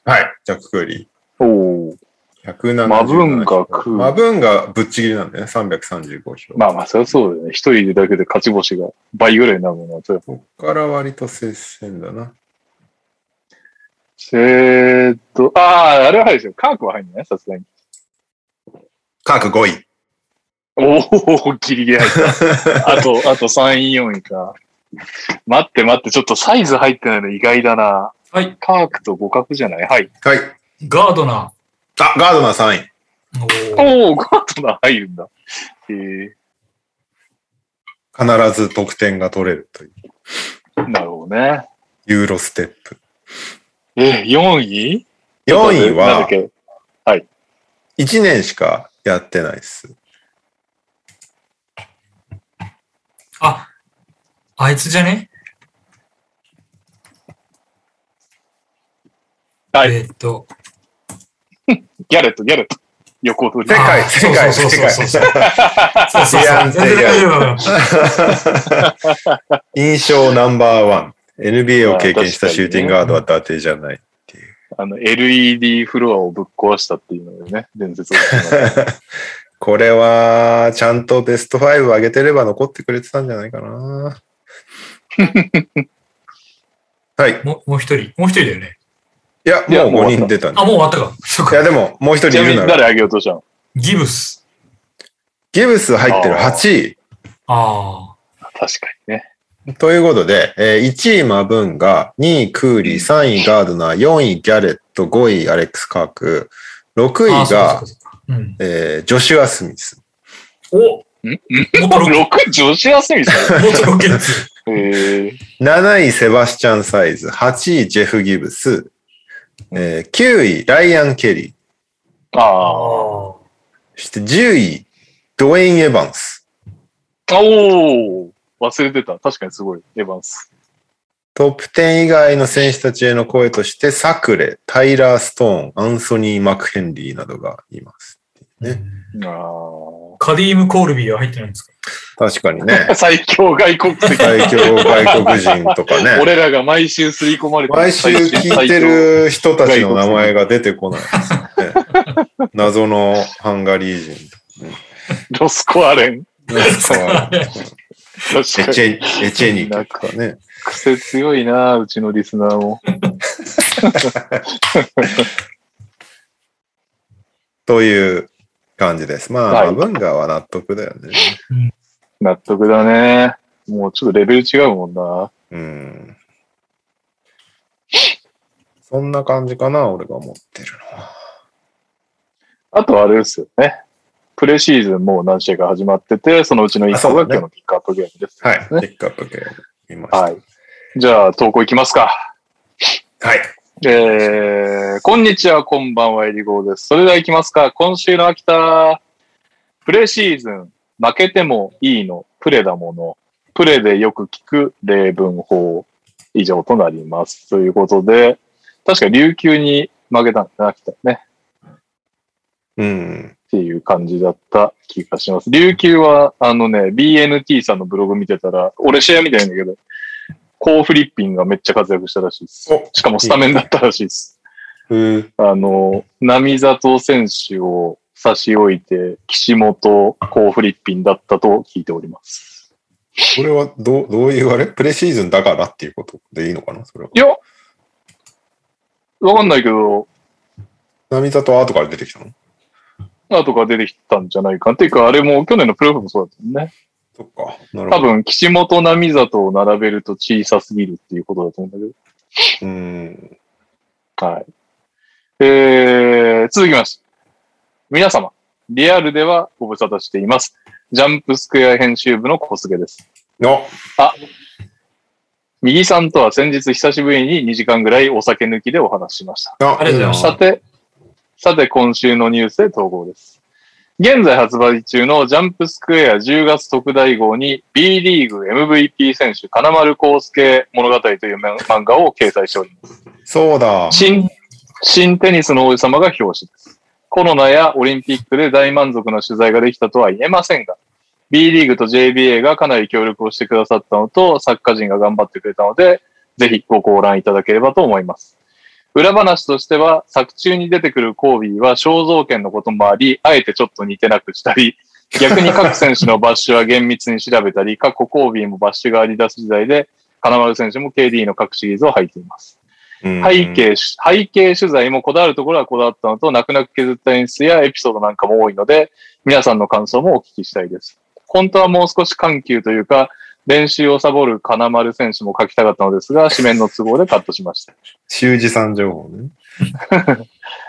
S1: はい。ジャック・クーリ
S2: おー
S1: ー。177
S2: マブンガクー
S1: マブンがぶっちぎりなんだよね。335票。
S2: まあまあ、そりゃそうだよね。一人いるだけで勝ち星が倍ぐらいになるもんな。そりゃ
S1: ここから割と接戦だな。
S2: えーっと、ああ、あれは入るですよ。カークは入んないさすがに。
S1: 各5位。
S2: おお、ギリギリ入った。 あと、あと3位、4位か。待って待って、ちょっとサイズ入ってないの意外だな。
S3: はい。
S2: カークと互角じゃないはい。
S1: はい。
S3: ガードナ
S1: あ、ガードナー3位。
S3: ー。おー
S2: おお、ガートナー入るんだ。えー、
S1: 必ず得点が取れるという。
S2: なるほどね。
S1: ユーロステップ。
S2: えー、4位
S1: 4位
S2: なんだっ
S1: は
S2: け
S1: 1年しかやってないです。
S3: あ、あいつじゃね
S2: はい
S3: えーっと、
S2: ギャレット、ギャレット。横取り。
S1: 世界
S3: あー
S1: 世界
S3: そうそうそうそう
S1: 世界
S3: そう そう
S1: ディ
S3: そ
S1: ア
S3: う。
S1: ン
S3: 全然大丈夫だよ
S1: 印象ナンバーワン。NBA を経験したシューティングガードは伊達じゃない。
S2: あの、LED フロアをぶっ壊したっていうのでね、伝 説を聞きました。
S1: これは、ちゃんとベスト5上げてれば残ってくれてたんじゃないか な。はい。い
S3: もうもう一人、もう一人だよね。
S1: や、
S2: いや
S1: もう
S2: もう
S1: 5人出たね
S3: あ、。もう終わったか。そ う
S1: いや、
S3: か。
S1: でも、もう一
S2: ち
S1: 人
S2: ないみ
S1: る
S2: に
S1: なら。
S2: 誰上げようとしたの
S3: ギブス。
S1: ギブス入ってる
S2: あー
S1: 8
S3: あ
S2: 確かにね。
S1: 位。ということで、えー1位マブンガ、2位クーリー、3位ガードナー、4位ギャレット、5位アレックス・カーク、6
S3: ーあー。
S1: 位
S3: そうか
S1: が
S3: そう、かそうかうん。
S1: えージョシュア・スミス。
S3: おもっ とロケ
S2: 6位、女子休みですね。
S3: もっとロケッツ。
S2: えー、
S1: 7位セバスチャン・サイズ、8位ジェフ・ギブス、えー9位ライアン・ケリー、
S3: あ
S2: ああ。
S3: あ。
S1: そして10位ドウェイン・エヴァンス
S2: おお忘れてた。確かにすごい。エヴァンス。
S1: トップ10以外の選手たちへの声として、サクレ、タイラー・ストーン、アンソニー・マクヘンリーなどがいます。ね
S2: あー、
S3: カディーム・コールビーは入ってないんですか
S1: 確かにね
S2: 最強外国籍。
S1: 最強外国人とかね、
S2: 俺らが毎週刷り込まれてる
S1: 毎週聞いて。る人たちの名前が出てこないです ね。謎のハンガリー人。
S2: 最強ロスコアレン。確
S1: エ
S2: か
S1: チ
S2: に。
S1: ェエチェニクとかね。
S2: 癖強いな、うちのリスナーも。
S1: という感じです。まあ、
S2: はい
S1: マブンガは納得だよね。
S2: 納得だね。もうちょっとレベル違うもんな。
S1: うん。そんな感じかな、俺が思ってるのは。
S2: あとあれですよね。プレシーズンもう何試合か始まってて、そのうちの1個が今日のピックアップゲームです。
S1: はい。ピッ
S2: ね
S1: クアップ系見ました。
S2: はい。じゃあ、投稿いきますか。
S1: はい。
S2: えー、こんにちは、こんばんは、えりごーです。それでは行きますか。今週の秋田、プレシーズン、負けてもいいの、プレだもの、プレでよく聞く例文法、以上となります。ということで、確か琉球に負けたんだな、秋田ね。
S1: うん。
S2: っていう感じだった気がします。琉球は、あのね、BNT さんのブログ見てたら、俺試合見てないんだけど、コー・フリッピンがめっちゃ活躍したらしいです
S1: お。
S2: しかもスタメンだったらしいです。
S1: うん。
S2: あの、波里選手を差し置いて、岸本、コーフリッピンだったと聞いております。
S1: これはどう、どういうあれプレシーズンだからっていうことでいいのかなそれは。
S2: いや、わかんないけど、
S1: 涙とアートから出てきたの
S2: 後から出てきたんじゃないか。っていうか、あれも去年のプレーオフもそうだったもんね。
S1: そっか。なる
S2: 多
S1: ほど。
S2: 分、岸本、波里を並べると小さすぎるっていうことだと思うんだ
S1: うん。
S2: けど。はい。えー、続きまして。皆様、リアルではご無沙汰しています。ジャンプスクエア編集部の小菅です。
S1: の、
S2: 右さんとは先日久しぶりに2時間ぐらいお酒抜きでお話ししました。
S1: の、
S3: ありがとうございまし
S2: さて、さて今週のニュースで投稿です。現在発売中のジャンプスクエア10月特大号に B リーグ MVP 選手金丸康介物語という漫漫画を掲載しております
S1: そうだ。
S2: 新、新テニスの王子様が表紙です。コロナやオリンピックで大満足な取材ができたとは言えませんが、 B リーグと JBA がかなり協力をしてくださったのと、サッカー陣が頑張ってくれたので、ぜひご覧いただければと思います。裏話としては、作中に出てくるコービーは肖像権のこともあり、あえてちょっと似てなくしたり、逆に各選手のバッシュは厳密に調べたり、過去コービーもバッシュがあり出す時代で、金丸選手も KD の各シリーズを履いています。
S1: うん
S2: 背景、背景取材もこだわるところはこだわったのと、泣く泣く削った演出やエピソードなんかも多いので、皆さんの感想もお聞きしたいです。本当はもう少し緩急というか、練習をサボる金丸選手も書きたかったのですが、紙面の都合でカットしました。
S1: 修二さん情報ね。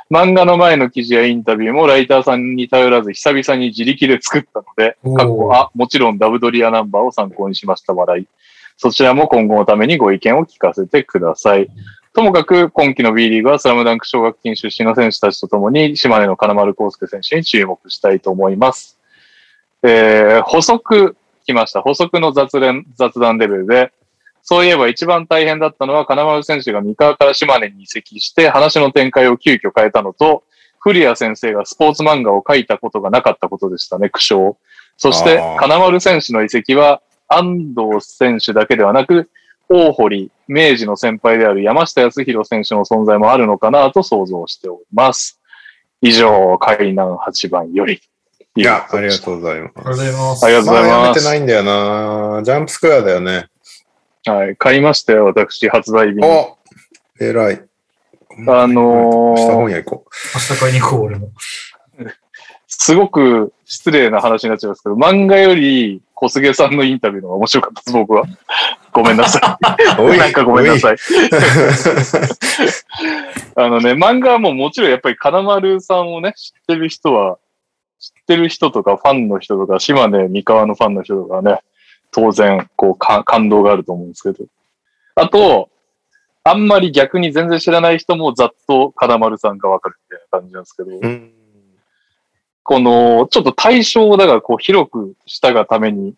S2: 漫画の前の記事やインタビューもライターさんに頼らず久々に自力で作ったので、
S3: おー
S2: 過去はもちろんダブドリアナンバーを参考にしました笑い。そちらも今後のためにご意見を聞かせてください。ともかく今季の B リーグはスラムダンク奨学金出身の選手たちとともに島根の金丸康介選手に注目したいと思います。えー補足来ました。補足の雑連雑談レベルで、そういえば一番大変だったのは金丸選手が三河から島根に移籍して話の展開を急遽変えたのと、古谷先生がスポーツ漫画を描いたことがなかったことでしたね、苦笑。そして
S1: あー
S2: 金丸選手の移籍は安藤選手だけではなく、大堀、明治の先輩である山下康弘選手の存在もあるのかなと想像しております。以上、海南8番より。
S1: いや、ありが
S2: う
S1: とうございます。
S3: ありがとうございます。
S2: ありがとうございます
S1: まあやめてないんだよなジャンプスクエアだよね。
S2: はい、買いましたよ、私、発売日に。あ
S1: お偉い。
S2: の
S1: 下
S2: ー
S1: 本屋行こ
S3: 明日買いに行こう、俺も。
S2: すごく失礼な話になっちゃいますけど、漫画より小菅さんのインタビューの方が面白かったです、僕は。 ごめん なさ
S1: う。 お。
S2: い。なんかごめんないさい。あのね、漫画はもうもちろんやっぱり金丸さんをね、知ってる人は、知ってる人とかファンの人とか、島根、三河のファンの人とかはね、当然、こうか、感動があると思うんですけど。あと、あんまり逆に全然知らない人もざっと金丸さんがわかるみたいな感じなんですけど、
S1: うん
S2: この、ちょっと対象をだからこう広くしたがために、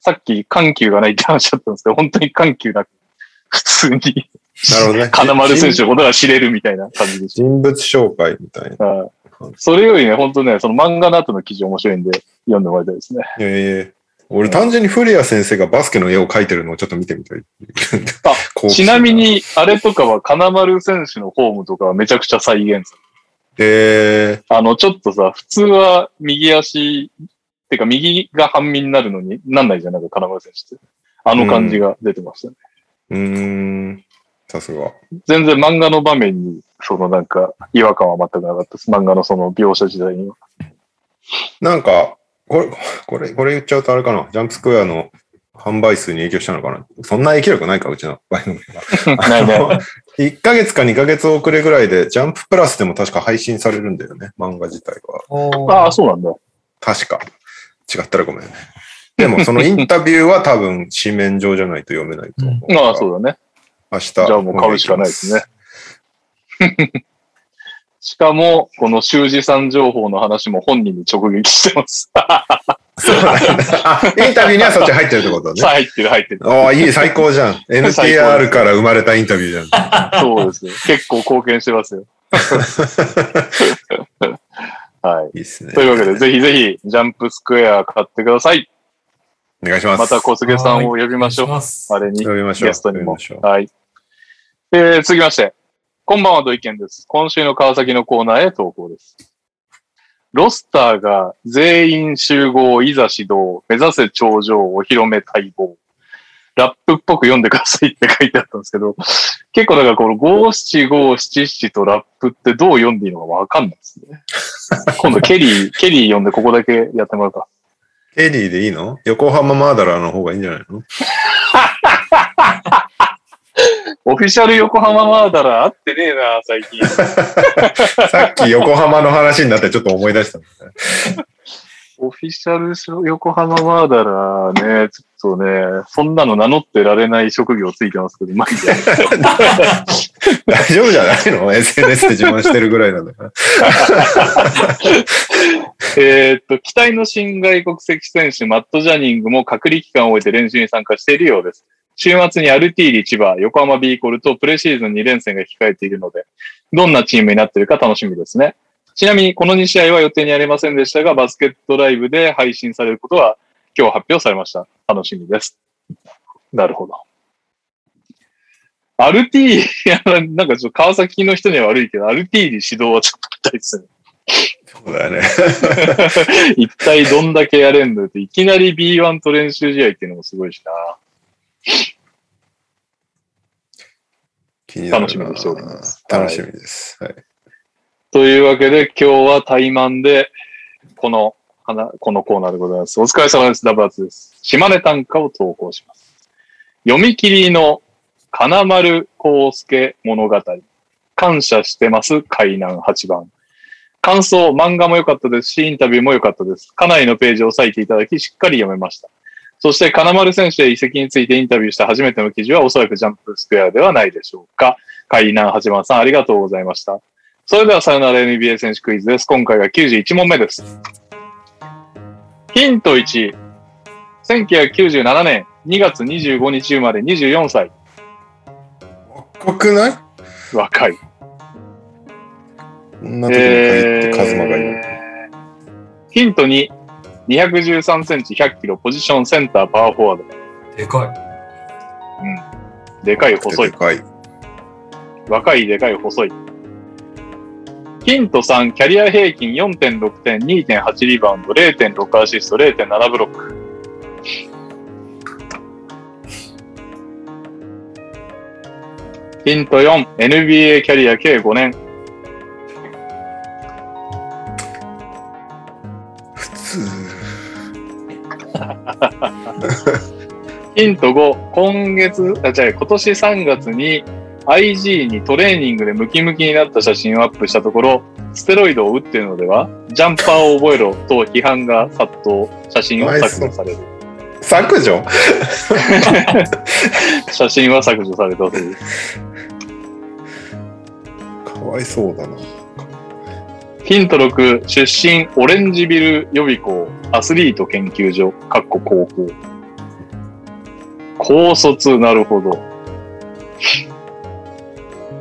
S2: さっき緩急がないって話だったんですけど、本当に緩急なく、普通に
S1: なるほどね。
S2: 金丸選手のことが知れるみたいな感じでした
S1: 人物紹介みたいな。
S2: はいそれよりね、本当ね、その漫画の後の記事面白いんで、読んでもらいたいですね。
S1: ええ俺単純に古谷先生がバスケの絵を描いてるのをちょっと見てみたい。
S2: あ
S1: 好奇心
S2: ちなみ。に、あれとかは、金丸選手のフォームとかはめちゃくちゃ再現する。
S1: え
S2: あの、ちょっとさ、普通は右足、てか右が半身になるのになんないじゃんないか、金丸選手って。あの感じが出てましたね。
S1: えー。うーん。さすが。
S2: 全然漫画の場面に、そのなんか、違和感は全くなかったです。漫画のその描写時代には。
S1: なんか、これ、これ、これ言っちゃうとあれかな。ジャンプスクエアの販売数に影響したのかな。そんな影響力ないか、うちの番組は。
S2: ないね。
S1: 1ヶ月か2ヶ月遅れぐらいで、ジャンププラスでも確か配信されるんだよね。漫画自体は。
S2: ああ、そうなんだ。
S1: 確か。違ったらごめんね。でも、そのインタビューは多分、紙面上じゃないと読めないと 思う。
S2: ああ、そうだね。
S1: 明日。じ
S2: じゃあもう買うしかないですね。。しかも、この修二さん情報の話も本人に直撃してます。
S1: そうなんだあインタビューにはそっち入ってるってこと
S2: さ
S1: ね。
S2: あ、 入ってる、入ってる。
S1: ああ、いい、最高じゃん。
S2: 最高です
S1: NTR から生まれたインタビューじゃん。
S2: そう ですよ。結構貢献してます よ。は
S1: い
S2: い
S1: ですね
S2: い。。というわけで、ぜひぜひ、ジャンプスクエア買ってください。
S1: お願いします。
S2: また小菅さんを呼びましょ
S3: お願
S2: う。
S3: います
S2: あれに
S1: 呼。びましょう。
S2: ゲストに
S1: 呼
S2: も
S1: びましょう。
S2: はい。えー、続きまして。こんばんは、土井健です。今週の川崎のコーナーへ投稿です。ロスターが全員集合、いざ始動、目指せ頂上、お披露目待望。ラップっぽく読んでくださいって書いてあったんですけど、結構だからこの五七五七七とラップってどう読んでいいのかわかんないですね。今度ケリー、ケリー読んでここだけやってもらうか。
S1: エリーでいいの横浜マーダラーの方がいいんじゃないの
S2: オフィシャル横浜マーダラー合ってねえな、最近。
S1: さっき横浜の話になってちょっと思い出した。
S2: オフィシャル横浜マーダラーね、ちょっとね、そんなの名乗ってられない職業ついてますけど、マジで。
S1: 大丈夫じゃないの ?SNS で自慢してるぐらいなんだから。
S2: えーっと、期待の新外国籍選手、マット・ジャニングも隔離期間を終えて練習に参加しているようです。週末にアルティーリ千葉、横浜ビーコルとプレシーズン2連戦が控えているので、どんなチームになっているか楽しみですね。ちなみに、この2試合は予定にありませんでしたが、バスケットライブで配信されることは今日発表されました。楽しみです。なるほど。アルティー、いや、 なんかちょっと川崎の人には悪いけど、アルティーリ指導はちょっと痛いですね。
S1: そうだよね。
S2: 一体どんだけやれんのって、いきなり B1 と練習試合っていうのもすごいしな。
S1: 気になるな
S2: 楽しみにしております
S1: 楽しみです。はい。
S2: というわけで、今日は対マンで、この、花このコーナーでございます。お疲れ様です。ダブアツです。島根短歌を投稿します。読み切りの金丸康介物語。感謝してます、海南8番。感想、漫画も良かったですし、インタビューも良かったです。かなりのページを割いていただき、しっかり読めました。そして、金丸選手へ移籍についてインタビューした初めての記事は、おそらくジャンプスクエアではないでしょうか。海南8番さん、ありがとうございました。それではさよなら NBA 選手クイズです。今回が91問目です。ヒント1。1997年2月25日生まれ24歳。
S1: 若くない
S2: 若い。
S1: こんなとこに帰ってカズマがいる。
S2: えーヒント2。213センチ100キロポジションセンターパワーフォワード。
S3: でか
S2: でかい、細い。
S1: でかい。
S2: 若い、でかい、細い。ヒント3、キャリア平均4.6点、2.8リバウンド、0.6アシスト、0.7ブロック。ヒント4、NBA キャリア計5年。
S1: 普通。
S2: ヒント5、今月、あ、違う、今年3月に IG にトレーニングでムキムキになった写真をアップしたところ、ステロイドを打っているのではジャンパーを覚えろと批判が殺到、写真を削除される。
S1: 削除
S2: 写真は削除されたという。
S1: かわいそうだな。
S2: ヒント6、出身オレンジビル予備校、アスリート研究所、かっこ高校。高卒、なるほど。っ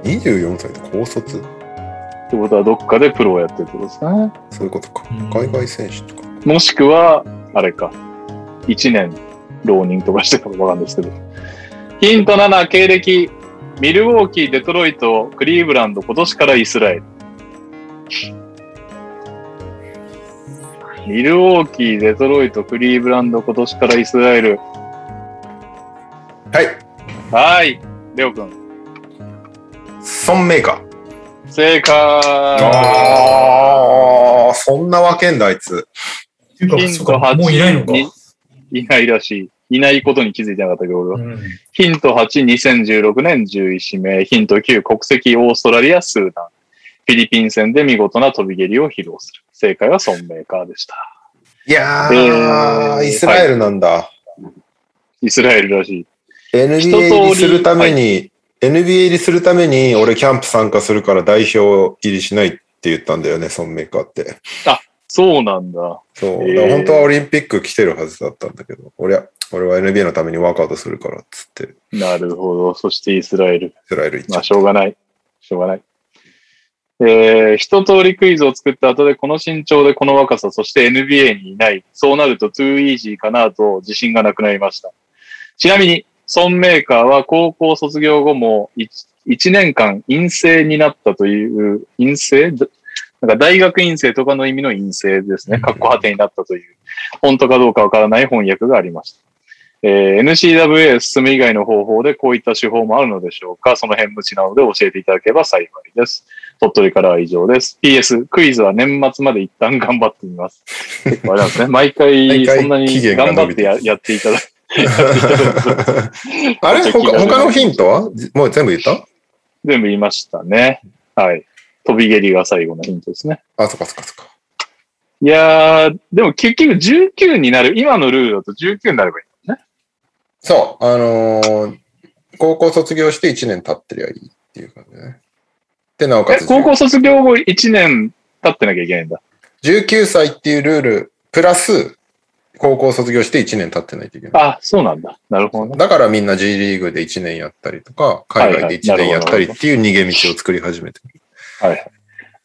S1: 24歳で高卒
S2: てことはどっかでプロをやってるってことですかね。
S1: そういうことか
S3: うん。
S1: 海外選手とか。
S2: もしくは、あれか、1年浪人とかしてたのかわかんないですけど。ヒント7、経歴。ミルウォーキー、デトロイト、クリーブランド、今年からイスラエル。ミルウォーキー、デトロイト、クリーブランド、今年からイスラエル。
S1: はい。
S2: はい、レオくん。
S1: ソンメーカー。
S2: 正解
S1: ああ、そんなわけんだ、あいつ。
S3: い。ていうか
S2: ヒ
S3: そ
S2: ン
S3: うか
S2: ト8
S3: もういないのか。
S2: にいないらしい。いないことに気づいてなかったけど、俺は
S3: うん
S2: ヒント8、2016年10指名。ヒント9、国籍オーストラリア、スーダン。フィリピン戦で見事な飛び蹴りを披露する。正解はソンメーカーでした。
S1: いや
S2: え
S1: ー、
S2: ー
S1: イスラエルなんだ。
S2: イスラエルらしい。
S1: NBA 入りするために、NBA 入りするために、俺キャンプ参加するから代表入りしないって言ったんだよね、ソンメーカーって。
S2: そうなんだ。
S1: そう。
S2: えー
S1: だから本当はオリンピック来てるはずだったんだけど、俺は、俺は NBA のためにワークアウトするからっつって、イ
S2: なるほど。そしてイスラエル。
S1: スラエル行っち
S2: ま
S1: ゃ
S2: あ、
S1: っ
S2: しょうがない。しょうがない。えー、一通りクイズを作った後で、この身長でこの若さ、そして NBA にいない。そうなると too easy かなと自信がなくなりました。ちなみに、ソンメーカーは高校卒業後も 1, 年間陰性になったという、陰性だなんか大学院生とかの意味の陰性ですね。括弧果てになったという、本当かどうかわからない翻訳がありました。えー NCWA へ進む以外の方法でこういった手法もあるのでしょうかその辺無知なので教えていただければ幸いです。鳥取からは以上です。PS、クイズは年末まで一旦頑張ってみます。結構あれなんです ね。毎回
S1: 毎回
S2: そんなに
S1: 期限が
S2: 頑
S1: 伸
S2: 張っ
S1: び
S2: て
S1: て
S2: ややっていただ
S1: た。あれ
S2: ちょっと気が
S1: 他他のヒントはじもう全部言った
S2: 全部言いましたね。はい。飛び蹴りが最後のヒントですね。
S1: あ、そっかそっかそっか。
S2: いやー、でも結局19になる、今のルールだと19になればい
S1: そう、あのー高校卒業して1年経ってりゃいいっていう感じだね。で、なおか
S2: い。え、
S1: つ
S2: 高校卒業後1年経ってなきゃいけないんだ。
S1: 19歳っていうルール、プラス、高校卒業して1年経ってないといけない。
S2: あ、そうなんだ。なるほどね。
S1: だからみんな G リーグで1年やったりとか、海外で1年やったりっていう逃げ道を作り始めてる。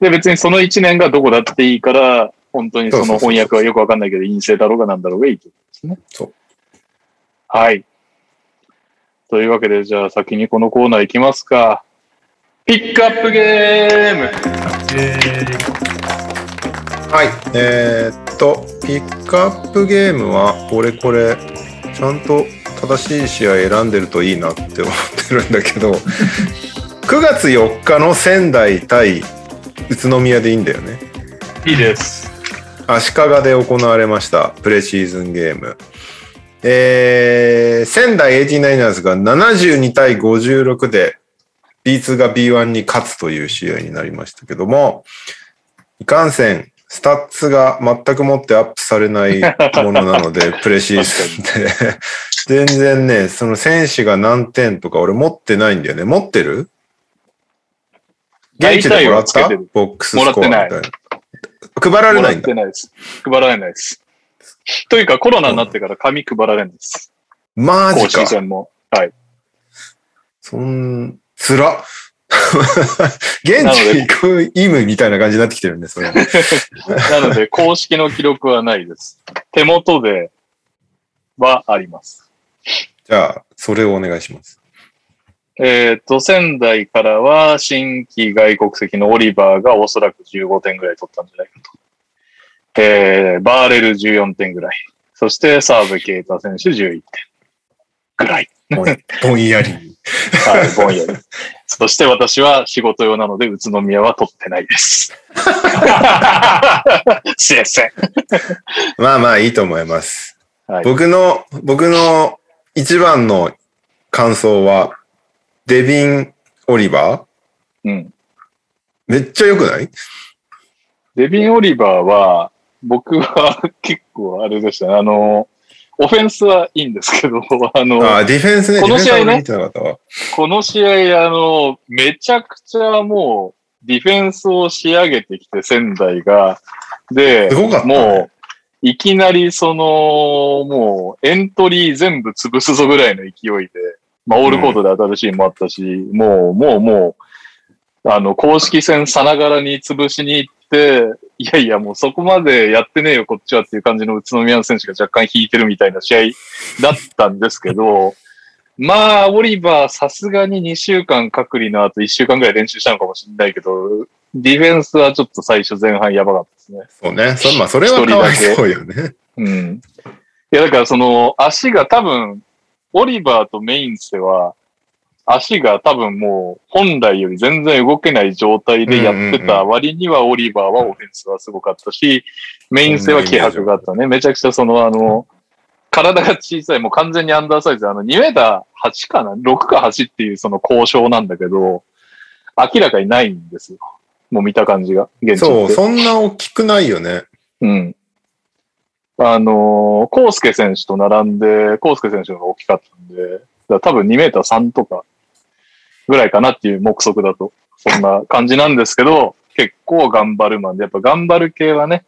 S2: で、別にその1年がどこだっていいから、本当にその翻訳はよくわかんないけど、陰性だろうがなんだろうがいいと。ですね。
S1: そう。
S2: はい。というわけで、じゃあ先にこのコーナーいきますか。ピックアップゲーム
S1: はい。えーっと、ピックアップゲームは、俺これ、ちゃんと正しい試合選んでるといいなって思ってるんだけど、9月4日の仙台対宇都宮でいいんだよね。
S2: いいです。
S1: 足利で行われましたプレシーズンゲーム。えー、仙台 89ers が72対56で B2 が B1 に勝つという試合になりましたけども、いかんせん、スタッツが全くもってアップされ ないものなので、プレシーズ ンで。全然ね、その選手が何点とか俺持ってないんだよね。持ってる現地でもらっ
S2: 大体はつけ
S1: た
S2: てる
S1: ボックススコアみたい
S2: も
S1: な。配られ
S2: も
S1: ない
S2: らっ
S1: んだ
S2: て。ないです。配られないです。というか、コロナになってから紙配られないです。
S1: マジ
S2: 公式
S1: か。
S2: 戦も。はい。
S1: そん、つら。現地行く意味みたいな感じになってきてるんで、 それ。
S2: なので、公式の記録はないです。手元ではあります。
S1: じゃあ、それをお願いし ます。
S2: えっ、と、仙台からは新規外国籍のオリバーがおそらく15点ぐらい取ったんじゃないかと。えー、バーレル14点ぐらい。そして、澤部啓太選手11点ぐらい。
S1: ぼんぼんやり。
S2: はい、ぼ んやり。そして私は仕事用なので、宇都宮は取ってない です。すいません。
S1: まあまあいいと思います。
S2: はい
S1: 僕の、僕の一番の感想は、デビン・オリバー
S2: うん。
S1: めっちゃ良くない
S2: デビン・オリバーは、僕は結構あれでしたね。あの、オフェンスはいいんですけど、あの、
S1: ああ、ディフェンスね。
S2: この試合ね
S1: ディフェンスは俺見てなかったわ。
S2: この試合、あの、めちゃくちゃもう、ディフェンスを仕上げてきて、仙台が。で、
S1: すごかったね
S2: もう、いきなりその、もう、エントリー全部潰すぞぐらいの勢いで、まあ、オールコートで新しいのもあったし、もう、もう、もう、あの、公式戦さながらに潰しに行って、いやいや、もうそこまでやってねえよ、こっちはっていう感じの宇都宮の選手が若干引いてるみたいな試合だったんですけど、 まあ、オリバー、さすがに2週間隔離の後、1週間ぐらい練習したのかもしれないけど、ディフェンスはちょっと最初前半やばかったですね。
S1: そうね。そまあ、それはかわいそう よね。
S2: うん。いや、だからその、足が多分、オリバーとメインスでは、足が多分もう、本来より全然動けない状態でやってた割には、オリバーはオフェンスはすごかったし、メインスは気迫があったね。めちゃくちゃその、あの、体が小さい、もう完全にアンダーサイズ、あの、2メーター8かな ?6 か8っていうその交渉なんだけど、明らかにないんですよ。もう見た感じが、現地って
S1: そう、そんな大きくないよね。
S2: うん。あのー、コウスケ選手と並んで、コウスケ選手の方が大きかったんで、だから多分2メーター3とかぐらいかなっていう目測だと、そんな感じなんですけど、結構頑張るマンで、やっぱ頑張る系はね、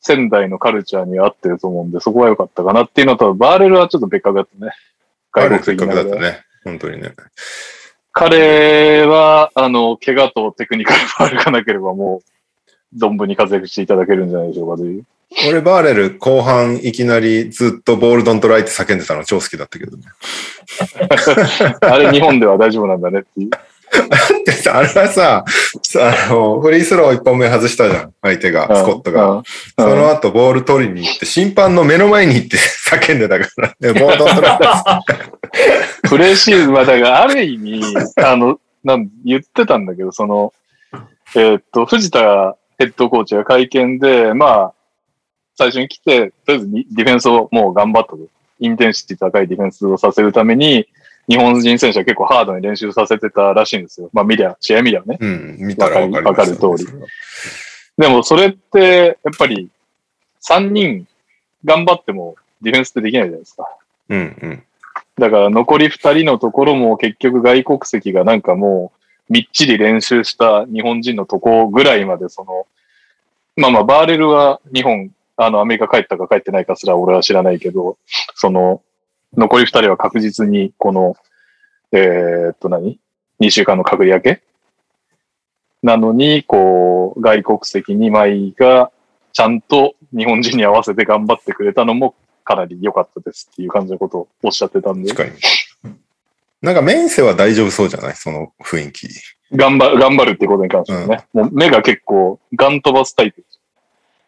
S2: 仙台のカルチャーには合ってると思うんで、そこは良かったかなっていうのと、バーレルはちょっと別格だったね。
S1: あるせっかく
S2: な
S1: だ
S2: が
S1: っ
S2: ら
S1: たね。本当にね。
S2: 彼は、あの、怪我とテクニカルファウルがなければもう、存分に活躍していただけるんじゃないでしょうかという。
S1: 俺、バーレル後半いきなりずっとボールドントライって叫んでたの超好きだったけどね。
S2: あれ日本では大丈夫なんだねっていう。
S1: でさあれはさ、あの、フリースロー1本目外したじゃん、相手が、スコットが。
S2: うん。
S1: その後ボール取りに行って、審判の目の前に行って叫んでたから ね、ボールドントライだ
S2: プレシーズンは、だからある意味、あの、なん言ってたんだけど、その、えーっと、藤田ヘッドコーチが会見で、まあ、最初に来て、とりあえずにディフェンスをもう頑張ったと。インテンシティ高いディフェンスをさせるために、日本人選手は結構ハードに練習させてたらしいんですよ。まあ見りゃ、試合見りゃね。
S1: うん、見たらわかりま
S2: わかる
S1: した
S2: わかる通でもそれって、やっぱり、3人頑張ってもディフェンスってできないじゃないですか。
S1: うん、うん。
S2: だから残り二人のところも結局外国籍がなんかもうみっちり練習した日本人のとこぐらいまでその、まあまあバーレルは日本、あのアメリカ帰ったか帰ってないかすら俺は知らないけど、その残り二人は確実にこの、えーっと何二週間の隔離明けなのに、こう、外国籍2枚がちゃんと日本人に合わせて頑張ってくれたのもかなり良かったですっていう感じのことをおっしゃってたんで、
S1: 確かに。なんか、メンセは大丈夫そうじゃないその雰囲気。
S2: 頑張頑張るっていうことに関してはね、もう目が結構ガン飛ばすタイプ。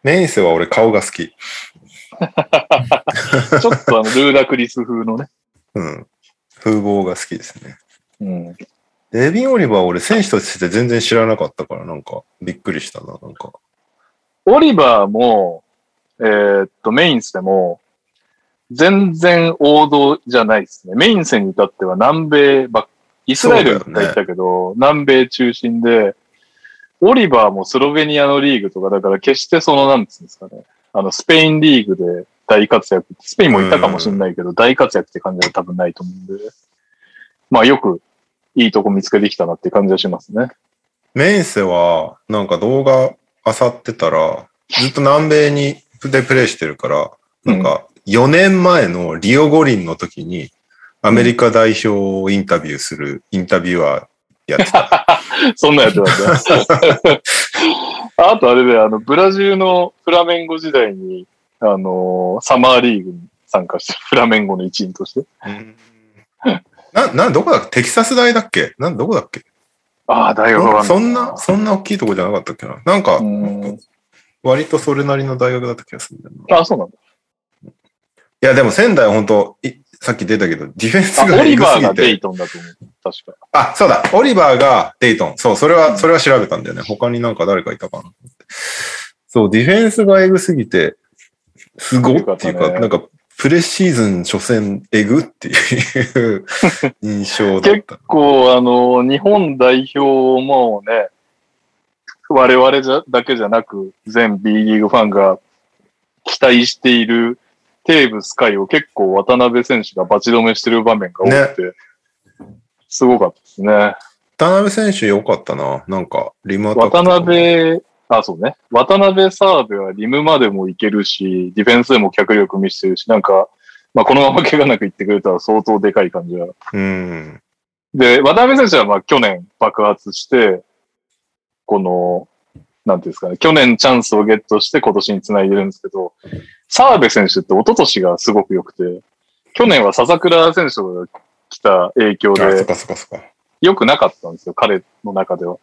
S1: メンセは俺顔が好き。
S2: ちょっとあの、ルーダクリス風のね。
S1: うん。風貌が好きですね。
S2: うん。
S1: エビン・オリバー俺選手として全然知らなかったから、なんか、びっくりしたな、なんか。
S2: オリバーも、えーっと、メインスでも、全然王道じゃないですね。メイン戦に至っては南米ばっイスラエルに行ったけど、南米中心で、オリバーもスロベニアのリーグとか、だから決してその、なんつうんですかね、あの、スペインリーグで大活躍、スペインもいたかもしれないけど、大活躍って感じは多分ないと思うんで、まあよくいいとこ見つけてきたなって感じはしますね。
S1: メンセは、なんか動画漁ってたら、ずっと南米にでプレイしてるから、なんか4年前のリオ五輪の時に、アメリカ代表をインタビューするインタビュアーやってた。
S2: そんなんやってますね。あとあれで、あの、ブラジルのフラメンゴ時代に、あのーサマーリーグに参加して、フラメンゴの一員として。
S1: うんな、な、どこだっけテキサス大だっけなん、どこだっけ
S2: ああ、大学は
S1: そんな、そんな大きいとこじゃなかったっけななんか
S2: うん、
S1: 割とそれなりの大学だった気がするんだよな。
S2: あ、そうなんだ。
S1: いや、でも仙台は本当いさっき出たけど、ディフェンス
S2: あ
S1: が
S2: オリ
S1: エグ
S2: バ
S1: す
S2: ーが
S1: ぎ
S2: デイ
S1: て。
S2: トンだと思う。確か。
S1: あ、そうだ、オリバーがデイトン。そう、それは、それは調べたんだよね。他になんか誰かいたかな。そう、ディフェンスがエグすぎて、すごっていう
S2: よかっ
S1: か、
S2: たね
S1: なんか、プレシーズン初戦エグっていう 印象だった。
S2: こう、あのー日本代表もね、我々じゃだけじゃなく、全 B リーグファンが期待しているテーブス海を結構渡辺選手がバチ止めしてる場面が多くて、すごかったですね。
S1: 渡辺選手良かったな。なんか、リムアタックと
S2: 渡
S1: かも。
S2: 辺、あ、そうね。渡辺サーブはリムまでもいけるし、ディフェンスでも脚力見せてるし、なんか、まあ、このまま怪我なくいってくれたら相当でかい感じが。
S1: うん。
S2: で、渡辺選手はまあ去年爆発して、この、なんていうんですかね、去年チャンスをゲットして今年につないでるんですけど、澤部選手って一昨年がすごく良くて、去年は笹倉選手が来た影響
S1: あ、そっ
S2: で
S1: かそっかそっか。
S2: 良くなかったんですよ、彼の中では。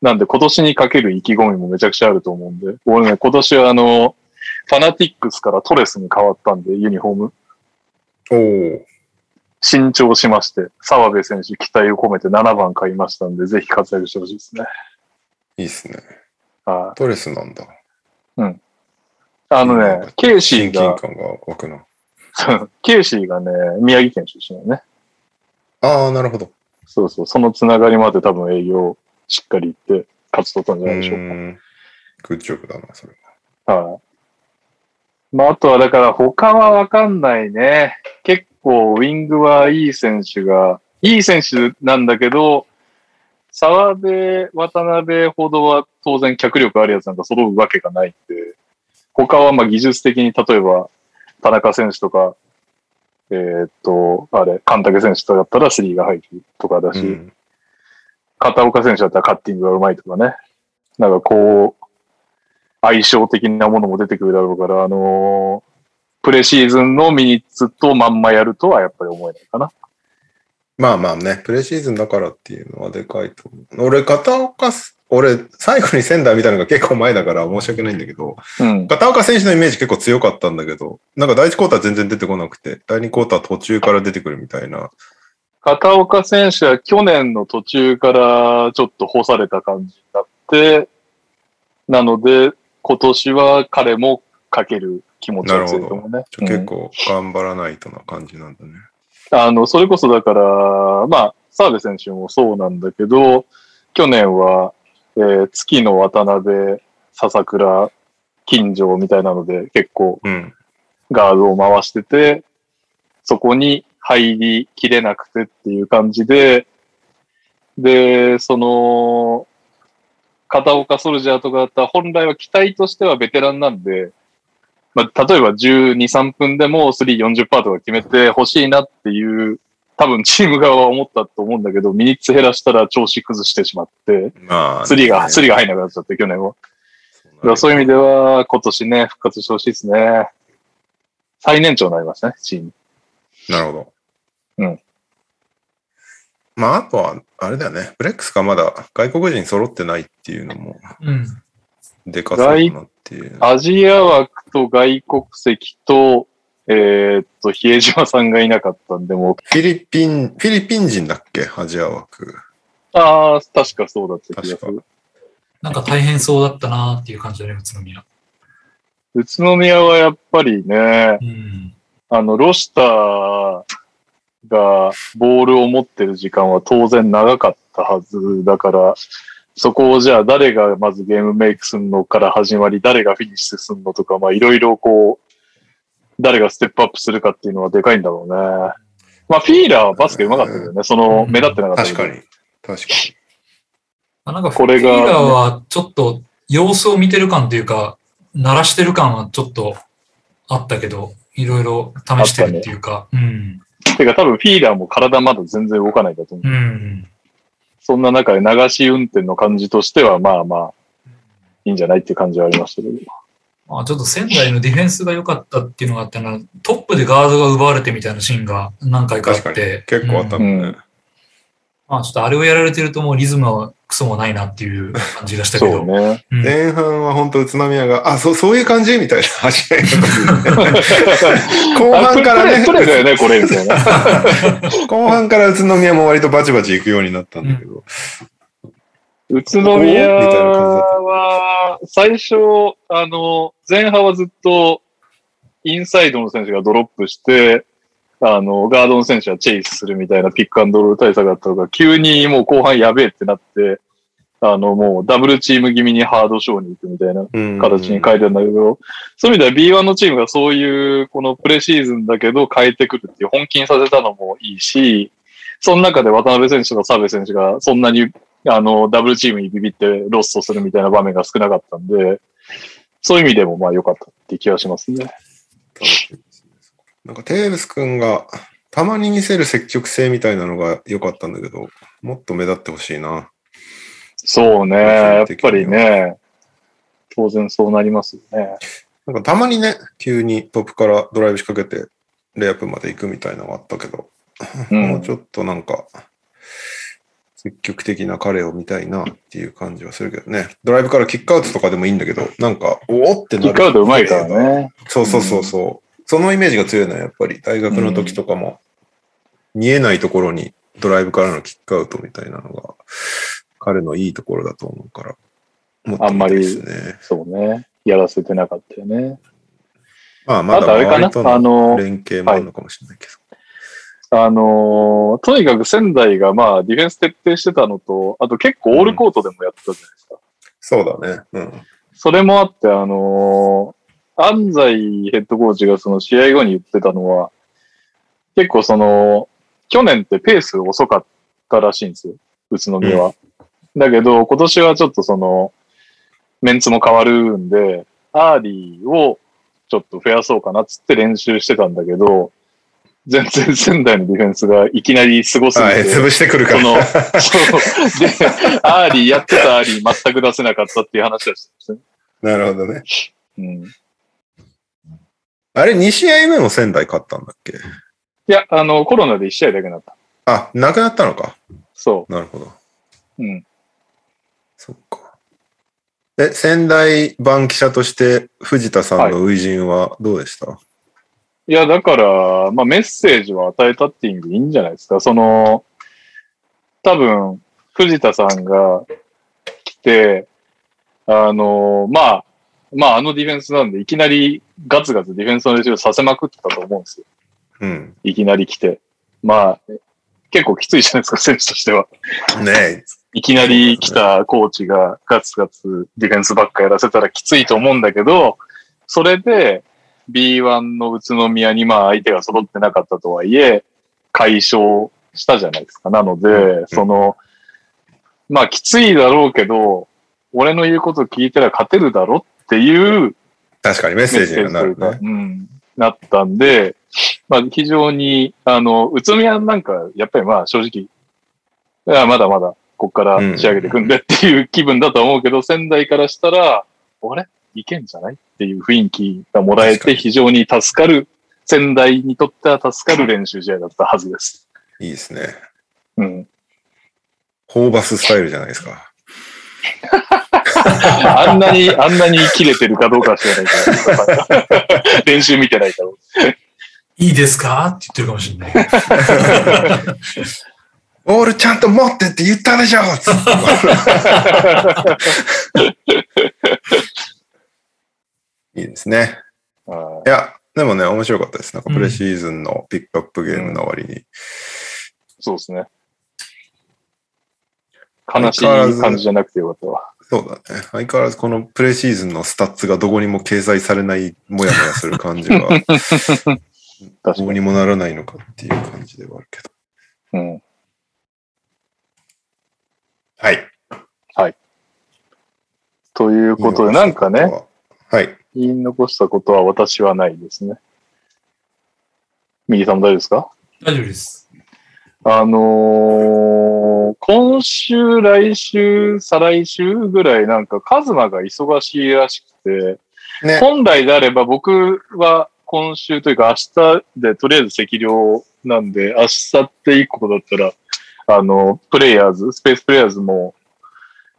S2: なんで今年にかける意気込みもめちゃくちゃあると思うんで、俺ね、今年はあの、ファナティックスからトレスに変わったんで、ユニフォーム。
S1: おー。
S2: 新調しまして、澤部選手期待を込めて7番買いましたんで、ぜひ活躍してほしいですね。
S1: いいっすね。
S2: は
S1: トレスなんだ。
S2: い。あのね、ケイシ
S1: 親近
S2: ーが、
S1: 感が湧くな。
S2: ケイシーがね、宮城県出身だね。
S1: ああ、なるほど。
S2: そうそう、そのつながりまで多分営業しっかり行って、勝ち取ったんじゃないでしょうか。
S1: ん。グッジョブだな、それ。
S2: はい。まあ、あとはだから他はわかんないね。結構ウィングはいい選手が、いい選手なんだけど、澤部、渡辺ほどは当然脚力あるやつなんか揃うわけがないんで、他はまあ技術的に例えば田中選手とか、えーっと、あれ、神武選手とかだったらスリーが入るとかだし、
S1: うん
S2: 片岡選手だったらカッティングがうまいとかね。なんかこう、相性的なものも出てくるだろうから、あのープレシーズンのミニッツとまんまやるとはやっぱり思えないかな。
S1: まあまあね、プレシーズンだからっていうのはでかいと思う。俺、片岡す、俺、最後にセンター見たのが結構前だから申し訳ないんだけど、
S2: うん。
S1: 片岡選手のイメージ結構強かったんだけど、なんか第1クォーター全然出てこなくて、第2クォーター途中から出てくるみたいな。
S2: 片岡選手は去年の途中からちょっと干された感じになって、なので今年は彼もかける気持ちが強いと思うね。
S1: ちょ結構頑張らないとな感じなんだね。
S2: あの、それこそだから、まあ、澤部選手もそうなんだけど、去年は、えー月の渡辺、笹倉、金城みたいなので、結構
S1: うん。
S2: ガードを回してて、そこに入りきれなくてっていう感じで、で、その、片岡ソルジャーとかだったら本来は期待としてはベテランなんで、まあ、例えば12、3分でも340%とか決めてほしいなっていう、多分チーム側は思ったと思うんだけど、ミニッツ減らしたら調子崩してしまって、
S1: まあ、
S2: スリーが、スリーが入んなくなっちゃって、去年は。だからそういう意味では、今年ね、復活してほしいですね。最年長になりましたね、チーム。
S1: なるほど。
S2: うん。
S1: まあ、あとは、あれだよね。ブレックスがまだ外国人揃ってないっていうのも、
S3: うん。
S1: でかそうだなっていう。
S2: アジア枠と外国籍と、えーっと、比江島さんがいなかったんで、も
S1: フィリピン、フィリピン人だっけアジア枠。
S2: う、ああ、確かそうだった気がする。
S3: なんか大変そうだったなっていう感じだね、宇都宮。
S2: 宇都宮はやっぱりね、
S3: うん。
S2: あの、ロシターがボールを持ってる時間は当然長かったはずだから、そこをじゃあ誰がまずゲームメイクするのから始まり、誰がフィニッシュするのとか、まあいろいろこう、誰がステップアップするかっていうのはでかいんだろうね。まあフィーラーはバスケ上手かったけどね、その目立ってなかったけ
S1: 確
S2: ど。
S1: かに。確か
S3: まあ、なんか、
S2: こ
S3: こ
S2: れ
S3: れ
S2: が
S3: が。フィーラーはちょっと様子を見てる感というか、鳴らしてる感はちょっとあったけど、いろいろ試してるっていうか、
S2: てか多分フィーラーも体まだ全然動かないだと思う。
S3: うん。うん。
S2: そんな中で流し運転の感じとしては、まあまあ、いいんじゃないっていう感じはありましたけど。
S3: まあ、ちょっと仙台のディフェンスが良かったっていうのがあったな、トップでガードが奪われてみたいなシーンが何回かあ
S1: 確
S3: っ
S1: かに
S3: て。。
S1: 結構あった
S3: うん
S1: もんね。
S2: うん
S3: まあ、ちょっとあれをやられてるともうリズムはクソもないなっていう感じがした
S2: そ
S3: けど。
S2: う ね。
S3: うん
S1: 前半は本当宇都宮が、あ、そう、そういう感じみたいな走り 後
S2: あ
S1: 半からね
S2: プレプレだよね、これ、みたいな。
S1: 後半から宇都宮も割とバチバチ行くようになったんだけど。
S2: 宇都宮は、最初、あの、前半はずっと、インサイドの選手がドロップして、あの、ガードの選手はチェイスするみたいなピックアンドロール対策だったのが、急にもう後半やべえってなって、あの、もうダブルチーム気味にハードショーに行くみたいな
S1: うん
S2: 形に変えてるんだけど、そういう意味では B1 のチームがそういう、このプレシーズンだけど変えてくるっていう本気にさせたのもいいし、その中で渡辺選手とか澤部選手がそんなにあのダブルチームにビビってロストするみたいな場面が少なかったんで、そういう意味でもまあ良かったって気がしますね。
S1: なんかテーブス君がたまに見せる積極性みたいなのが良かったんだけど、もっと目立ってほしいな。
S2: そうね。や
S1: 個
S2: っ
S1: 人的に
S2: ぱ
S1: は
S2: りね、当然そうなりますよ ね。
S1: なんかたまにね、急にトップからドライブ仕掛けて、レイアップまで行くみたいなのがあったけど、
S2: う
S1: もうんち。ょっとなんか、積極的な彼を見たいなっていう感じはするけどね。ドライブからキックアウトとかでもいいんだけど、なんか、おおってな
S2: キ
S1: る。
S2: ックアウト上手いから。ね。
S1: そうそうそうそう。そのイメージが強いのはやっぱり大学の時とかも、見えないところにドライブからのキックアウトみたいなのが、彼のいいところだと思うから、もっと見たいですね。
S2: そうね。やらせてなかったよね。
S1: まあ、ま
S2: あと
S1: だ
S2: あれかな
S1: 割と
S2: あ
S1: の
S2: の、
S1: 連携もあるのかもしれないけど。
S2: あのーとにかく仙台がまあディフェンス徹底してたのと、あと結構オールコートでもやってたじゃないですか。
S1: そうだね。うん。
S2: それもあって、あのー安西ヘッドコーチがその試合後に言ってたのは、結構その、去年ってペース遅かったらしいんですよ、宇都宮は。だけど、今年はちょっとその、メンツも変わるんで、アーリーをちょっと増やそうかなっつって練習してたんだけど、全然仙台のディフェンスがいきなりすごすぎ
S1: はい、
S2: て、
S1: 潰してくるか
S2: その、
S1: ら。
S2: そう。で、アーリー、やってたアーリー全く出せなかったっていう話はしてましたね。
S1: なるほどね。
S2: うん。
S1: あれ、2試合目も仙台勝ったんだっけ
S2: いや、あの、コロナで1試合だけなった。
S1: あ、なくなったのか。
S2: そ
S1: なるほど。
S2: う。うん。
S1: そっか。え、仙台版記者として藤田さんの初陣はどうでした、
S2: いや、だから、まあ、メッセージを与えたっていう意味でいいんじゃないですか。その、多分、藤田さんが来て、あの、まあ、まあ、あのディフェンスなんで、いきなりガツガツディフェンスの練習をさせまくってたと思うんですよ。
S1: うん。
S2: いきなり来て。まあ、結構きついじゃないですか、選手としては。
S1: ね
S2: いきなり来たコーチがガツガツディフェンスばっかやらせたらきついと思うんだけど、それで B1 の宇都宮にまあ相手が揃ってなかったとはいえ、解消したじゃないですか。なの
S1: う
S2: で、その、まあきついだろうけど、俺の言うこと聞いたら勝てるだろっていう
S1: 確かにメッセージにはなる
S2: メッセージ
S1: ね。
S2: というかうん。なったんで、まあ非常に、あの、宇都宮なんか、やっぱりまあ正直、いやまだまだ、こっから仕上げていくんでっていう気分だと思うけど、仙台からしたら、あれいけんじゃないっていう雰囲気がもら
S1: 確
S2: え
S1: か
S2: て
S1: に
S2: 非常に助かる仙台にとっては助かる練習試合だったはずです。
S1: いいですね。
S2: うん。
S1: ホーバススタイルじゃないですか。
S2: あんな に、あんなに切れてるかどうかは知らないけど、 練習見てないから。
S3: いいですかって言ってるかもしれない。
S1: ボールちゃんと持ってって言った でしょつっていいですね。
S2: あ
S1: いや、でもね、面白かったです。なんかプレシーズンのピックアップゲームの割に。
S2: そうですね。悲しい感じじゃなくてよかったわ。
S1: そうだね。相変わらずこのプレシーズンのスタッツがどこにも掲載されない、もやもやする感じ が、
S2: 確
S1: ど
S2: か
S1: う
S2: に。
S1: にもならないのかっていう感じではあるけど。
S2: うん。
S1: はい。
S2: ということで、なんかね、。
S1: はい。
S2: 言い残したことは私はないですね。右さんも大丈夫ですか
S3: 大丈夫です。
S2: あのー今週、来週、再来週ぐらいなんか、カズマが忙しいらしくて、
S1: ね。
S2: 本来であれば僕は今週というか明日でとりあえず席量なんで、明日って一個だったら、あの、プレイヤーズ、スペースプレイヤーズも、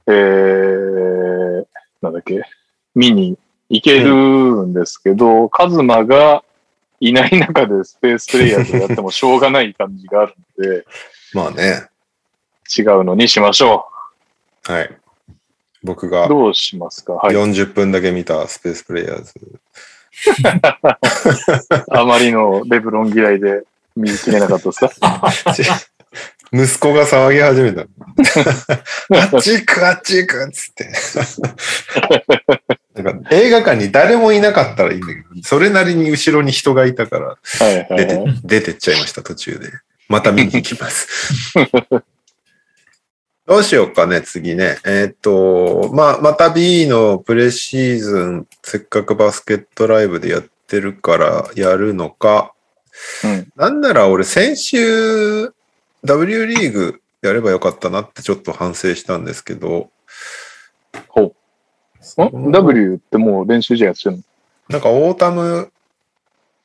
S2: えー、なんだっけ、見に行けるんですけど、カズマがいない中でスペースプレイヤーズをやってもしょうがない感じがあるんで、
S1: まあね。
S2: 違うのにしましょ
S1: はい。僕が
S2: う。どうしますかはい。
S1: 40分だけ見たスペースプレイヤーズ。
S2: あまりのレブロン嫌いで見切れなかった ですか
S1: 息子が騒ぎ始め た。あっち行く、あっち行くっつって。なんか映画館に誰もいなかったらいいんだけど、それなりに後ろに人がいたから
S2: はいは
S1: 出
S2: い、
S1: て
S2: はい。、
S1: 出てっちゃいました、途中で。また見に行きます。 どうしようかね、次ね。えーっと、まあ、また B のプレシーズン、せっかくバスケットライブでやってるからやるのか、
S2: うん。
S1: なんなら俺先週 W リーグやればよかったなってちょっと反省したんですけど、
S2: ほう。ん ?W ってもう練習試合やってるの
S1: なんかオータム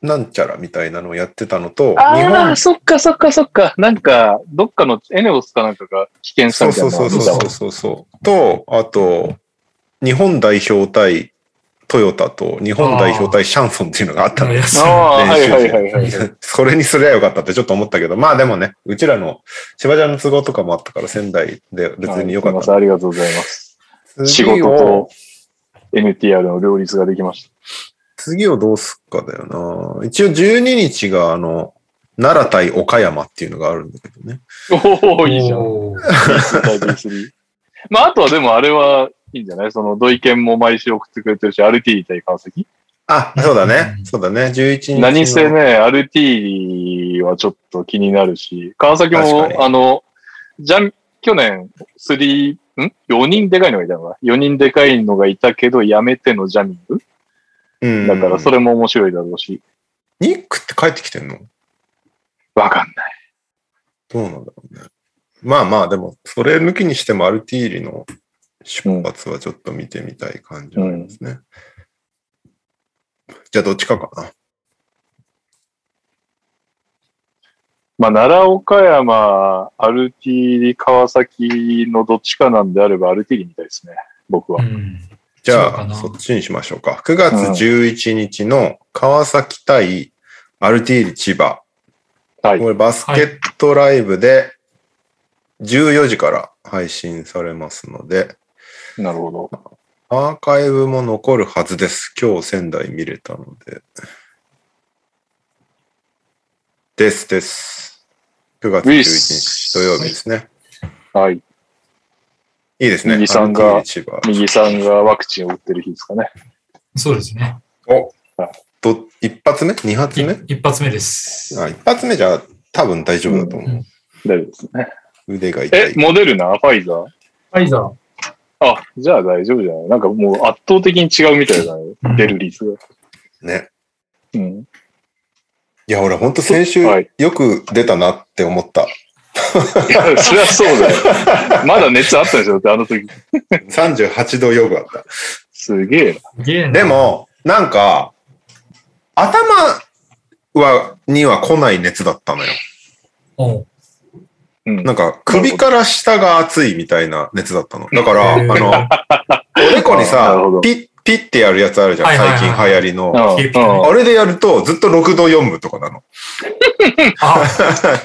S1: なんちゃらみたいなのをやってたのと、日
S2: あ
S1: 本
S2: あ、そっかそっかそっか。なんか、どっかのエネオスかなんかが棄権した
S1: そう
S2: みたい
S1: そうそ
S2: なのを
S1: う
S2: 見たわ
S1: そうそうそう。と、あと、日本代表対トヨタと日本代表対シャンソンっていうのがあったの
S3: あ
S1: よ。
S3: 安
S2: ああ、は
S1: 練習
S2: い
S1: 試合
S2: はいはいはい。
S1: それにすりゃよかったってちょっと思ったけど、まあでもね、うちらの芝ちゃんの都合とかもあったから仙台で別によか
S2: はい
S1: っ
S2: すいません
S1: た。
S2: ありがとうございます。仕
S1: 次を
S2: 事と NTR の両立ができまし
S1: 次をどうすっかだよな。一応12日が、あの、奈良対岡山っていうのがあるんだけどね。
S2: た。おお、いいじゃん。
S3: おー
S2: 大体3。ま あ、あとはでもあれはいいんじゃないその、土井健も毎週送ってくれてるし、RT 対関石。
S1: あ、そうだね。そうだね。11日の。
S2: 何せね、RT はちょっと気になるし、川崎
S1: 確かに
S2: も、あの、じゃん、去年、3、ん ?4 人でかいのがいたのか ?4 人でかいのがいたけど、やめてのジャミング
S1: うん。
S2: だからそれも面白いだろうし、
S1: ニックって帰ってきてんの
S2: わかんない。
S1: どうなんだろうね。まあまあ、でも、それ抜きにしてもアルティーリの出発はちょっと見てみたい感じはありますね。じゃあ、どっちかかな。
S2: まあ、奈良岡山、アルティリ、川崎のどっちかなんであれば、アルティリみたいですね。僕は
S3: う。ん
S1: じ
S3: そう
S1: ゃ
S3: か
S1: あ、
S3: な
S1: そっちにしましょうか。9月11日の川崎対アルティーリ千葉。
S2: はい。
S1: これバスケットライブで14時から配信されますので、
S2: なるほど。
S1: アーカイブも残るはずです。今日仙台見れたので。ですです。9月11
S2: ウィ
S1: 日
S2: ス
S1: 土曜日ですね。
S2: はい。
S1: いいですね。
S2: 右さんが
S1: アルティーリ千葉
S2: 右さんがワクチンを打ってる日ですかね。
S3: そうですね。
S1: おど一発目二
S3: い
S1: 発目
S3: 一発目です。
S1: あ一発目じゃ多分大丈夫だと思う。
S2: 大丈夫ですね。
S1: 腕が痛
S2: え
S1: い、。
S2: モデルナファイザー
S3: ファイザー。
S2: あ、じゃあ大丈夫じゃないなんかもう圧倒的に違うみたいだ
S3: うん
S2: ね。出る率が。
S1: ね。
S2: うん。
S1: いや、俺ほんと先週
S2: はい
S1: よく出たなって思った。
S2: いや、そりゃそうだ よ。まだ熱あったでしょだってあの時。
S1: 38度4分あった。
S2: すげえな。
S3: すげえな
S1: で、も、なんか、頭は、には来ない熱だったのよ。
S3: おう
S2: うん
S1: なんか、首から下が熱いみたいな熱だったの。だから、あ
S3: へー
S1: の、おでこに
S2: な る
S1: さ
S2: ほど、
S1: ピッ、ピッてやるやつあるじゃん、
S3: はいはいはい
S1: 最近流行りの。
S2: うんうん
S1: あれでやると、ずっと6度4分とかなの。
S3: あ、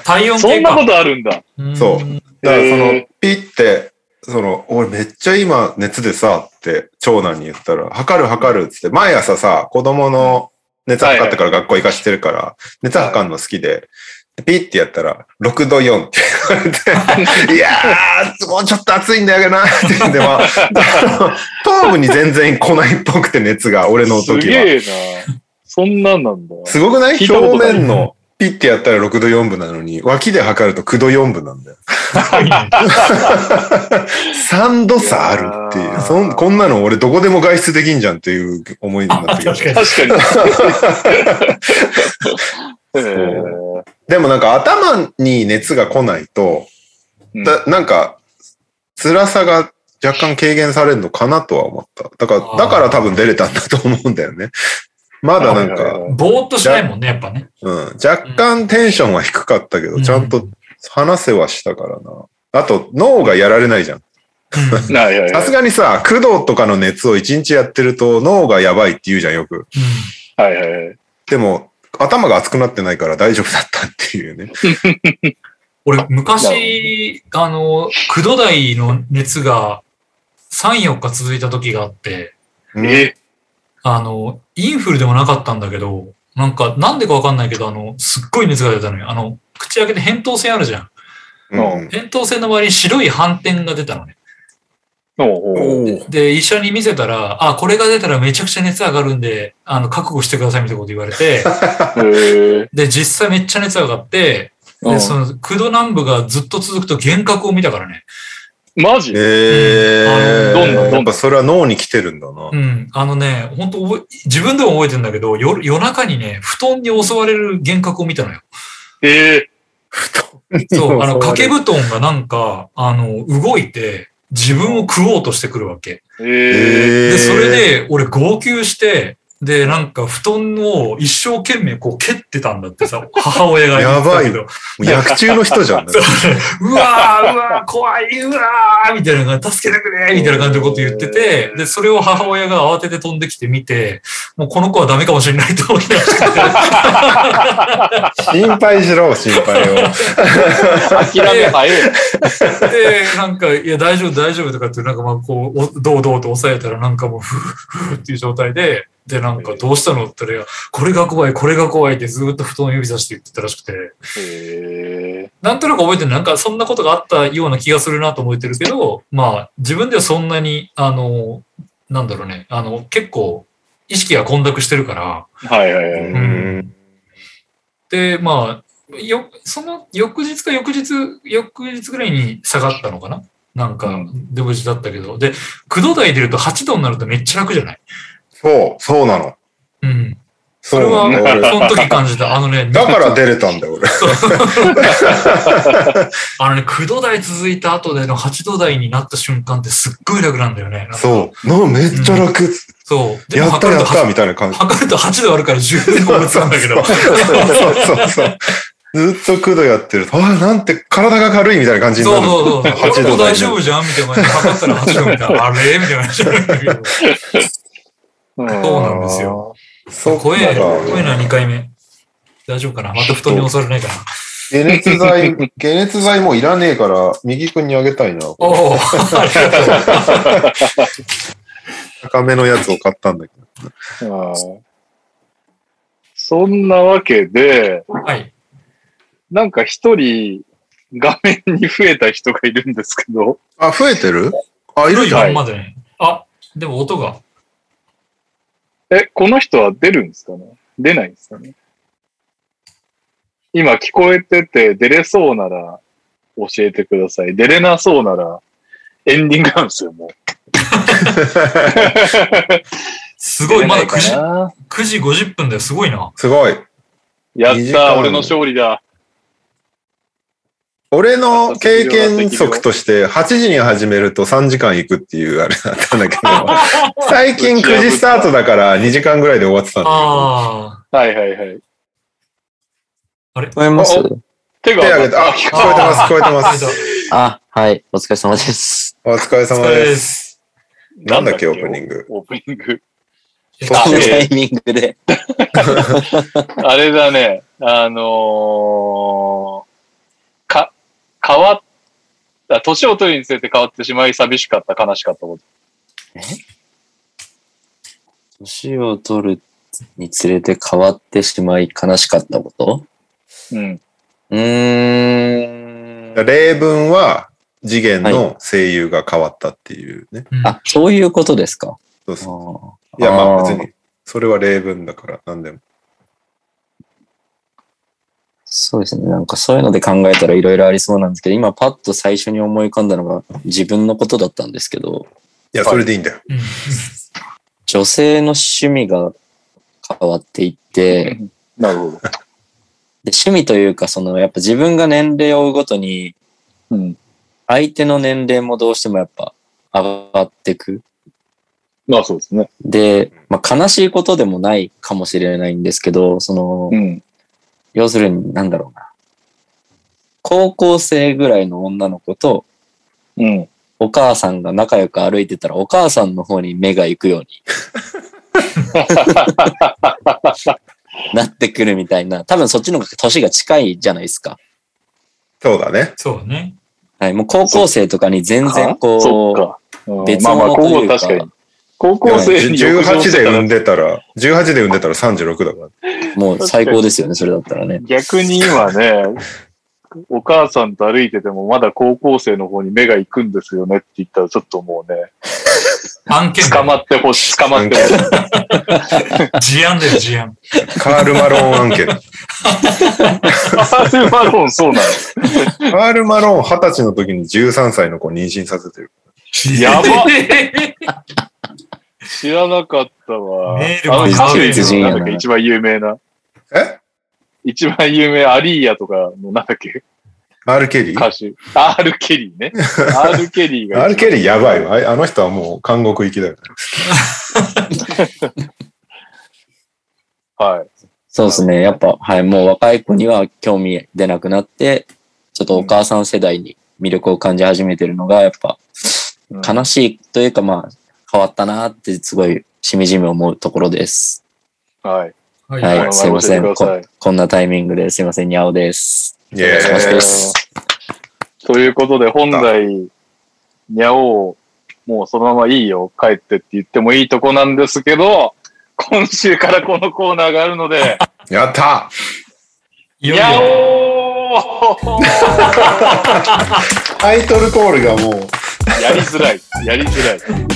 S3: 体温
S2: そ
S3: 計
S2: んな
S3: か
S2: こ。とあるんだ。
S3: う
S1: そう
S3: ーん
S1: だから、そ
S2: へ
S1: の
S2: ー、
S1: ピッて、その、俺めっちゃ今熱でさ、って長男に言ったら、測る測るっつって、毎朝さ、子供の熱測ってから学校行かしてるから、熱測るの好きで、でピッてやったら、6度4って言われ て、いやー、もうちょっと暑いんだよな、って言って、まあ、頭部に全然来ないっぽくて熱が、俺の
S2: す
S1: 時は。
S2: げえな。そんなんなんだ。
S1: すごくない
S2: 聞いたこと
S1: 表
S2: ない
S1: 面の、ピッてやったら6度4分なのに、脇で測ると9度4分なんだよ。3度差あるって
S2: い
S1: いう。
S2: やー
S1: そんこんなの俺どこでも外出できんじゃんっていう思いになってきま
S3: 確
S1: し
S3: か
S1: た。
S3: に
S2: 確かに。 えー
S1: でもなんか頭に熱が来ないと、
S2: うん
S1: だなんか辛さが若干軽減されるのかなとは思った。だか
S3: あ
S1: ら、
S3: ー
S1: だから多分出れたんだと思うんだよね。 まだなん
S2: はいはい
S1: か、
S2: はい
S3: ぼーっとしないもんね、やっぱね。
S1: うん、若干テンションは低かったけ
S3: う
S1: ど、
S3: ん
S1: ちゃんと話せはしたからな。あと、脳がやられないじゃん。
S3: うん
S2: はいはい
S1: さ
S2: はい
S1: すがにさ、工藤とかの熱を1日やってると脳がやばいって言うじゃん、よく。
S2: はいはいはい。
S1: でも、頭が熱くなってないから大丈夫だったっていうね。
S3: 俺、昔、あの、九度台の熱が3、4日続いた時があって、
S2: え
S3: あの、インフルでもなかったんだけど、なんか、なんでかわかんないけど、あの、すっごい熱が出たのよ。あの、口開けて扁桃腺あるじゃん。
S1: うん
S3: 扁桃腺の周りに白い斑点が出たのね。
S2: おうおう
S3: で、医者に見せたら、あ、これが出たらめちゃくちゃ熱上がるんで、あの、覚悟してくださいみたいなこと言わ れ
S2: へ
S3: て、
S2: え
S3: で、実際めっちゃ熱上がって、
S2: う
S3: で、
S2: ん
S3: その、九度南部がずっと続くと幻覚を見たからね。
S2: マジ
S1: えー、
S2: うんあのどんどんどんどん
S1: やっぱそれは脳に来てるんだな
S3: う。ん。あのね、本当覚え自分でも覚えてんだけど、夜、夜中にね、布団に襲われる幻覚を見たのよ。
S2: ええ
S3: そう、あの、
S1: そう
S3: 掛け布団がなんか、あの、動いて、自分を食おうとしてくるわけ。
S1: え
S2: ええ
S1: ー
S3: で、それ、で、俺、号泣して、で、なんか、布団を一生懸命こう蹴ってたんだってさ、母親が言ってたけど、
S1: もう薬中の人じ ゃん。
S3: うわー、うわー、怖い、うわー、みたいな感じ、助けてくれ、みたいな感じのこと言ってて、で、それを母親が慌てて飛んできて見て、もうこの子はダメかもしれないと思いましたけど。
S1: 心配しろ、心配を。
S2: 諦め早い。
S3: で、なんか、いや、大丈夫、大丈夫とかって、なんかまあ、こう、おどうどうと抑えたら、なんかもう、ふうふうっていう状態で、で、なんか、どうしたのって言ったらいや、これが怖い、これが怖いってずっと布団を指さして言ってたらしくて、
S2: え
S3: なんとなく覚えてる、なんか、そんなことがあったような気がするなと思ってるけど、まあ、自分ではそんなに、あの、なんだろうね、あの、結構、意識が混濁してるから、
S2: えはいはいはい。
S1: うん
S3: で、まあ、よ、その翌日か翌日、翌日ぐらいに下がったのかななん
S2: う
S3: か、出口だったけど。で、9度台出ると8度になるとめっちゃ楽じゃない
S1: そう、そうなの。
S3: うん。そ
S1: そ
S3: れ
S1: う
S3: は、
S1: なんだ、俺。
S3: その時感じた。あのね、
S1: だから出れたんだよ、 俺。
S3: あのね、9度台続いた後での8度台になった瞬間ってすっごい楽なんだよね。なんか
S1: そう。脳めっちゃ楽。
S3: そう。で
S1: や
S3: も
S1: った
S3: 測る
S1: や
S3: と
S1: っ
S3: 8
S1: た、みたいな感じ。
S3: 測ると8度あるから十分思いつかんだ けど。
S1: そうそうそうそう。ずっと苦度やってると、ああ、なんて体が軽いみたいな感じに
S3: そ
S1: な
S3: う
S1: る。
S3: そうそ
S1: 8
S3: う。
S1: 度台
S3: 俺も大丈夫じゃんみたいな感じで測ったら8度みたいな。あれみたいな感じになるんだけ ど。
S2: そう
S3: そうなんですよ。
S1: そっか
S3: 声、声の2回目。大丈夫かなまた布団に襲われないかな
S1: 解熱剤、 解熱剤もういらねえから、右君にあげたいな。
S3: おおありがとう。
S1: 高めのやつを買ったんだけど。
S2: そんなわけで、
S3: はい。
S2: なんか一人画面に増えた人がいるんですけど、
S1: あ、増えてるあ、いるじゃん。
S3: 今までね。あ、でも音が。
S2: え、この人は出るんですかね出ないんですかね今聞こえてて出れそうなら教えてください。出れなそうならエンディングなんですよ、もう。
S3: すごい、まだ9時
S2: 出れない、かな
S3: 9時50分だよ。すごいな。
S1: すごい。
S2: やっ
S1: 二時
S2: た
S1: 間
S2: 俺の勝利だ。
S1: 俺の経験則として、8時に始めると3時間行くっていうあれだったんだけど、 最近9時スタートだから2時間ぐらいで終わってたんだ
S3: ああ。
S2: はいはいはい。
S4: 聞こえます
S2: 手が
S1: 手挙げ
S2: 上
S1: て、
S2: が
S1: あ、
S2: っ
S1: 聞こえてます、聞こえてます。
S4: あ、はい。お疲れ様です。
S1: お疲れ
S3: お疲
S1: 様
S3: れ
S1: で。
S3: ですす。
S2: た。
S1: なんだっけ、オープニング。
S2: オープニング。
S1: そ
S4: こ
S1: う
S4: の
S2: えー
S4: タイミングで。
S2: あれだね、あのーか、変わった、年を取るにつれて変わってしまい寂しかった、悲しかったこと。
S4: 年を取るにつれて変わってしまい悲しかったこと
S2: うん。
S4: うーん。
S1: 例文は次元の声優が変わったっていうね。
S3: うん
S4: あ、そういうことですか。
S1: そう
S4: あ
S1: そう
S4: ー
S1: いや、まあ別。
S4: ー
S1: に、それは例文だから、何でも。
S4: そうですね。なんかそういうので考えたらいろいろありそうなんですけど、今パッと最初に思い浮かんだのが自分のことだったんですけど、
S1: いや、それでいいんだよ。
S3: うん
S4: 女性の趣味が変わっていって、
S2: なるほど。
S4: で趣味というか、そのやっぱ自分が年齢を追うごとに、
S2: うん。
S4: 相手の年齢もどうしてもやっぱ上がってく。
S2: まあそうですね。
S4: で、まあ、悲しいことでもないかもしれないんですけど、その、
S2: うん。
S4: 要するになんだろうな。高校生ぐらいの女の子と
S2: うん。
S4: お母さんが仲良く歩いてたらお母さんの方に目が行 くようになってくるみたいな。多分そっちの方が年が近いじゃないですか。
S1: そうだね。
S3: そうね。
S4: はい。もう高校生とかに全然こ
S2: そっ
S4: う、
S2: か。うん
S4: 別
S2: まあまあ、
S4: 物
S2: 高校
S4: というか
S2: 確かに。高校生に欲望
S1: 18
S2: して
S1: で
S2: た
S1: 産
S2: ら
S1: んでたら、18で産んでたら36だから。
S4: もう最高ですよね、それだったらね。
S2: 逆に今ね、お母さんと歩いててもまだ高校生の方に目が行くんですよねって言ったらちょっともうね、
S3: 案件
S2: 捕まってほしい、捕まってほしい。
S3: 事案だよ、事案。
S1: カール・マローン案 件。
S2: アーセマロンそうなの
S1: カール・マローン20歳の時に13歳の子を妊娠させてる。
S2: やば
S3: メ
S2: 知らなかったわ。
S3: ールも
S2: あの歌
S4: 買う
S2: 手
S4: やつ
S2: のなんだっけ、一番有名な。
S1: え
S2: 一番有名、アリーヤとかのなんだっけ、
S1: ?R ・ケリー
S2: 歌手。アール・ケリーね。アール・ケリーが。
S1: ?R ・ケリーやばいわ。ああの人はもう監獄行きだよ。
S2: はい。
S4: そうですね。やっぱ、はい、もう若い子には興味出なくなって、ちょっとお母さん世代に魅力を感じ始めてるのが、やっ
S2: う
S4: ぱ
S2: ん
S4: 悲しいというか、まあ、変わったなって、すごい、しみじみ思うところです。
S2: はい。
S3: は
S4: は
S2: お
S4: い
S2: 名前
S4: すいません
S2: 教えてください
S4: こんなタイミングですいません、にゃおです。
S1: イェ
S4: お願いし
S1: ーイ。
S4: ます
S2: ということで、本来、にゃおう、もうそのままいいよ、帰ってって言ってもいいとこなんですけど、今週からこのコーナーがあるので、
S1: やった
S3: い
S2: に
S3: よ
S2: ゃ
S3: いよ
S2: おう
S1: タイトルコールがもう。
S2: やりづらい、やりづらい。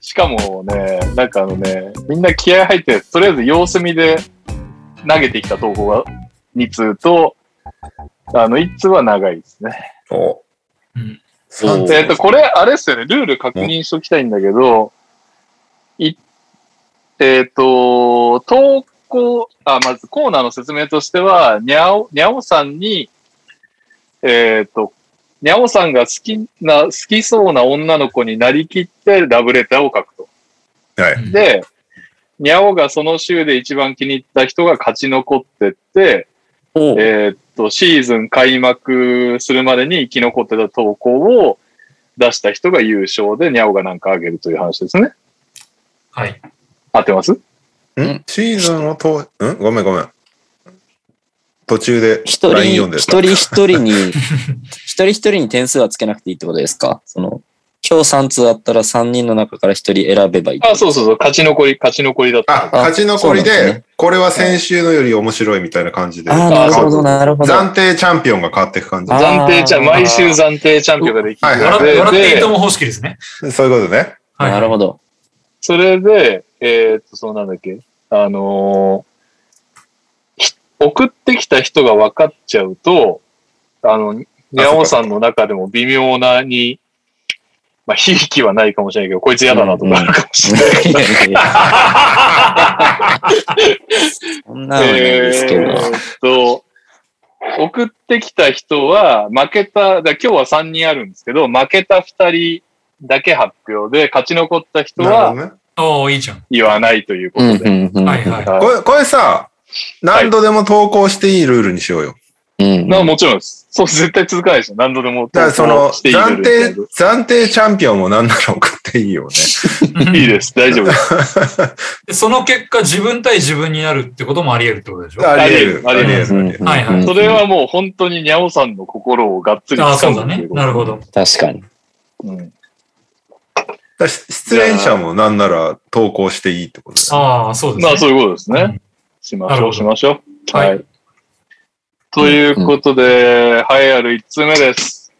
S2: しかもね、なんかあのね、みんな気合入って、とりあえず様子見で投げてきた投稿が2通と、あの、1通は長いですね。
S1: お
S3: うん
S1: そう
S2: えっと、これ、あれですよね、ルール確認しときたいんだけど、い、えっ、と、投稿、あ、まずコーナーの説明としては、にゃお、にゃおさんに、えっ、と、にゃおさんが好きな、好きそうな女の子になりきってラブレターを書くと。
S1: はい。
S2: で、にゃおがその週で一番気に入った人が勝ち残ってって、
S4: おう
S2: えーっと、シーズン開幕するまでに生き残ってた投稿を出した人が優勝で、にゃおがなんかあげるという話ですね。
S3: はい。
S2: 合ってます
S1: んシーズンを通、んごめんごめん。途中で
S4: 一人
S1: LINE 読ん、で
S4: 一
S1: た。
S4: 人一人に、 一人一人に点数はつけなくていいってことですかその、今日3通あったら3人の中から1人選べばいいって
S2: あ、
S4: こと。
S2: そうそうそう、勝ち残り、勝ち残りだった。
S1: あ、勝ち残り
S4: そうなん
S1: で、
S4: ですね
S1: これは先週のより面白いみたいな感じで、
S4: あーなるほ
S2: あそ
S4: ど、
S2: う
S4: なるほど。
S1: 暫定チャンピオンが変わっていく感じ
S4: あ。
S2: 暫定チャン、
S4: あー
S2: 毎週暫定チャンピオンができ
S1: はい
S2: る
S1: は
S2: の
S1: い
S2: で
S3: 笑っていい
S2: で
S3: と、も方式ですね。
S1: そういうことね。
S3: はい。
S4: なるほど。
S2: それで、えーっと、そうなんだっけ、あのーひ送ってきた人が分かっちゃうと、あの、にゃおさんの中でも微妙なに、まあ、ひいきはないかもしれないけど、こいつ嫌だなとかあるかもしれない。
S4: いやいやそんなのないですけど。
S2: えーっと、送ってきた人は、負けた、だ今日は3人あるんですけど、負けた2人だけ発表で、勝ち残った人
S1: なるほ
S2: は
S1: どね。
S3: おーいいじゃん。
S2: 言わないというこ
S4: うん
S2: と
S4: う
S2: で。
S4: んうんうん
S3: はいはい。
S2: はい
S1: これ、これさ、何度でも投稿していいルールにしようよ。
S4: うん。
S2: なもちろんです。そう、絶対続かないですよ。何度でも。
S1: だからその、
S2: していいルー
S1: 暫
S2: ルです
S1: 定、暫定チャンピオンも何なら送っていいよね。
S2: いいです。大丈夫です。
S3: でその結果、自分対自分になるってこともあり得るってことでしょ
S1: あり得る。
S2: あり
S1: あり
S2: 得る
S1: 得るあり得る。
S3: はいはい
S2: それはもう本当にニャオさんの心をがっつり
S3: ああ、
S2: 掴
S3: そ
S2: む
S3: うだ
S2: ってい
S3: ね
S2: う。こと
S3: なるほど。
S4: 確かに。
S2: うん
S1: だし出演者も何なら投稿していいってことだよね。
S3: ああ、そうですね。
S2: まあそういうことです
S3: う
S2: ね
S3: ん。
S2: し
S3: な
S2: ま
S3: る
S2: し
S3: ほ
S2: ょ
S3: ど
S2: う、しましょう。
S3: は
S2: はいい。ということで、栄えある1通目です。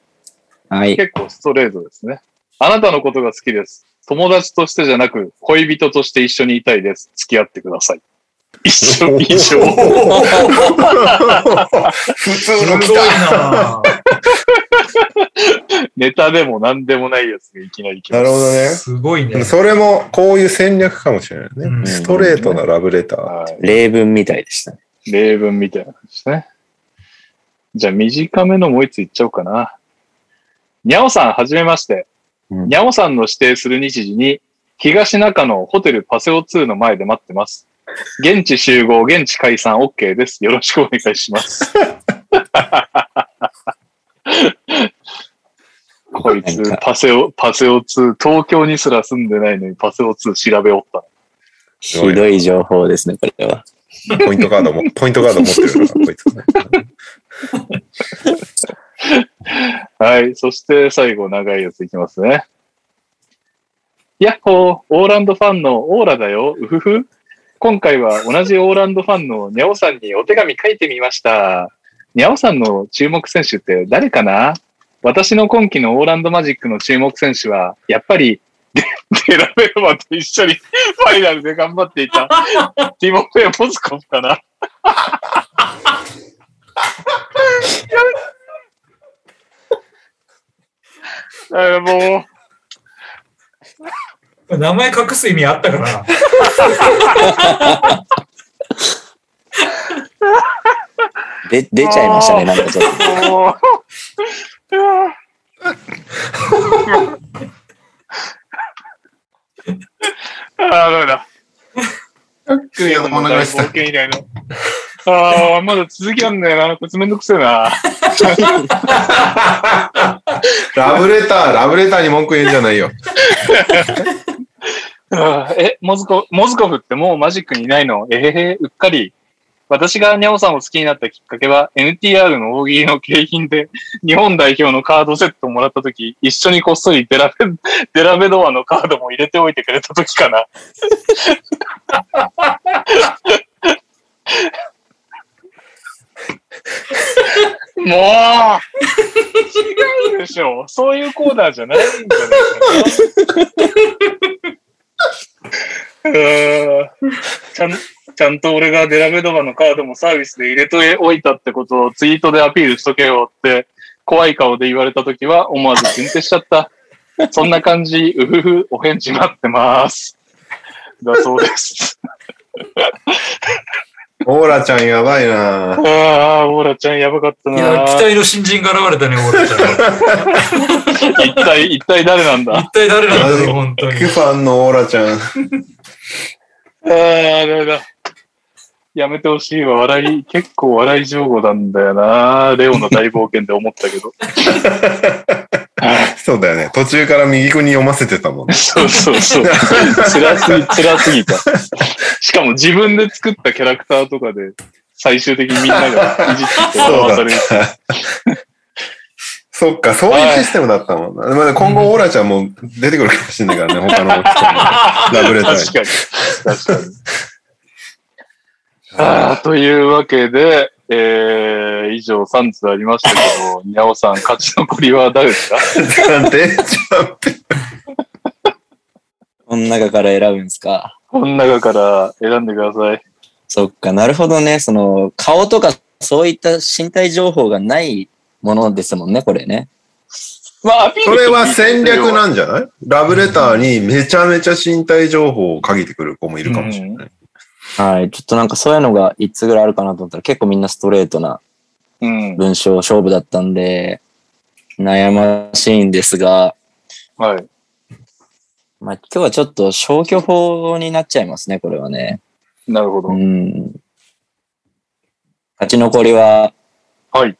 S4: は い。
S2: 結構ストレートですね。あなたのことが好きです。友達としてじゃなく、恋人として一緒にいたいです。付き合ってください。一 緒、以上。
S1: 普通
S3: すごいな
S2: ネタでも何でもないやつがいきなり来
S1: な
S2: ま
S1: る
S2: す。
S1: ほどね。
S3: すごい
S1: で
S3: ね
S1: も。それも、こういう戦略かもしれないうね。
S3: ん
S1: ストレートなラブレター。
S2: はい
S4: 例文みたいでしたね。
S2: 例文みたいな感じですね。じゃあ、短めのもう一ついっちゃおうかな。にゃおさん、はじめまして。
S4: うん
S2: にゃおさんの指定する日時に、東中野ホテルパセオ2の前で待ってます。現地集合、現地解散 OK です。よろしくお願いし ます。こいつ
S4: なん、
S2: パセオ、パセオ2、東京にすら住んでないのにパセオ2調べおった。
S4: ひどい情報ですね、これは。
S1: ポイントカードも、ポイントカード持ってるから、こいつね。
S2: はい。そして最後、長いやついきますね。やっほー、オーランドファンのオーラだよ、うふふ。今回は同じオーランドファンのニャオさんにお手紙書いてみました。ニャオさんの注目選手って誰かな私の今季のオーランドマジックの注目選手は、やっぱり、 デラベルマと一緒にファイナルで頑張っていた、ティモフェ・モスコフかな。あーもう、
S3: 名前隠す意味あったかな
S4: で、出ちゃいましたね、なんかち ょっ
S2: もう。ああ、ダメだ。
S1: いや物悲しさ
S2: 冒険以来の。ああ、まだ続きあんだよな。こいつめんどくせえな。
S1: ラブレター、ラブレターに文句言うんじゃないよ。
S2: あー え、モズコ、モズコフってもうマジックにいないのえへへ、うっかり。私がニャオさんを好きになったきっかけは NTR の大喜利の景品で日本代表のカードセットをもらったとき、一緒にこっそりデラベ、 デラベドアのカードも入れておいてくれたときかな。 も う違うでしょそういうコーナーじゃないんじゃないかな。うんちゃん、ちゃんと俺がデラベドバのカードもサービスで入れておいたってことをツイートでアピールしとけよって、怖い顔で言われたときは思わずキュンってしちゃ った。そんな感じ、うふふ、お返事待ってます。だそうです。
S1: オーラちゃんやばいな
S2: ああ、オーラちゃんやばかった
S3: いや、
S2: な
S3: 期。待の新人が現れたね、俺ちゃ
S2: 一体、一体誰なんだ
S3: ん。一体誰なんだろう、本当に。
S1: クファンのオーラちゃん。
S2: ああ、ダメだ。やめてほしいわ。笑い、結構笑い情報なんだよな。レオの大冒険で思ったけど。
S1: そうだよね。途中から右くに読ませてたもんね。
S2: そうそう そう。辛すぎ、辛すぎた。しかも自分で作ったキャラクターとかで、最終的にみんながいじって
S1: そ
S2: 笑
S1: う
S2: わ
S1: だ
S2: される。
S1: った。そっか、そういうシステムだったもんな。まあ、今後オーラちゃんも出てくるかもしれないからね、他の人もラブレターに
S2: 確。かに。確かに。ああ、というわけで、えー、以上3つありましたけど、にゃおさん、勝ち残りは誰ですか
S1: 暫定チャンピ
S4: と。この中から選ぶんですか。
S2: この中から選んでください。
S4: そっか、なるほどね。その、顔とか、そういった身体情報がないものですもんね、これね。
S2: まあ、アピ
S1: オン。それは
S2: して
S1: 戦
S2: みて
S1: 略なんじゃないラブレターにめちゃめちゃ身体情報をかけてくる子もいるかもしれない。
S4: はい。ちょっとなんかそういうのがいつぐらいあるかなと思ったら、結構みんなストレートな
S2: うん。
S4: 文章勝負だったんで、悩ましいんですが、
S2: はい。
S4: まあ今日はちょっと消去法になっちゃいますね、これはね。
S2: なるほど。
S4: うん。勝ち残りは、
S2: はい。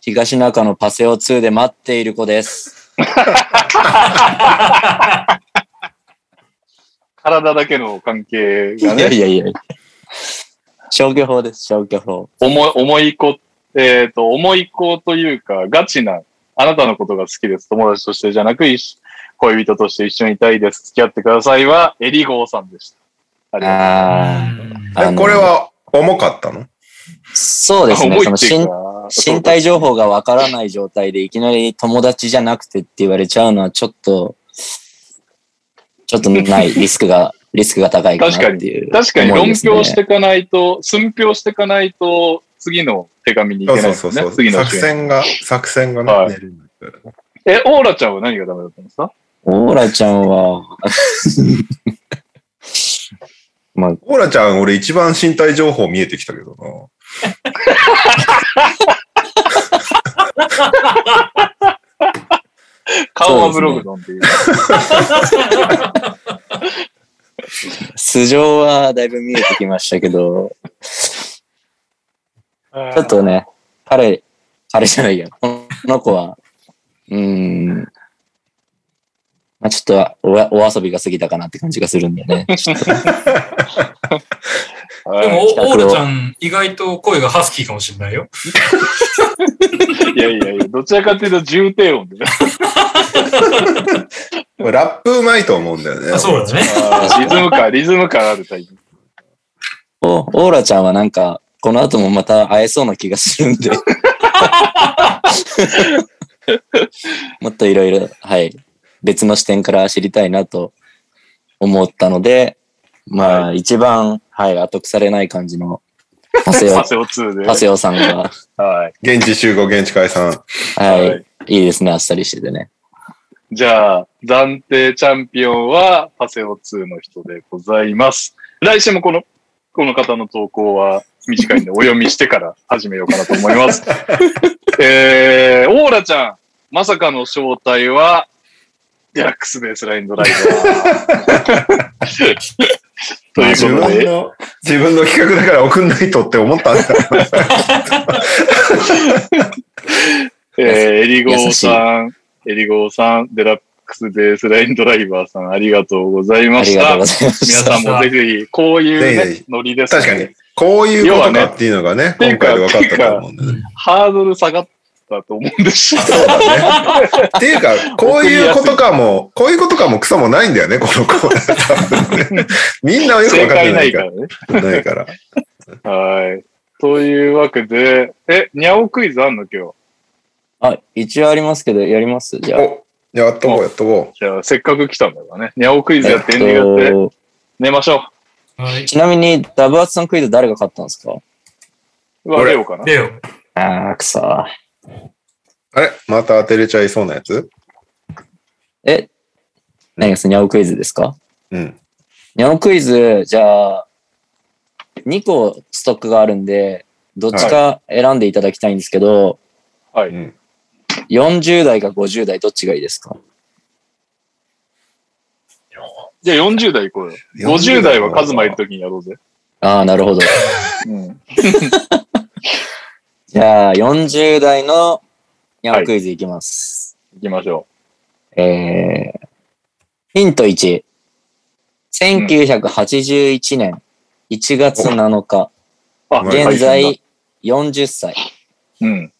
S4: 東中のパセオ2で待っている子です。
S2: 体だけの関係が
S4: いや
S2: ね、
S4: いやいや。消去法です、消去法。
S2: 重い、重い子、えっ、と、重い子というか、ガチな、あなたのことが好きです。友達としてじゃなく、一緒恋人として一緒にいたいです。付き合ってくださいは、エリゴーさんでした。ありがとうございます
S4: ああ
S1: え、
S4: の
S1: これは重かったの
S4: そうですね。
S2: 重い
S4: その
S2: っていう
S4: 身
S2: か
S4: 身体情報がわからない状態でいきなり友達じゃなくてって言われちゃうのはちょっと、ちょっとない、リスクが、 リスクが高いかなっていう、
S2: 確かに
S4: 思
S2: 論
S4: いですね
S2: 評していかないと、寸評していかないと、次の手紙に行
S1: そう
S2: けな
S1: そ
S2: いう
S1: そ
S2: ですね。
S1: うそう。
S2: 次の
S1: 作
S2: 手紙。
S1: 戦が、作戦がね、
S2: はい
S1: 練れないから
S2: え、オーラちゃんは何がダメだったんですか
S4: オーラちゃん は、まあ、
S1: オーラちゃん、俺一番身体情報見えてきたけどな。
S2: 顔はブログドンっていう。
S4: 素性はだいぶ見えてきましたけ ど、ちょっとね、彼、彼じゃないや、この子は、うーん、まあ、ちょっとおやお遊びが過ぎたかなって感じがするんでね。ちょっと
S2: は
S3: で
S2: い
S3: も、
S4: 企画を
S3: オーラちゃん、意外と声がハスキーかもしれないよ。
S2: いやいやいや、どちらかというと重低音でね。
S1: 俺ラップうまいと思うんだよね。
S3: あそうだね。
S2: リズム感、リズム感あるタイプ。
S4: おオーラちゃんはなんか、この後もまた会えそうな気がする んで。もっといろいろ、はい、別の視点から知りたいなと思ったので、まあ、一番、はい、後腐れない感じの、パセオ
S2: パ、セオ2で。
S4: パセオさんが、
S2: はい。
S1: 現地集合、現地解散。
S4: はい、、
S2: はい
S4: いですね、あっさりしててね。
S2: じゃあ、暫定チャンピオンはパセオ2の人でございます。来週もこの、この方の投稿は短いんでお読みしてから始めようかなと思い ます。えー、オーラちゃん、まさかの正体は、デラックスベースラインドライバ ー。という
S1: 自
S2: こと
S1: 分
S2: で、
S1: の、自分の企画だから送んないとって思った んだ。
S2: えー、エリゴーさん、エリゴーさん、デラックスベースラインドライバーさん、ありがとうござい
S4: あ
S2: ま
S4: り
S2: し
S4: が
S2: た
S4: とうご。ざいま
S2: 皆
S4: し
S2: さ
S4: た。
S2: んもぜひ、こういう、
S1: ぜひぜ
S2: ね
S1: ひ、
S2: ノリです、
S1: 確かに。。こういうことかっていうのがね、
S2: 要はね
S1: 今回で分かったと思うんだよね。
S2: ハードル下がったと思うんですよ。
S1: そう だね。っていうか、こういうことかも、こういうことかもクソもないんだよね、このコーナ ー多分ね。みんなはよく
S2: 正
S1: 分かっ
S2: 解
S1: て
S2: な
S1: ないい
S2: か
S1: から
S2: ね。
S1: ら。ないから。
S2: はい。というわけで、え、ニャオクイズあんの今日。
S4: あ、一応ありますけど、やりますじゃあ。
S1: おやっとこう、やっとこ
S2: じゃあ、せっかく来たんだからね。ニャオクイズやってエンディングや
S4: え
S2: って、
S4: っと
S2: 寝ましょ
S3: はい。
S4: ちなみに、ダブアツさんクイズ誰が勝ったんですか
S2: う。は、
S1: 俺
S2: レオかな。
S3: でよ。
S4: ああ、くそー。
S1: う。あれまた当てれちゃいそうなやつ
S4: え、何ですニャオクイズですか
S1: うん。
S4: ニャオクイズ、じゃあ、2個ストックがあるんで、どっちか選んでいただきたいんですけど、
S2: はい。
S1: うん
S4: 40代か50代、どっちがいいですか
S2: じゃあ40代行こうよ。50代はカズマいるときにやろうぜ。
S4: ああ、なる ほど。
S2: うん。
S4: じゃあ、40代のニャオクイズいきます。
S2: 行きましょ
S4: えー、ヒント1。1981年1月7日、
S2: う。あ、
S1: お
S4: 現。在40歳。
S2: うん。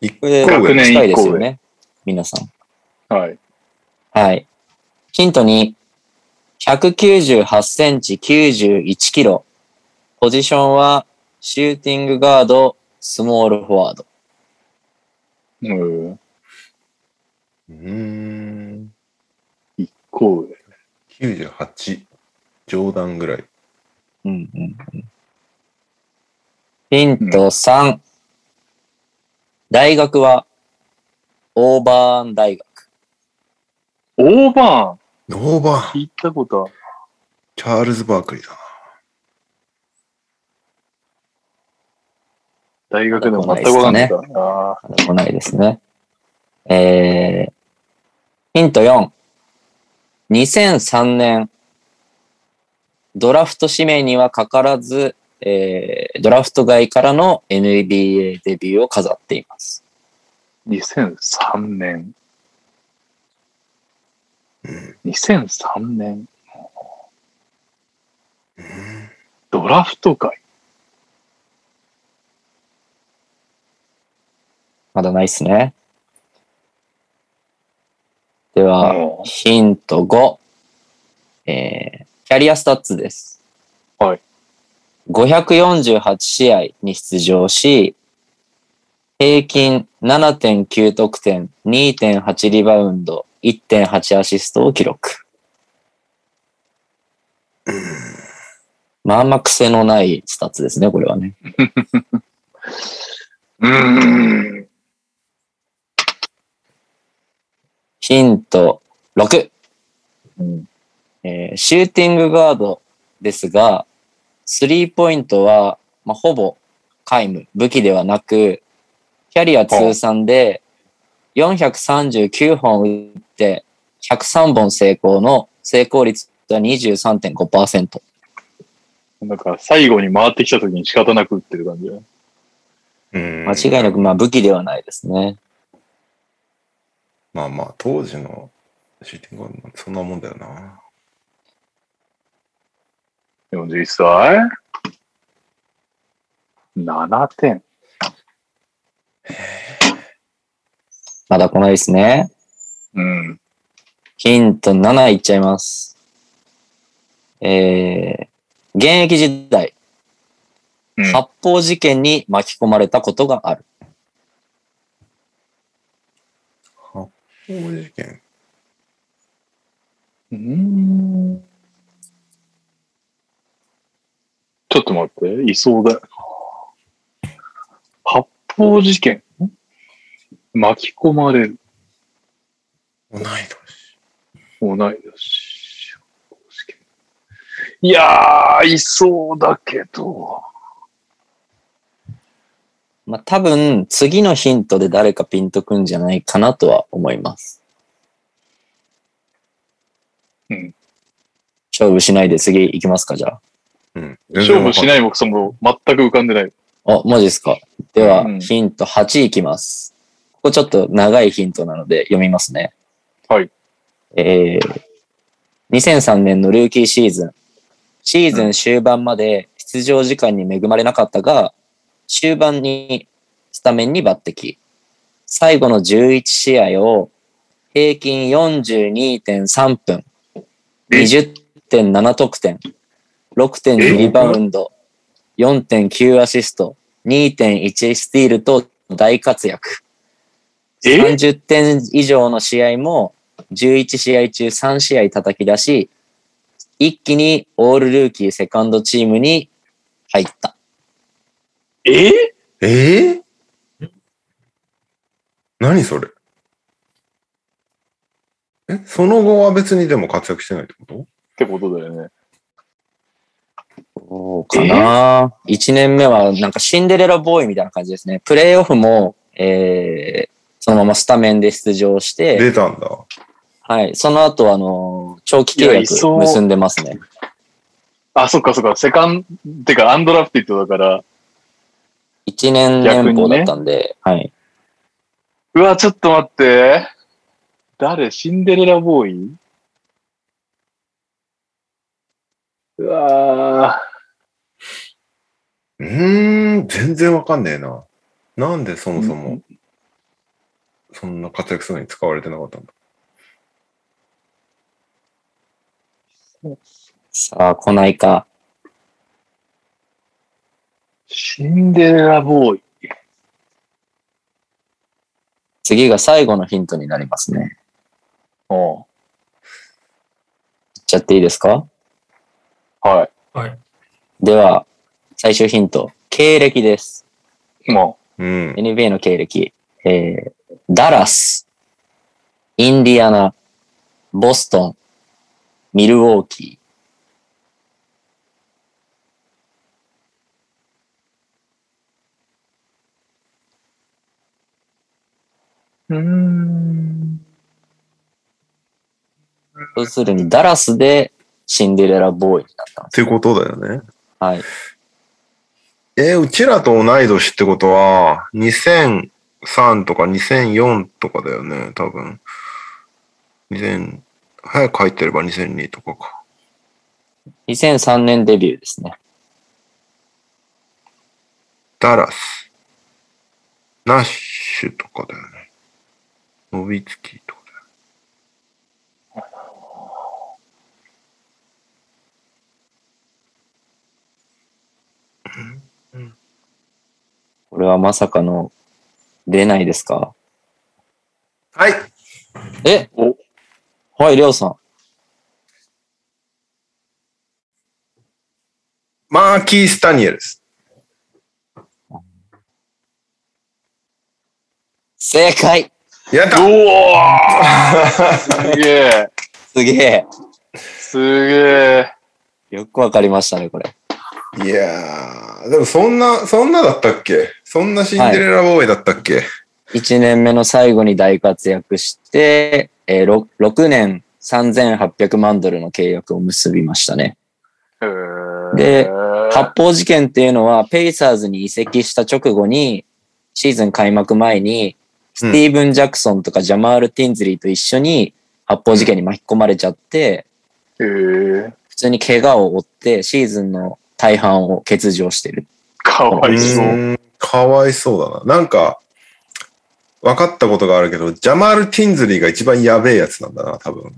S1: 一
S4: これ、
S1: 100
S2: 年以降
S4: 近いですよね。皆さん。
S2: はい。
S4: はい。ヒント2。198センチ91キロ。ポジションは、シューティングガード、スモールフォワード。
S2: うん。
S1: うーん。
S2: こう。
S1: 98。冗談ぐらい。
S4: うんうん、ヒント3。大学は、オーバーン大学。
S2: オーバ
S1: オーバ
S2: ー
S1: ー
S2: ン
S1: ン。
S2: 行ったことある
S1: チャールズ・バークリーだな。
S2: 大学でも全く分かんないからな。
S4: 来ないですね。えー、ヒント4。2003年、ドラフト指名にはかからず、えードラフト外からの NBA デビューを飾っています。
S2: 2003年。2003年。ドラフト会。
S4: まだないっすね。では、
S2: も
S4: ヒント5、えーキャリアスタッツです。
S2: はい。
S4: 548試合に出場し、平均7.9得点、2.8リバウンド、1.8アシストを記録。まああんま癖のないスタッツですね、これはね。
S2: ううーん。
S4: ヒント6。
S2: うん
S4: えーシューティングガードですが、スリーポイントは、まあ、ほぼ皆無、武器ではなく、キャリア通算で439本打って103本成功の成功率は23.5%。
S2: なんか最後に回ってきた時に仕方なく打ってる感じだね
S1: うん
S4: 間違いなく、まあ、武器ではないですね。
S1: まあまあ、当時のシューティングはそんなもんだよな。
S2: 41歳 ?7 点。
S4: まだ来ないですね。
S2: うん。
S4: ヒント7いっちゃいます。えー、現役時代、
S2: うん
S4: 発砲事件に巻き込まれたことがある。
S1: 大事件。
S2: うーんちょっと待って、いそうだよな。発砲事件ん巻き込まれる。
S1: 同い年。
S2: 同い年。発砲事件いやー、いそうだけど。
S4: まあ、多分、次のヒントで誰かピンとくんじゃないかなとは思います。
S2: うん。
S4: 勝負しないで次行きますか、じゃ
S1: うん。
S2: 勝負し
S1: い。
S2: ない僕そも全く浮かんでない。
S4: あ。あ、マジですか。では、
S2: うん
S4: ヒント8いきます。ここちょっと長いヒントなので読みますね。
S2: はい。
S4: えー、2003年のルーキーシーズン。シーズン終盤まで出場時間に恵まれなかったが、終盤にスタメンに抜擢。最後の11試合を平均42.3分、
S2: え
S4: 20.7得点、6.2リバウンド、4.9アシスト、2.1スティールと大活躍。
S2: え
S4: 30点以上の試合も11試合中3試合叩き出し、一気にオールルーキーセカンドチームに入った。
S2: え
S1: えー何それえ、その後は別にでも活躍してないってこと
S2: ってことだよね。
S4: かな一年目はなんかシンデレラボーイみたいな感じですね。プレイオフも、えー、そのままスタメンで出場して、
S1: 出たんだ。
S4: はい、その後あのー、長期
S2: い
S4: 契
S2: やいそ
S4: 約
S2: う
S4: 結んでますね。
S2: あ、そっかそっか。セカンド、てかアンドラフティッドだから。
S4: 一年年俸だったんで、はい。
S2: うわ、ちょっと待って。誰シンデレラボーイうわ
S1: うーん、全然わかんねえな。なんでそもそうも、そんな活躍するのに使われてなかったんだ。
S4: さあ、来ないか。
S2: シンデレラボーイ。
S4: 次が最後のヒントになりますね。
S2: うん。
S4: いっちゃっていいですか
S2: は
S3: はい。
S4: では、最終ヒント。経歴です。
S2: い。まあ、
S1: うん。
S4: NBA の経歴。えー、ダラス、インディアナ、ボストン、ミルウォーキ
S2: うーん。
S4: ー。要するに、ダラスでシンデレラボーイになったんで
S1: て
S4: す。
S1: ことだよね。
S4: はい。
S1: えーうちらと同い年ってことは、2003とか2004とかだよね、多分。2000、早く入ってれば2002とかか。
S4: 2003年デビューですね。
S1: ダラス。ナッシュとかだよね。ノビツキーとかだよね。
S4: これはまさかの出ないですか
S1: はい
S4: え
S2: お
S4: はい、りょうさん。
S1: マーキー・スタニエルです。
S4: 正解
S1: やった
S2: おーすげえ。
S4: すげえ。
S2: すげえ。
S4: よくわかりましたね、これ。
S1: いやー、でもそんな、そんなだったっけそんなシンデレラボーイだったっけ、
S4: 1年目の最後に大活躍して、えー、ろ 6, 年3800万ドルの契約を結びましたね。
S2: へー
S4: で発砲事件っていうのは、ペイサーズに移籍した直後に、シーズン開幕前に、スティーブン・ジャクソンとかジャマール・ティンズリーと一緒に発砲事件に巻き込まれちゃって、
S2: へー
S4: 普通に怪我を負って、シーズンの大半を欠場してる。
S2: かわいそうう。
S1: ーんかわいそうだな。なんか、分かったことがあるけど、ジャマール・ティンズリーが一番やべえやつなんだな、多分。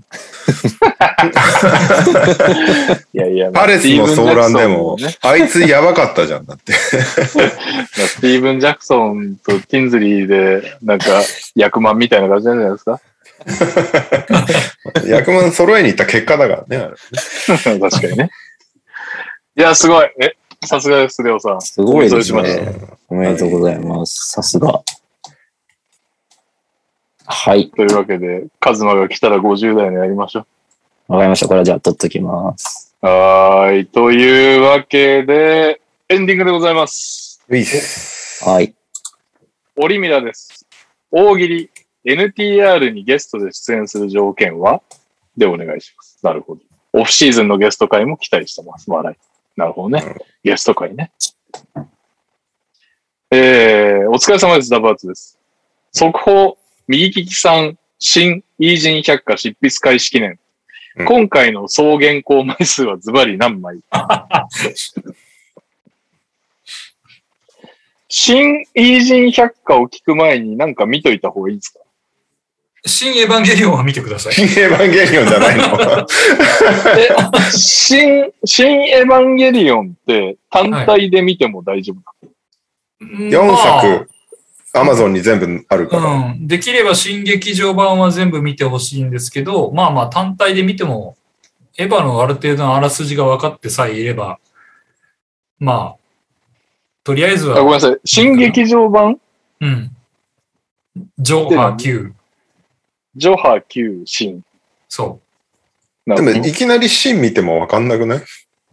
S2: いやいや、
S1: パレスの騒乱で
S2: ま
S1: も
S2: あスティー
S1: あ
S2: ブンジャクソンね、
S1: いつやばかったじゃんだ って。
S2: なんかスティーブン・ジャクソンとティンズリーで、なんか、役満みたいな感じなんじゃないですか
S1: 役満揃えに行った結果だからねあれ。
S2: 確かにね。いや、すごい。え、さすがです、レオさん。
S4: すごいです
S2: お見それし
S4: ね。おめでとうございます。さすが。はい。
S2: というわけで、カズマが来たら50代にやりましょ
S4: わかりました。これはじゃあ取っときます。
S2: う。はーい。というわけで、エンディングでございます。
S1: ウィス。
S4: はい。
S2: オリミラです。大喜利、NTR にゲストで出演する条件はでお願いします。なるほど。オフシーズンのゲスト会も期待してます。笑い。なるほどね
S1: なるほ。
S2: ゲスト会ね。えー、お疲れ様です。ダバーツです。速報、右利きさん、新イージン百科執筆開始記念。
S1: うん
S2: 今回の総原稿枚数はズバリ何枚新イージン百科を聞く前になんか見といた方がいいですか
S3: 新エヴァンゲリオンは見てください。
S1: 新エヴァンゲリオンじゃない の
S2: え、新、新エヴァンゲリオンって単体で見ても大丈夫、
S1: ?4 作、アマゾンに全部あるか
S3: ま
S1: ら。
S3: あうん。できれば新劇場版は全部見てほしいんですけど、まあまあ単体で見ても、エヴァのある程度のあらすじが分かってさえいれば、まあ、とりあえず
S2: あごめん
S3: は、
S2: なさい。新劇場版、
S3: うん。上波9。
S2: ジョハ Q 新。
S3: そ。
S2: な
S1: で
S2: る
S1: も、
S2: ほど
S1: いきなりシーン見てもわかんなくないう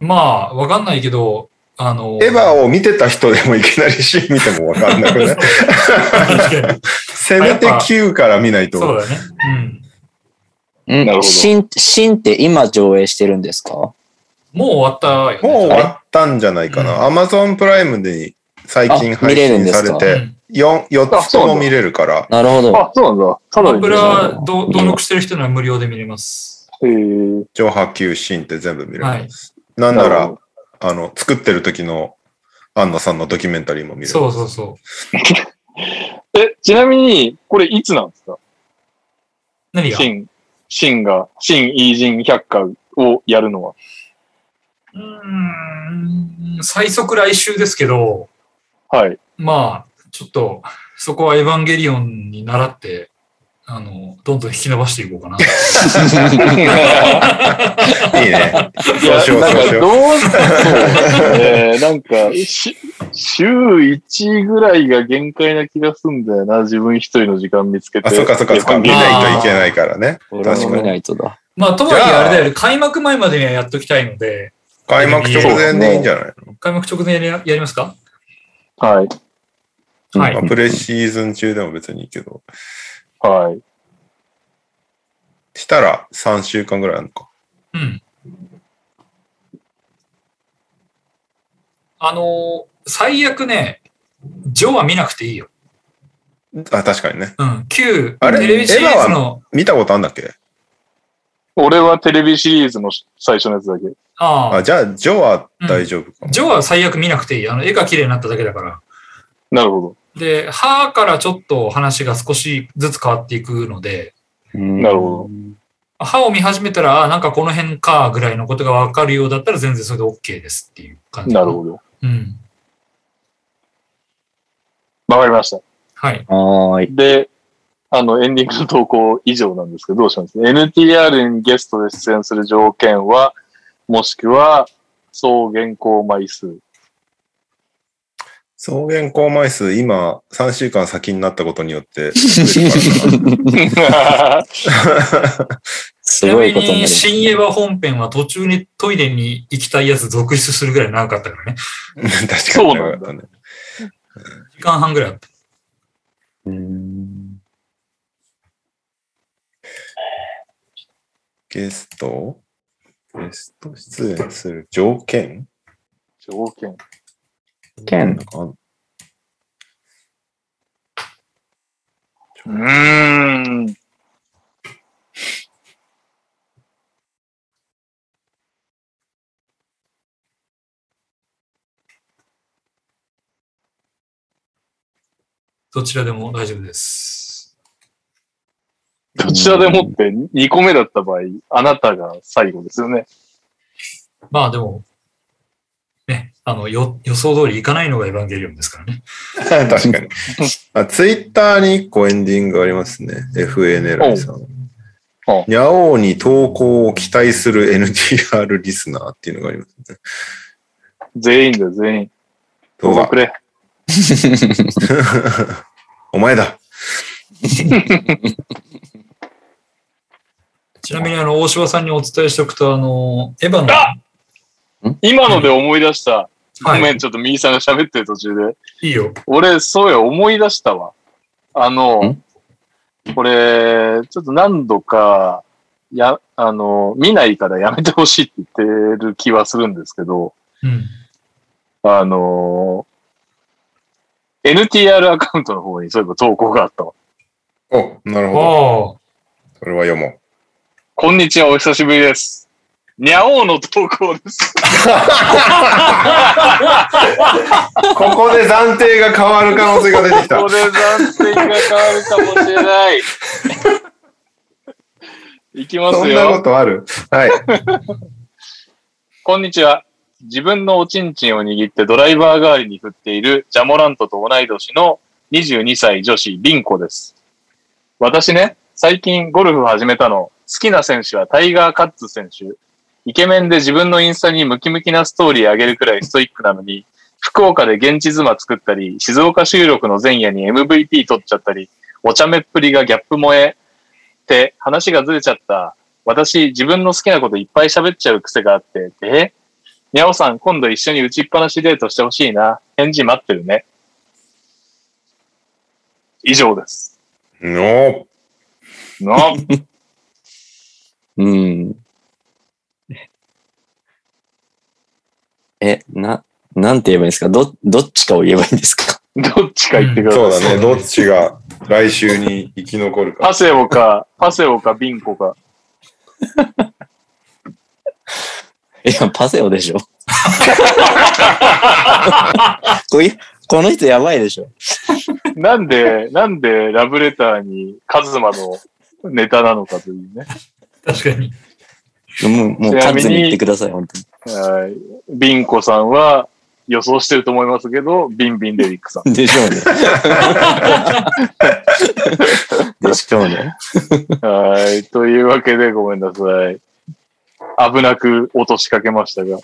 S3: まあ、分かんないけど、あの、
S1: エヴァを見てた人でもいきなりシーン見てもわかんなく ない
S3: 確かに
S1: せめて9から見ない
S3: そう
S1: と。
S3: だね。うん。
S4: う
S2: なる
S4: ん
S2: ほど
S4: 新、新って今上映してるんですか
S3: もう終わったよ、ね。
S1: もう終わったんじゃないかな。アマゾンプライムで最近
S4: あ
S1: 配
S4: 見れるん
S1: 信
S4: で
S1: さ
S4: す
S1: れ
S4: か
S3: う
S1: て、
S3: ん
S1: 4, 4つとも見れるから。
S4: なるほど。
S2: あ、そうなんだ。ただ
S3: ア
S2: で
S3: ンプ
S2: 見れ
S3: ラ
S2: ない
S3: はど登録してる人には無料で見れます。
S2: えー、
S1: 上波球シーンって全部見れ
S3: はい
S1: る。。なんな
S2: なる
S1: ら
S2: ほ、
S1: あの、作ってる時の安野さんのドキュメンタリーも見れる。
S3: そうそうそう。
S2: え、ちなみに、これいつなんですか
S3: 何が
S2: 新、新が、新イージン百科をやるのは。
S3: うーん、最速来週ですけど、
S2: はい。
S3: まあ、ちょっと、そこはエヴァンゲリオンに習って、あの、どんどん引き伸ばしていこ うかな。
S1: いいね。
S2: い
S1: そう
S2: や
S1: しよう、
S2: なん
S1: そう
S2: か
S1: しよう。
S2: どうぞ、えーなんかし、週1ぐらいが限界な気がすんだよな、自分一人の時間見つけて。
S1: あ、そっかそっかそっか。見
S2: いや
S3: あ
S1: ないといけないからね。
S4: これも
S1: 確か
S4: 見
S1: に
S4: ないとだ。
S3: まあ、とはいえあれだよ、開幕前までにはやっときたいので、
S1: 開幕直前でいいんじゃない
S3: 開幕直前にやりますか
S2: はい。
S3: は
S1: まあ
S3: い。
S1: プレシーズン中でも別にいいけど。
S2: はい。
S1: したら3週間ぐらいあるのか。
S3: うん。あの、最悪ね、ジョーは見なくていいよ。
S1: あ、確かにね。
S3: うん。旧
S1: あれ
S3: テレビシリーズ
S1: エヴァ
S3: の、
S1: 見たことあんだっけ
S2: 俺はテレビシリーズの最初のやつだけ。
S3: あ
S1: あ、
S3: あ、
S1: じゃあ、ジョは大丈夫かも。
S3: ジョーは最悪見なくていい。あの、絵が綺麗になっただけだから。
S2: なるほ
S3: で、歯からちょっと話が少しずつ変わっていくので、
S4: な
S2: なるほ
S3: 歯を見始めたら、あなんかこの辺かぐらいのことがわかるようだったら全然それで OK ですっていう感
S2: ど。
S3: じ。
S2: なるほど。
S3: うん。
S2: わかりました。
S3: はい。
S4: ど。 はーい。
S2: で、あの、エンディングの投稿以上なんですけど、どうします ?NTR にゲストで出演する条件は、もしくは、総原稿枚 数。
S1: 草原公枚数、今、3週間先になったことによって増えてたかな。
S4: すごい
S3: ち
S4: こ
S3: なみ
S4: とになり
S3: に、
S4: ます
S3: 新エヴァ本編は途中にトイレに行きたいやつ続出するぐらい長かったからね。
S1: 確かに。
S2: そうなんだ
S1: ね。
S3: 時間半ぐらいあった。
S4: うん
S1: ゲストゲスト出演する条件
S2: 条件。
S1: なん
S4: 剣
S1: かあん
S2: うーん。
S3: どちらでも大丈夫です。
S2: どちらでもって2個目だった場合、あなたが最後ですよね。
S3: まあでも、ね、あの、よ予想通り行かないのがエヴァンゲリオンですからね。
S1: 確かに。あ、ツイッターに1個エンディングありますね。FANL さん
S2: おう。
S1: にゃおうに投稿を期待する NTR リスナーっていうのがありますね。
S2: 全員だよ、全員。ど
S1: 動
S2: うぞ
S1: 画
S2: く。れ。
S1: お前だ。
S3: ちなみに、あの、大柴さんにお伝えしておくと、あの、エヴァの、
S2: あ今ので思い出した。ご
S3: は
S2: め
S3: い、
S2: ん、ちょっとミーさんが喋ってる途中で。
S3: いいよ。
S2: 俺、そうや、思い出したわ。あの
S4: ん、
S2: これ、ちょっと何度か、や、あの、見ないからやめてほしいって言ってる気はするんですけど、
S3: うん。
S2: あの、NTR アカウントの方にそういえば投稿があったわ。
S1: お、なるほど。
S3: ああ、
S1: それは読もう。
S2: こんにちは、お久しぶりです。にゃおうの投稿です。
S1: ここで暫定が変わる可能性が出てきた
S2: こ。れ暫定が変わるかもしれない。いきま
S1: そ
S2: す
S1: んなこ
S2: よ。
S1: とあるはい。
S2: こんにちは。自分のおちんちんを握ってドライバー代わりに振っているジャモラントと同い年の22歳女子リンコです。私ね、最近ゴルフを始めたの。好きな選手はタイガー・カッツ選手。イケメンで自分のインスタにムキムキなストーリー上げるくらいストイックなのに、福岡で現地妻作ったり、静岡収録の前夜に MVP 取っちゃったり、お茶目っぷりがギャップ萌えって話がずれちゃった。私、自分の好きなこといっぱい喋っちゃう癖があって、えにゃおさん、今度一緒に打ちっぱなしデートしてほしいな。返事待ってるね。以上です。
S1: の
S2: の
S4: うん。え、な、なんて言えばいいんですかど、どっちかを言えばいいんですか
S2: どっちか言ってください。
S1: そうだね。どっちが来週に生き残るか。
S2: パセオか、パセオか、ビンコか。
S4: いや、パセオでし ょこいこの人やばいでしょ
S2: なんで、なんでラブレターにカズマのネタなのかというね。
S3: 確かに。
S4: もう、もう
S2: ちな
S4: カ
S2: みに
S4: ズに言ってください、本当に。
S2: はいビンコさんは予想してると思いますけど、ビンビンデリックさん。
S4: で しょうね。でしょうね。
S2: はい。というわけでごめんなさい。危なく落としかけましたが。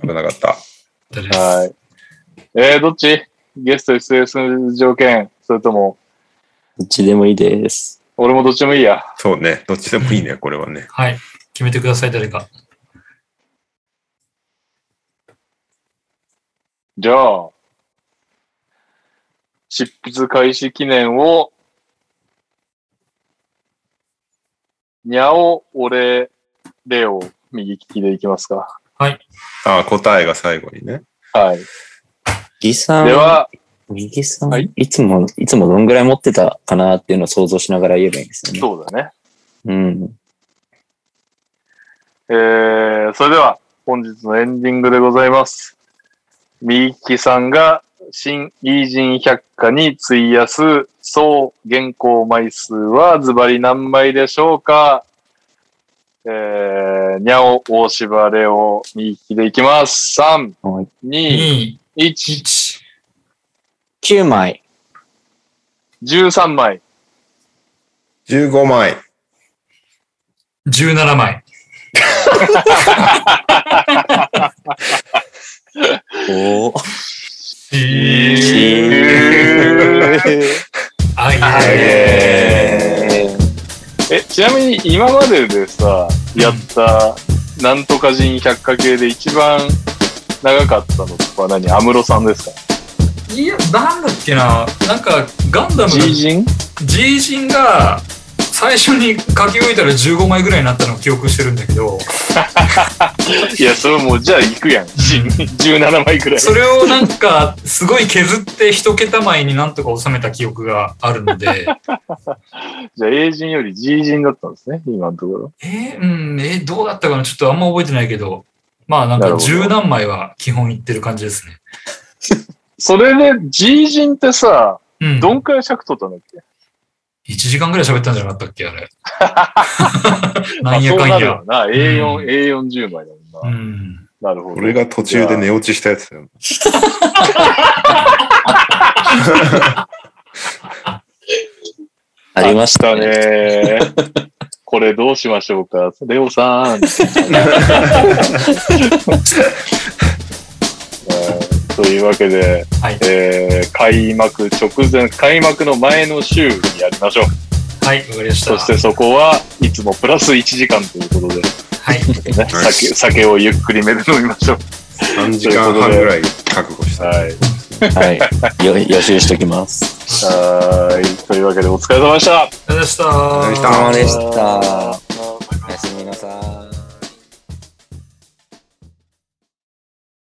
S1: 危なかった。
S3: 大丈夫です
S2: はい。えー、どっちゲストに出演する条件それとも、
S4: どっちでもいいです。
S2: 俺もどっちでもいいや。
S1: そうね。どっちでもいいね、これはね。
S3: はい。決めてください、誰か。
S2: じゃあ、執筆開始記念を、にゃお、俺、レオ、右利きでいきますか。
S1: あ、答えが最後にね。
S2: はい。
S4: 右さ
S2: で
S4: ん、
S2: は、
S4: 右さん、
S2: はい
S4: い、つも、いつもどんぐらい持ってたかなっていうのを想像しながら言えばいいんですよね。
S2: そうだね。
S4: うん。
S2: えー、それでは、本日のエンディングでございます。みゆきさんが、新イージン百科に費やす総原稿枚数はズバリ何枚でしょうかえー、にゃお、大柴、レオ、みゆきでいきます。3、
S4: はい
S2: 2、
S3: 2、
S2: 1、
S3: 1、
S4: 9枚。
S2: 13枚。
S1: 15枚。
S3: 17枚。
S4: おー。
S2: えー
S3: あ、い
S2: はい
S1: え
S2: え、ちなみに今まででさ、やった、なんとか人百科系で一番長かったのは何安室さんですか
S3: えいや、なんだっけな。なんか、ガンダムの
S2: ?G 人
S3: G 人が最初に書き終えたら15枚ぐらいになったのを記憶してるんだけど、
S2: いや、それもうじゃあ行くやん。17枚くらい。
S3: それをなんかすごい削って一桁枚になんとか収めた記憶がある ので、
S2: じゃあ A 人より G 人だったんですね、今のところ。
S3: えーうん、えーどうだったかなちょっとあんま覚えてないけど、まあなん
S2: なる
S3: か
S2: ほど
S3: 十何枚は基本いってる感じですね。
S2: それで G 人ってさ、
S3: うん。
S2: どんくらい尺取ったんだっけ
S3: 1時間ぐらい喋ったんじゃなかったっけ あれ。な
S2: あ
S3: んや
S2: そう
S3: かん
S2: なる
S3: や
S2: よ。な。A4、
S3: うん
S2: A40 枚だも
S3: う
S2: な。
S3: んん。
S2: なるほど。
S1: 俺が途中で寝落ちしたやつだよ。
S4: ありました
S2: だ。 ね。これどうしましょうかレオさん。え ーというわけで、
S3: はい。
S2: えー開幕直前、開幕の前の週にやりましょう。
S3: はい、わかりました。
S2: そしてそこはいつもプラス1時間ということで、
S3: はい。
S2: ね、酒酒をゆっくりめで飲みましょう。
S1: 3時間半ぐらい覚悟した。
S2: はい。
S4: はい。よ予習しときます。
S2: はいというわけでお疲れ様でした。
S3: ありがとうございました
S1: ありがとうございました
S4: お疲れ様でした。